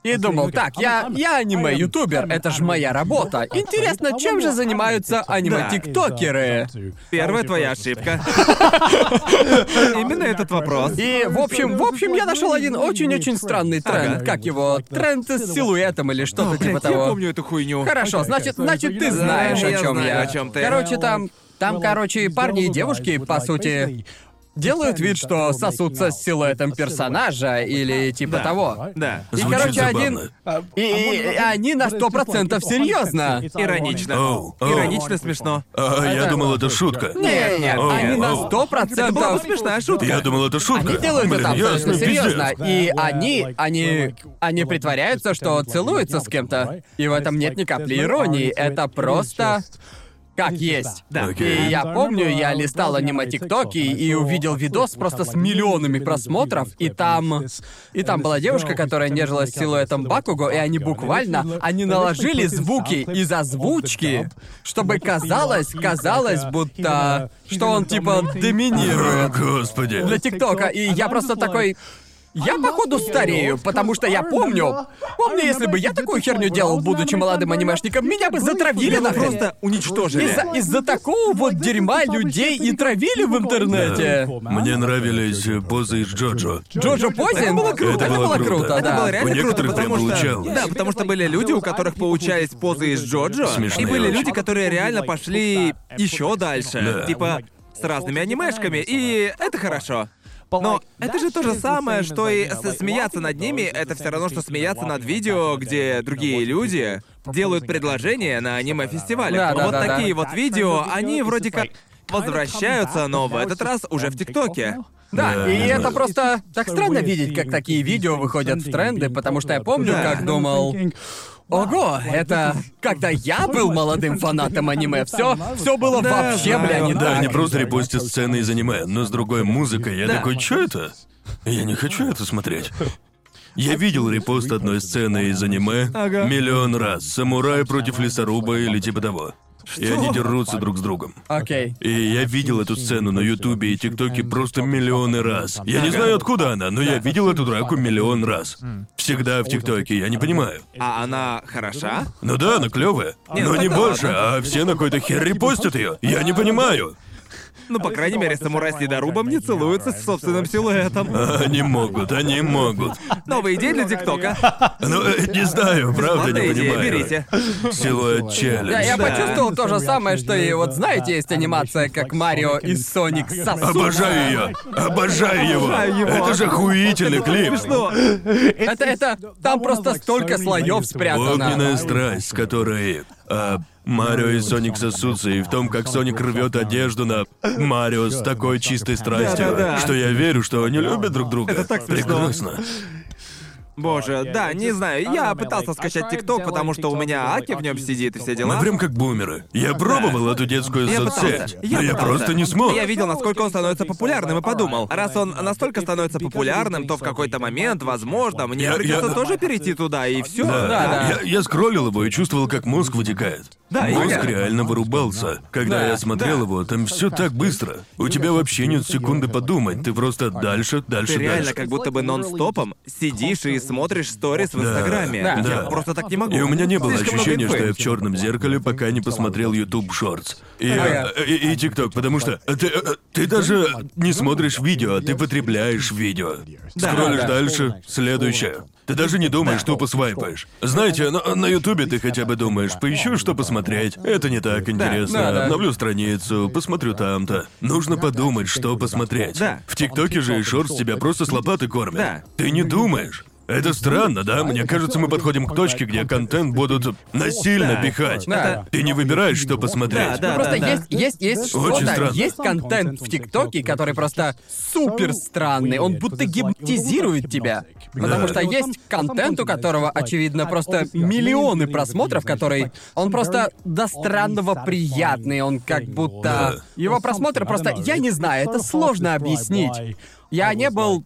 [SPEAKER 2] И думал, так,
[SPEAKER 1] А
[SPEAKER 2] я, я аниме-ютубер, это ж моя работа. Интересно, чем же занимаются аниме-тиктокеры?
[SPEAKER 1] Первая твоя ошибка. (laughs) Именно этот вопрос.
[SPEAKER 2] И, в общем, в общем, я нашел один очень-очень странный тренд.
[SPEAKER 6] Ага.
[SPEAKER 2] Как его? Тренд с силуэтом или что-то типа
[SPEAKER 1] Блядь, я
[SPEAKER 2] того.
[SPEAKER 1] помню эту хуйню.
[SPEAKER 2] Хорошо, значит, значит, ты знаешь,
[SPEAKER 1] Да,
[SPEAKER 2] о
[SPEAKER 1] я
[SPEAKER 2] чем
[SPEAKER 1] знаю,
[SPEAKER 2] я.
[SPEAKER 1] о чём ты.
[SPEAKER 2] Короче, там. Там, короче, парни и девушки, по сути, делают вид, что сосутся с силуэтом персонажа или типа
[SPEAKER 6] Да.
[SPEAKER 2] того.
[SPEAKER 1] Да.
[SPEAKER 2] И,
[SPEAKER 3] Звучит
[SPEAKER 2] короче,
[SPEAKER 3] забавно.
[SPEAKER 2] один. И,
[SPEAKER 1] А
[SPEAKER 2] и- и они на сто процентов
[SPEAKER 1] типа
[SPEAKER 2] серьезно.
[SPEAKER 1] Иронично.
[SPEAKER 3] Оу, оу.
[SPEAKER 1] Иронично смешно.
[SPEAKER 3] А, я думал, это шутка.
[SPEAKER 2] Нет, нет,
[SPEAKER 3] Оу,
[SPEAKER 2] они на
[SPEAKER 3] оу.
[SPEAKER 1] Это была
[SPEAKER 2] сто
[SPEAKER 1] бы
[SPEAKER 2] процентов
[SPEAKER 1] смешная шутка.
[SPEAKER 3] Я думал, это шутка.
[SPEAKER 2] Они делают
[SPEAKER 3] Блин,
[SPEAKER 2] это абсолютно
[SPEAKER 3] ясно, пиздец.
[SPEAKER 2] серьезно. И они, они, они притворяются, что целуются с кем-то. И в этом нет ни капли иронии. Это просто как есть.
[SPEAKER 1] Да.
[SPEAKER 3] Окей.
[SPEAKER 2] И я помню,
[SPEAKER 6] uh,
[SPEAKER 2] я листал аниме ТикТоки
[SPEAKER 6] oh,
[SPEAKER 2] и увидел видос просто с миллионами просмотров, и там... И там была девушка, которая нежилась с силуэтом Бакуго, и они буквально... Они наложили звуки из озвучки, чтобы казалось, казалось, будто... Что он типа
[SPEAKER 3] О, (laughs)
[SPEAKER 2] доминирует
[SPEAKER 3] господи.
[SPEAKER 2] для ТикТока, и я просто такой... Я, походу, старею, потому что я помню... Помню, если бы я такую херню делал, будучи молодым анимешником, меня бы затравили
[SPEAKER 1] Или
[SPEAKER 2] на
[SPEAKER 1] на просто уничтожили.
[SPEAKER 2] из-за, из-за такого вот дерьма людей и травили в интернете.
[SPEAKER 3] Мне нравились э, позы из Джоджо.
[SPEAKER 2] Джоджо Позин? Это было
[SPEAKER 3] круто. Это было круто.
[SPEAKER 1] Это
[SPEAKER 2] да.
[SPEAKER 1] было
[SPEAKER 3] У
[SPEAKER 1] реально круто,
[SPEAKER 3] некоторых прям
[SPEAKER 1] потому что...
[SPEAKER 3] получалось.
[SPEAKER 1] Да, потому что были люди, у которых получались позы из Джоджо,
[SPEAKER 3] Смешные
[SPEAKER 1] и были
[SPEAKER 3] очень.
[SPEAKER 1] люди, которые реально пошли еще дальше.
[SPEAKER 3] Да.
[SPEAKER 1] Типа с разными анимешками, и это хорошо. Но это же то же самое, что и с- смеяться над ними, это все равно, что смеяться над видео, где другие люди делают предложения на аниме-фестивалях.
[SPEAKER 2] Да, да,
[SPEAKER 1] вот
[SPEAKER 2] да, да.
[SPEAKER 1] такие вот видео, они вроде как возвращаются, но в этот раз уже в ТикТоке.
[SPEAKER 2] Да,
[SPEAKER 3] Да,
[SPEAKER 2] и
[SPEAKER 3] да.
[SPEAKER 2] это просто так странно видеть, как такие видео выходят в тренды, потому что я помню,
[SPEAKER 1] Да.
[SPEAKER 2] как думал... Ого, это (laughs) когда я был молодым фанатом аниме, все, все было
[SPEAKER 1] Да,
[SPEAKER 2] вообще,
[SPEAKER 1] знаю.
[SPEAKER 2] бля, не
[SPEAKER 3] Да,
[SPEAKER 2] так.
[SPEAKER 3] они просто репостят сцены из аниме, но с другой музыкой. Я
[SPEAKER 1] Да.
[SPEAKER 3] такой, что это? Я не хочу это смотреть. Я видел репост одной сцены из аниме
[SPEAKER 1] Ага.
[SPEAKER 3] миллион раз. Самурай против лесоруба или типа того. и они дерутся друг с другом.
[SPEAKER 2] Окей.
[SPEAKER 3] И я видел эту сцену на Ютубе и ТикТоке просто миллионы раз. Я не знаю, откуда она, но я видел эту драку миллион раз. Всегда в ТикТоке, я не понимаю.
[SPEAKER 1] А она хороша?
[SPEAKER 3] Ну да, она клевая.
[SPEAKER 1] Не,
[SPEAKER 3] Но
[SPEAKER 1] ну
[SPEAKER 3] не
[SPEAKER 1] тогда
[SPEAKER 3] больше,
[SPEAKER 1] ладно.
[SPEAKER 3] а все на какой-то хер репостят ее. Я не понимаю.
[SPEAKER 1] Ну, по крайней мере, самурай с недорубом не целуется с собственным силуэтом.
[SPEAKER 3] Они А, могут, они могут.
[SPEAKER 1] Новая идея для
[SPEAKER 3] (laughs)
[SPEAKER 1] ТикТока.
[SPEAKER 3] Ну, э, не знаю, правда
[SPEAKER 1] Ладно,
[SPEAKER 3] не
[SPEAKER 1] идея,
[SPEAKER 3] понимаю.
[SPEAKER 1] берите.
[SPEAKER 3] Силуэт
[SPEAKER 2] Да, я
[SPEAKER 1] Да.
[SPEAKER 3] челлендж.
[SPEAKER 2] почувствовал то же самое, что и вот знаете, есть анимация, как Марио и Соник сосут.
[SPEAKER 3] Обожаю ее! Обожаю его!
[SPEAKER 1] Обожаю его.
[SPEAKER 3] Это же охуительный клип!
[SPEAKER 1] (laughs) Смешно.
[SPEAKER 2] Это, это, там просто столько слоев спрятано.
[SPEAKER 3] Огненная страсть, с которой а, Марио и Соник сосутся, и в том, как Соник рвет одежду на Марио с такой чистой страстью,
[SPEAKER 1] Да-да-да.
[SPEAKER 3] что я верю, что они любят друг друга.
[SPEAKER 1] Это так смешно.
[SPEAKER 3] Прекрасно.
[SPEAKER 1] Боже, да, не знаю. Я пытался скачать ТикТок, потому что у меня Аки в нем сидит и все
[SPEAKER 3] Мы
[SPEAKER 1] дела.
[SPEAKER 3] прям как бумеры. Я пробовал эту детскую
[SPEAKER 1] Я
[SPEAKER 3] соцсеть,
[SPEAKER 1] пытался.
[SPEAKER 3] но я
[SPEAKER 1] пытался.
[SPEAKER 3] просто не смог.
[SPEAKER 1] Я видел, насколько он становится популярным, и подумал, раз он настолько становится популярным, то в какой-то момент, возможно, мне
[SPEAKER 3] Я- я-
[SPEAKER 1] придется тоже перейти туда, и все.
[SPEAKER 3] Да,
[SPEAKER 2] да.
[SPEAKER 3] Я, я скроллил его и чувствовал, как мозг вытекает.
[SPEAKER 1] Да, и
[SPEAKER 3] мозг
[SPEAKER 1] я-
[SPEAKER 3] реально вырубался. Когда
[SPEAKER 1] Да,
[SPEAKER 3] я смотрел
[SPEAKER 1] да.
[SPEAKER 3] его, там все так быстро. У тебя вообще нет секунды подумать. Ты просто дальше, дальше,
[SPEAKER 1] Ты реально
[SPEAKER 3] дальше.
[SPEAKER 1] как будто бы нон-стопом сидишь и смотришь сторис в
[SPEAKER 3] Да,
[SPEAKER 1] Инстаграме.
[SPEAKER 2] да.
[SPEAKER 1] Я
[SPEAKER 3] Да.
[SPEAKER 1] просто так не могу.
[SPEAKER 3] И у меня не было
[SPEAKER 1] Слишком много
[SPEAKER 3] ощущения, что
[SPEAKER 1] инфы.
[SPEAKER 3] я в черном зеркале, пока не посмотрел YouTube Shorts. И,
[SPEAKER 2] Ага.
[SPEAKER 3] э, и, TikTok, потому что ты, э, ты даже не смотришь видео, а ты потребляешь видео.
[SPEAKER 1] Да,
[SPEAKER 3] Скроллишь
[SPEAKER 1] да.
[SPEAKER 3] дальше, следующее. Ты даже не думаешь, что посвайпаешь. Знаете, на, на Ютубе ты хотя бы думаешь, поищу, что посмотреть. Это не так интересно.
[SPEAKER 2] да, да.
[SPEAKER 3] Обновлю страницу, посмотрю там-то. Нужно подумать, что посмотреть.
[SPEAKER 1] Да.
[SPEAKER 3] В ТикТоке же и шорс тебя просто с лопаты кормят.
[SPEAKER 1] Да.
[SPEAKER 3] Ты не думаешь. Это странно, да? А Мне кажется, мы подходим к точке, где контент будут
[SPEAKER 1] Да.
[SPEAKER 3] насильно пихать.
[SPEAKER 2] Да.
[SPEAKER 3] Ты не выбираешь, что посмотреть.
[SPEAKER 1] Да,
[SPEAKER 2] Просто
[SPEAKER 1] да, да.
[SPEAKER 2] есть, есть, есть
[SPEAKER 3] Очень
[SPEAKER 2] что-то,
[SPEAKER 3] странно.
[SPEAKER 2] есть контент в ТикТоке, который просто супер странный, он будто гипнотизирует тебя. Потому
[SPEAKER 3] Да.
[SPEAKER 2] что есть контент, у которого,
[SPEAKER 6] А,
[SPEAKER 3] А
[SPEAKER 2] очевидно, просто миллионы просмотров, который... Он просто до странного приятный, он как будто...
[SPEAKER 3] Да.
[SPEAKER 2] Его просмотр просто... Я не знаю, это сложно объяснить. Я не
[SPEAKER 6] Ну,
[SPEAKER 2] был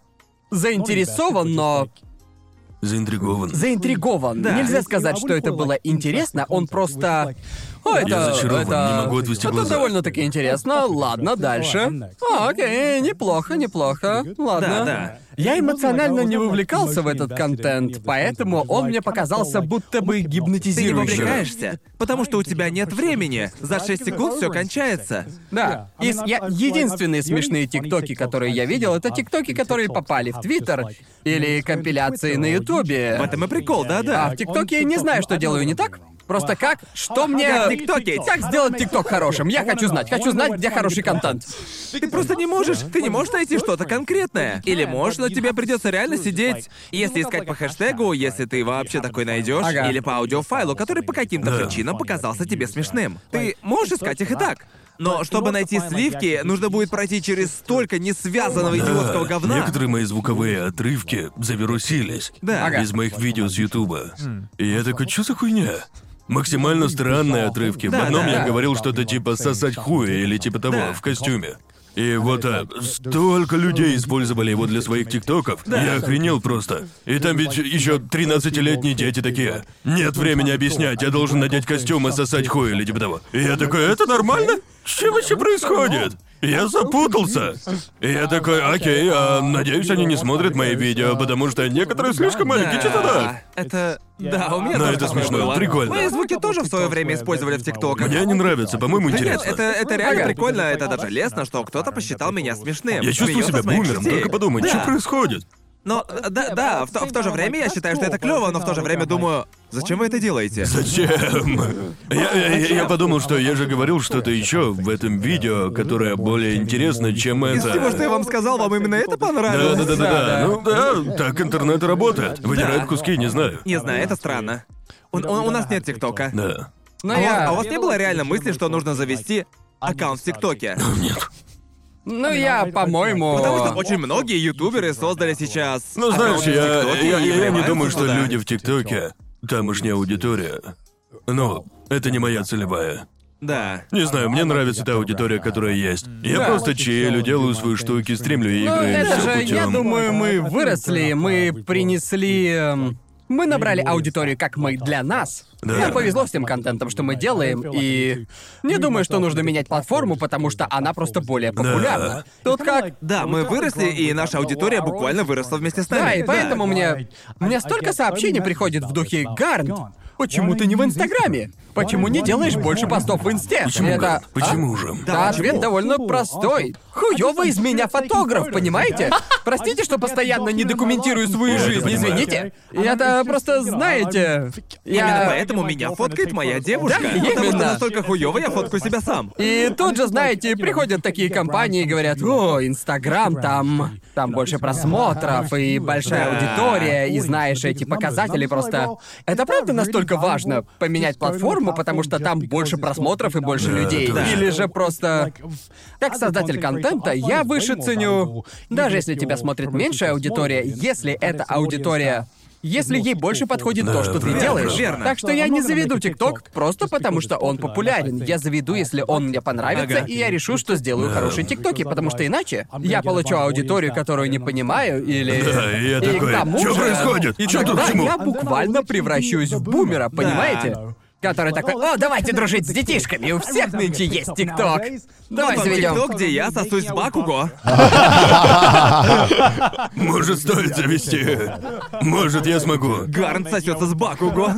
[SPEAKER 2] заинтересован, но
[SPEAKER 6] типа,
[SPEAKER 3] Заинтригован.
[SPEAKER 2] заинтригован.
[SPEAKER 1] Да.
[SPEAKER 2] Нельзя
[SPEAKER 6] А
[SPEAKER 3] а
[SPEAKER 2] сказать, что это было интересно, он просто... О, это...
[SPEAKER 3] Я зачарован,
[SPEAKER 2] это-
[SPEAKER 3] не могу отвести
[SPEAKER 2] это
[SPEAKER 3] глаза.
[SPEAKER 2] довольно-таки интересно. Ладно, дальше. А, окей, неплохо, неплохо. Ладно.
[SPEAKER 1] Да, да.
[SPEAKER 2] Я эмоционально не вовлекался в этот контент, поэтому он мне показался будто бы
[SPEAKER 1] Ты не
[SPEAKER 2] гипнотизирующим.
[SPEAKER 1] вовлекаешься, потому что у тебя нет времени. За 6 секунд все кончается.
[SPEAKER 2] Да.
[SPEAKER 6] Yeah.
[SPEAKER 2] Ес- я-
[SPEAKER 6] I mean, I've- I've-
[SPEAKER 2] единственные
[SPEAKER 6] like, the only
[SPEAKER 2] смешные
[SPEAKER 6] funny
[SPEAKER 2] тиктоки,
[SPEAKER 6] TikToks
[SPEAKER 2] которые я
[SPEAKER 6] I've
[SPEAKER 2] видел,
[SPEAKER 6] seen
[SPEAKER 2] это
[SPEAKER 6] are
[SPEAKER 2] тиктоки,
[SPEAKER 6] TikToks
[SPEAKER 2] которые
[SPEAKER 6] that
[SPEAKER 2] попали в
[SPEAKER 6] have just,
[SPEAKER 2] Твиттер
[SPEAKER 6] like,
[SPEAKER 1] Ну,
[SPEAKER 2] или
[SPEAKER 6] memes in
[SPEAKER 2] компиляции
[SPEAKER 6] Twitter
[SPEAKER 2] на
[SPEAKER 6] or
[SPEAKER 2] Ютубе.
[SPEAKER 6] YouTube.
[SPEAKER 1] В этом и прикол, да-да.
[SPEAKER 2] А в ТикТоке я не знаю, что делаю не так. Просто как? Что мне...
[SPEAKER 1] Как в ТикТоке?
[SPEAKER 2] Как сделать ТикТок хорошим? Я хочу знать. Хочу знать, где хороший контент.
[SPEAKER 1] Ты просто не можешь, ты не можешь найти что-то конкретное. Или можешь, но тебе придется реально сидеть, если искать по хэштегу, если ты вообще такой найдешь,
[SPEAKER 2] Ага.
[SPEAKER 1] или по аудиофайлу, который по каким-то
[SPEAKER 3] Да.
[SPEAKER 1] причинам показался тебе смешным. Ты можешь искать их и так. Но чтобы найти сливки, нужно будет пройти через столько несвязанного идиотского говна.
[SPEAKER 3] Некоторые мои звуковые отрывки завирусились.
[SPEAKER 1] Да.
[SPEAKER 2] Ага.
[SPEAKER 3] Из моих видео с Ютуба. И я такой, что за хуйня? Максимально странные отрывки.
[SPEAKER 1] Да,
[SPEAKER 3] В одном
[SPEAKER 1] да,
[SPEAKER 3] я
[SPEAKER 1] да.
[SPEAKER 3] говорил что-то типа «сосать хуя» или типа того,
[SPEAKER 1] Да.
[SPEAKER 3] в костюме. И вот а, столько людей использовали его для своих тиктоков. Я охренел просто. И там ведь еще 13-летние дети такие. Нет времени объяснять, я должен надеть костюм и сосать хуй или типа того. И я такой, это нормально? Что вообще происходит? Я запутался. И я такой, окей, а надеюсь, они не смотрят мои видео, потому что некоторые слишком аллергичны, да.
[SPEAKER 1] Да, это... Да, у меня
[SPEAKER 3] Но
[SPEAKER 1] тоже
[SPEAKER 3] это
[SPEAKER 1] такое
[SPEAKER 3] смешно,
[SPEAKER 1] было.
[SPEAKER 3] прикольно.
[SPEAKER 1] Мои звуки тоже в свое время использовали в ТикТоках.
[SPEAKER 3] Мне не нравится, по-моему,
[SPEAKER 1] Да
[SPEAKER 3] интересно.
[SPEAKER 1] нет, это, это реально
[SPEAKER 2] Ага.
[SPEAKER 1] прикольно, это даже лестно, что кто-то посчитал меня смешным.
[SPEAKER 3] Я чувствую
[SPEAKER 1] Смеётся
[SPEAKER 3] себя
[SPEAKER 1] с моих
[SPEAKER 3] бумером,
[SPEAKER 1] шутей.
[SPEAKER 3] только подумай,
[SPEAKER 1] Да.
[SPEAKER 3] что происходит?
[SPEAKER 1] Но, э, да, да, в, то- в то же время я считаю, что это клево, но в то же время думаю, зачем вы это делаете?
[SPEAKER 3] Зачем? Я, я- я- я подумал, что я же говорил что-то еще в этом видео, которое более интересно, чем
[SPEAKER 1] Из
[SPEAKER 3] это.
[SPEAKER 1] всего, что я вам сказал, вам именно это
[SPEAKER 3] Да,
[SPEAKER 1] понравилось?
[SPEAKER 3] да, да, да,
[SPEAKER 2] Да,
[SPEAKER 3] да. Ну да, так интернет и работает. Выбирает
[SPEAKER 1] Да.
[SPEAKER 3] куски, не знаю.
[SPEAKER 1] Не знаю, это странно. У, у- у нас нет ТикТока.
[SPEAKER 3] Да.
[SPEAKER 2] Но
[SPEAKER 1] А, у вас-
[SPEAKER 2] Ну, я...
[SPEAKER 1] а у вас не было реально мысли, что нужно завести аккаунт в ТикТоке?
[SPEAKER 2] Ну я, по-моему...
[SPEAKER 1] Потому что очень многие ютуберы создали сейчас.
[SPEAKER 2] А
[SPEAKER 3] Ну знаешь,
[SPEAKER 1] аккаунты в
[SPEAKER 3] я,
[SPEAKER 1] ТикТоке Ну и
[SPEAKER 3] я- я не
[SPEAKER 1] вливаются
[SPEAKER 3] думаю, что
[SPEAKER 1] туда.
[SPEAKER 3] люди в ТикТоке, тамошняя аудитория. Ну, это не моя целевая.
[SPEAKER 1] Да.
[SPEAKER 3] Не знаю, мне нравится та аудитория, которая есть. Я просто чилю, делаю свои штуки, стримлю игры,
[SPEAKER 2] Ну, это
[SPEAKER 3] всё
[SPEAKER 2] же, я
[SPEAKER 3] путём.
[SPEAKER 2] думаю, мы выросли, мы принесли... эм, Мы набрали аудиторию, как мы, для нас.
[SPEAKER 3] Да.
[SPEAKER 2] Нам повезло с тем контентом, что мы делаем, и... Не думаю, что нужно менять платформу, потому что она просто более популярна. Тут как...
[SPEAKER 1] Да, мы выросли, и наша аудитория буквально выросла вместе с нами.
[SPEAKER 2] Да, и поэтому мне... Мне столько сообщений приходит в духе «Гарнт, почему ты не в Инстаграме? Почему не делаешь больше постов в Инсте?»
[SPEAKER 3] Почему,
[SPEAKER 2] Это-
[SPEAKER 3] Гарн?
[SPEAKER 2] А?
[SPEAKER 3] Почему же?
[SPEAKER 1] почему?
[SPEAKER 2] Да, ответ довольно простой. Хуёвый из меня фотограф, понимаете? Простите, что постоянно не документирую свою
[SPEAKER 3] Я это
[SPEAKER 2] жизнь,
[SPEAKER 3] понимаю.
[SPEAKER 2] извините. Я-то просто, знаете...
[SPEAKER 1] Именно
[SPEAKER 2] я-
[SPEAKER 1] поэтому меня фоткает моя девушка.
[SPEAKER 2] Да,
[SPEAKER 1] потому что
[SPEAKER 2] именно.
[SPEAKER 1] настолько хуёво я фоткаю себя сам.
[SPEAKER 2] И тут же, знаете, приходят такие компании и говорят, о, Инстаграм, там, там больше просмотров и большая аудитория, и знаешь эти показатели просто... Это правда настолько важно поменять платформу, потому что там больше просмотров и больше
[SPEAKER 3] Да,
[SPEAKER 2] людей?
[SPEAKER 3] да.
[SPEAKER 2] Или же просто... Как создатель контента, я выше ценю... Даже если тебя смотрит меньшая аудитория, если эта аудитория если ей больше подходит
[SPEAKER 3] Да,
[SPEAKER 2] то, что ты
[SPEAKER 3] верно,
[SPEAKER 2] делаешь.
[SPEAKER 1] верно.
[SPEAKER 2] Так что я не заведу ТикТок просто потому, что он популярен. Я заведу, если он мне понравится,
[SPEAKER 1] Ага.
[SPEAKER 2] и я решу, что сделаю хорошие ТикТоки, потому что иначе я получу аудиторию, которую не понимаю, или...
[SPEAKER 3] Да, и я такой,
[SPEAKER 2] к тому
[SPEAKER 3] «Чё
[SPEAKER 2] же-
[SPEAKER 3] происходит?
[SPEAKER 2] И
[SPEAKER 3] Чё тут
[SPEAKER 2] тогда
[SPEAKER 3] к чему?»
[SPEAKER 2] я буквально превращусь в бумера, понимаете? Который такой, о, давайте дружить с детишками, у всех нынче есть ТикТок. Давай
[SPEAKER 1] Тот
[SPEAKER 2] заведем.
[SPEAKER 1] TikTok, где я сосусь с Бакуго.
[SPEAKER 3] Может, стоит завести. Может, я смогу.
[SPEAKER 1] Гарн сосется с
[SPEAKER 3] (laughs)
[SPEAKER 1] Бакуго.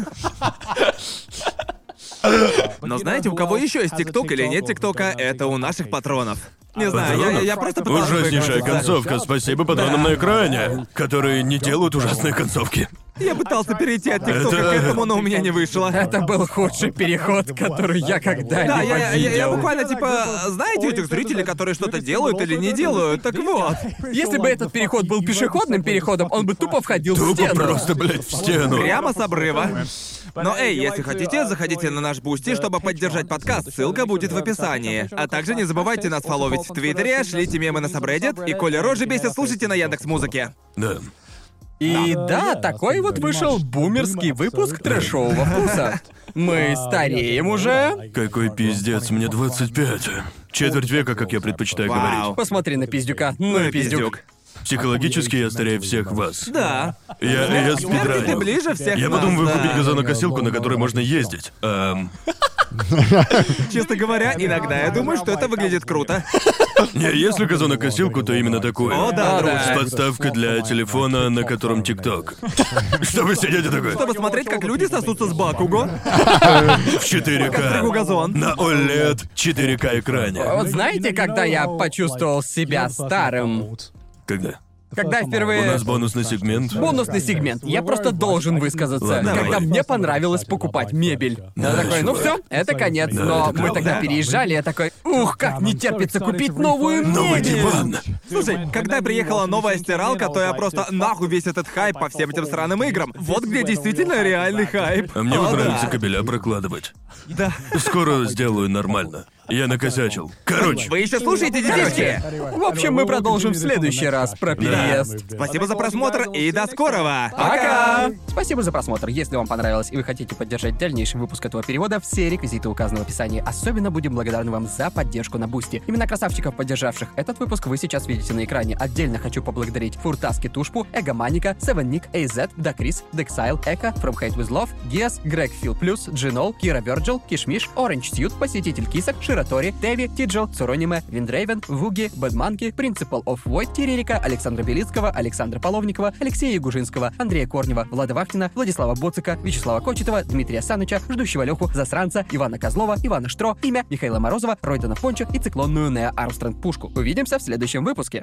[SPEAKER 1] Но знаете, у кого еще есть ТикТок или нет ТикТока, это у наших патронов. Не знаю, я, я- я просто пытался
[SPEAKER 3] Ужаснейшая
[SPEAKER 1] выговориться.
[SPEAKER 3] концовка. Спасибо патронам на экране, которые не делают ужасные концовки.
[SPEAKER 1] Я пытался перейти от ТикТока
[SPEAKER 3] Это-
[SPEAKER 1] к этому, но у меня не вышло.
[SPEAKER 2] Это был худший переход, который я
[SPEAKER 1] Да,
[SPEAKER 2] когда-либо
[SPEAKER 1] я, я- я
[SPEAKER 2] видел.
[SPEAKER 1] буквально типа, знаете, этих зрителей, которые что-то делают или не делают, так вот.
[SPEAKER 2] Если бы этот переход был пешеходным переходом, он бы тупо входил в
[SPEAKER 3] Тупо
[SPEAKER 2] стену.
[SPEAKER 3] просто, блядь, в стену.
[SPEAKER 1] Прямо с обрыва. Но эй, если хотите, заходите на наш бусти, чтобы поддержать подкаст. Ссылка будет в описании. А также не забывайте нас фоловить в Твиттере, шлите мемы на Сабреддит, и Коля Рожи бесит, слушайте на Яндекс Музыке.
[SPEAKER 3] Да.
[SPEAKER 2] И да, такой вот вышел бумерский выпуск трэшового вкуса. Мы стареем уже.
[SPEAKER 3] Какой пиздец, мне 25. Четверть века, как я предпочитаю
[SPEAKER 1] Вау.
[SPEAKER 3] говорить.
[SPEAKER 2] Посмотри на пиздюка. Ну и пиздюк.
[SPEAKER 3] Психологически я старее всех вас.
[SPEAKER 1] Да.
[SPEAKER 3] Я, я
[SPEAKER 1] Гарни, ты
[SPEAKER 3] спидраню.
[SPEAKER 1] ближе всех
[SPEAKER 3] Я
[SPEAKER 1] нас,
[SPEAKER 3] подумываю
[SPEAKER 1] да.
[SPEAKER 3] купить газонокосилку, на которой можно ездить. Эм,
[SPEAKER 1] Честно говоря, иногда я думаю, что это выглядит круто.
[SPEAKER 3] не, если газонокосилку, то именно такую.
[SPEAKER 1] О, да, друг.
[SPEAKER 3] С подставкой для телефона, на котором
[SPEAKER 1] (laughs)
[SPEAKER 3] ТикТок. Чтобы сидеть и такой,
[SPEAKER 1] Чтобы смотреть, как люди сосутся с Бакуго.
[SPEAKER 3] в 4К.
[SPEAKER 1] Газон.
[SPEAKER 3] На OLED 4К экране.
[SPEAKER 2] Вот знаете, когда я почувствовал себя старым?
[SPEAKER 3] Когда?
[SPEAKER 2] Когда
[SPEAKER 3] У
[SPEAKER 2] впервые...
[SPEAKER 3] нас бонусный сегмент.
[SPEAKER 2] Бонусный сегмент. Я просто должен высказаться.
[SPEAKER 3] Ладно,
[SPEAKER 2] когда
[SPEAKER 3] давай.
[SPEAKER 2] мне понравилось покупать мебель. я
[SPEAKER 3] Да,
[SPEAKER 2] такой, ну все,
[SPEAKER 3] чувак.
[SPEAKER 2] это конец.
[SPEAKER 3] Да,
[SPEAKER 2] Но
[SPEAKER 3] это
[SPEAKER 2] мы
[SPEAKER 3] правда.
[SPEAKER 2] тогда переезжали, я такой, ух, как не терпится купить новую мебель.
[SPEAKER 3] Новый типа диван.
[SPEAKER 1] Слушай, когда приехала новая стиралка, то я просто нахуй весь этот хайп по всем этим сраным играм. Вот где действительно реальный хайп.
[SPEAKER 3] А мне вот
[SPEAKER 1] О, да.
[SPEAKER 3] нравится кабеля прокладывать.
[SPEAKER 1] Да.
[SPEAKER 3] Скоро сделаю нормально. Я накосячил. Короче,
[SPEAKER 1] Вы еще слушаете, детишки?
[SPEAKER 2] В общем, мы продолжим в следующий раз про переезд.
[SPEAKER 1] Спасибо за просмотр и до скорого!
[SPEAKER 2] Пока! Спасибо за просмотр. Если вам понравилось и вы хотите поддержать дальнейший выпуск этого перевода, все реквизиты указаны в описании. Особенно будем благодарны вам за поддержку на Бусти. Именно красавчиков, поддержавших этот выпуск, вы сейчас видите на экране. Отдельно хочу поблагодарить Фуртаски Тушпу, Эгоманика, Севен Ник, AZ, Дакрис, Дексайл, Эко, From Hate With Love, Гиас, Грег Фил Плюс, Джинол, Кира Верджил, Кишмиш, Оранж Тьют, Посетитель Кисок, Ширатори, Теви, Тиджел, Цурониме, Виндрейвен, Вуги, Бэдманки, Принципал оф Войт, Терерика, Александра Белицкого, Александра Половникова, Алексея Ягужинского, Андрея Корнева, Влада Вахтина, Владислава Боцика, Вячеслава Кочетова, Дмитрия Саныча, Ждущего Леху, Засранца, Ивана Козлова, Ивана Штро, имя Михаила Морозова, Ройдана Понча и циклонную Неа Армстронг Пушку. Увидимся в следующем выпуске.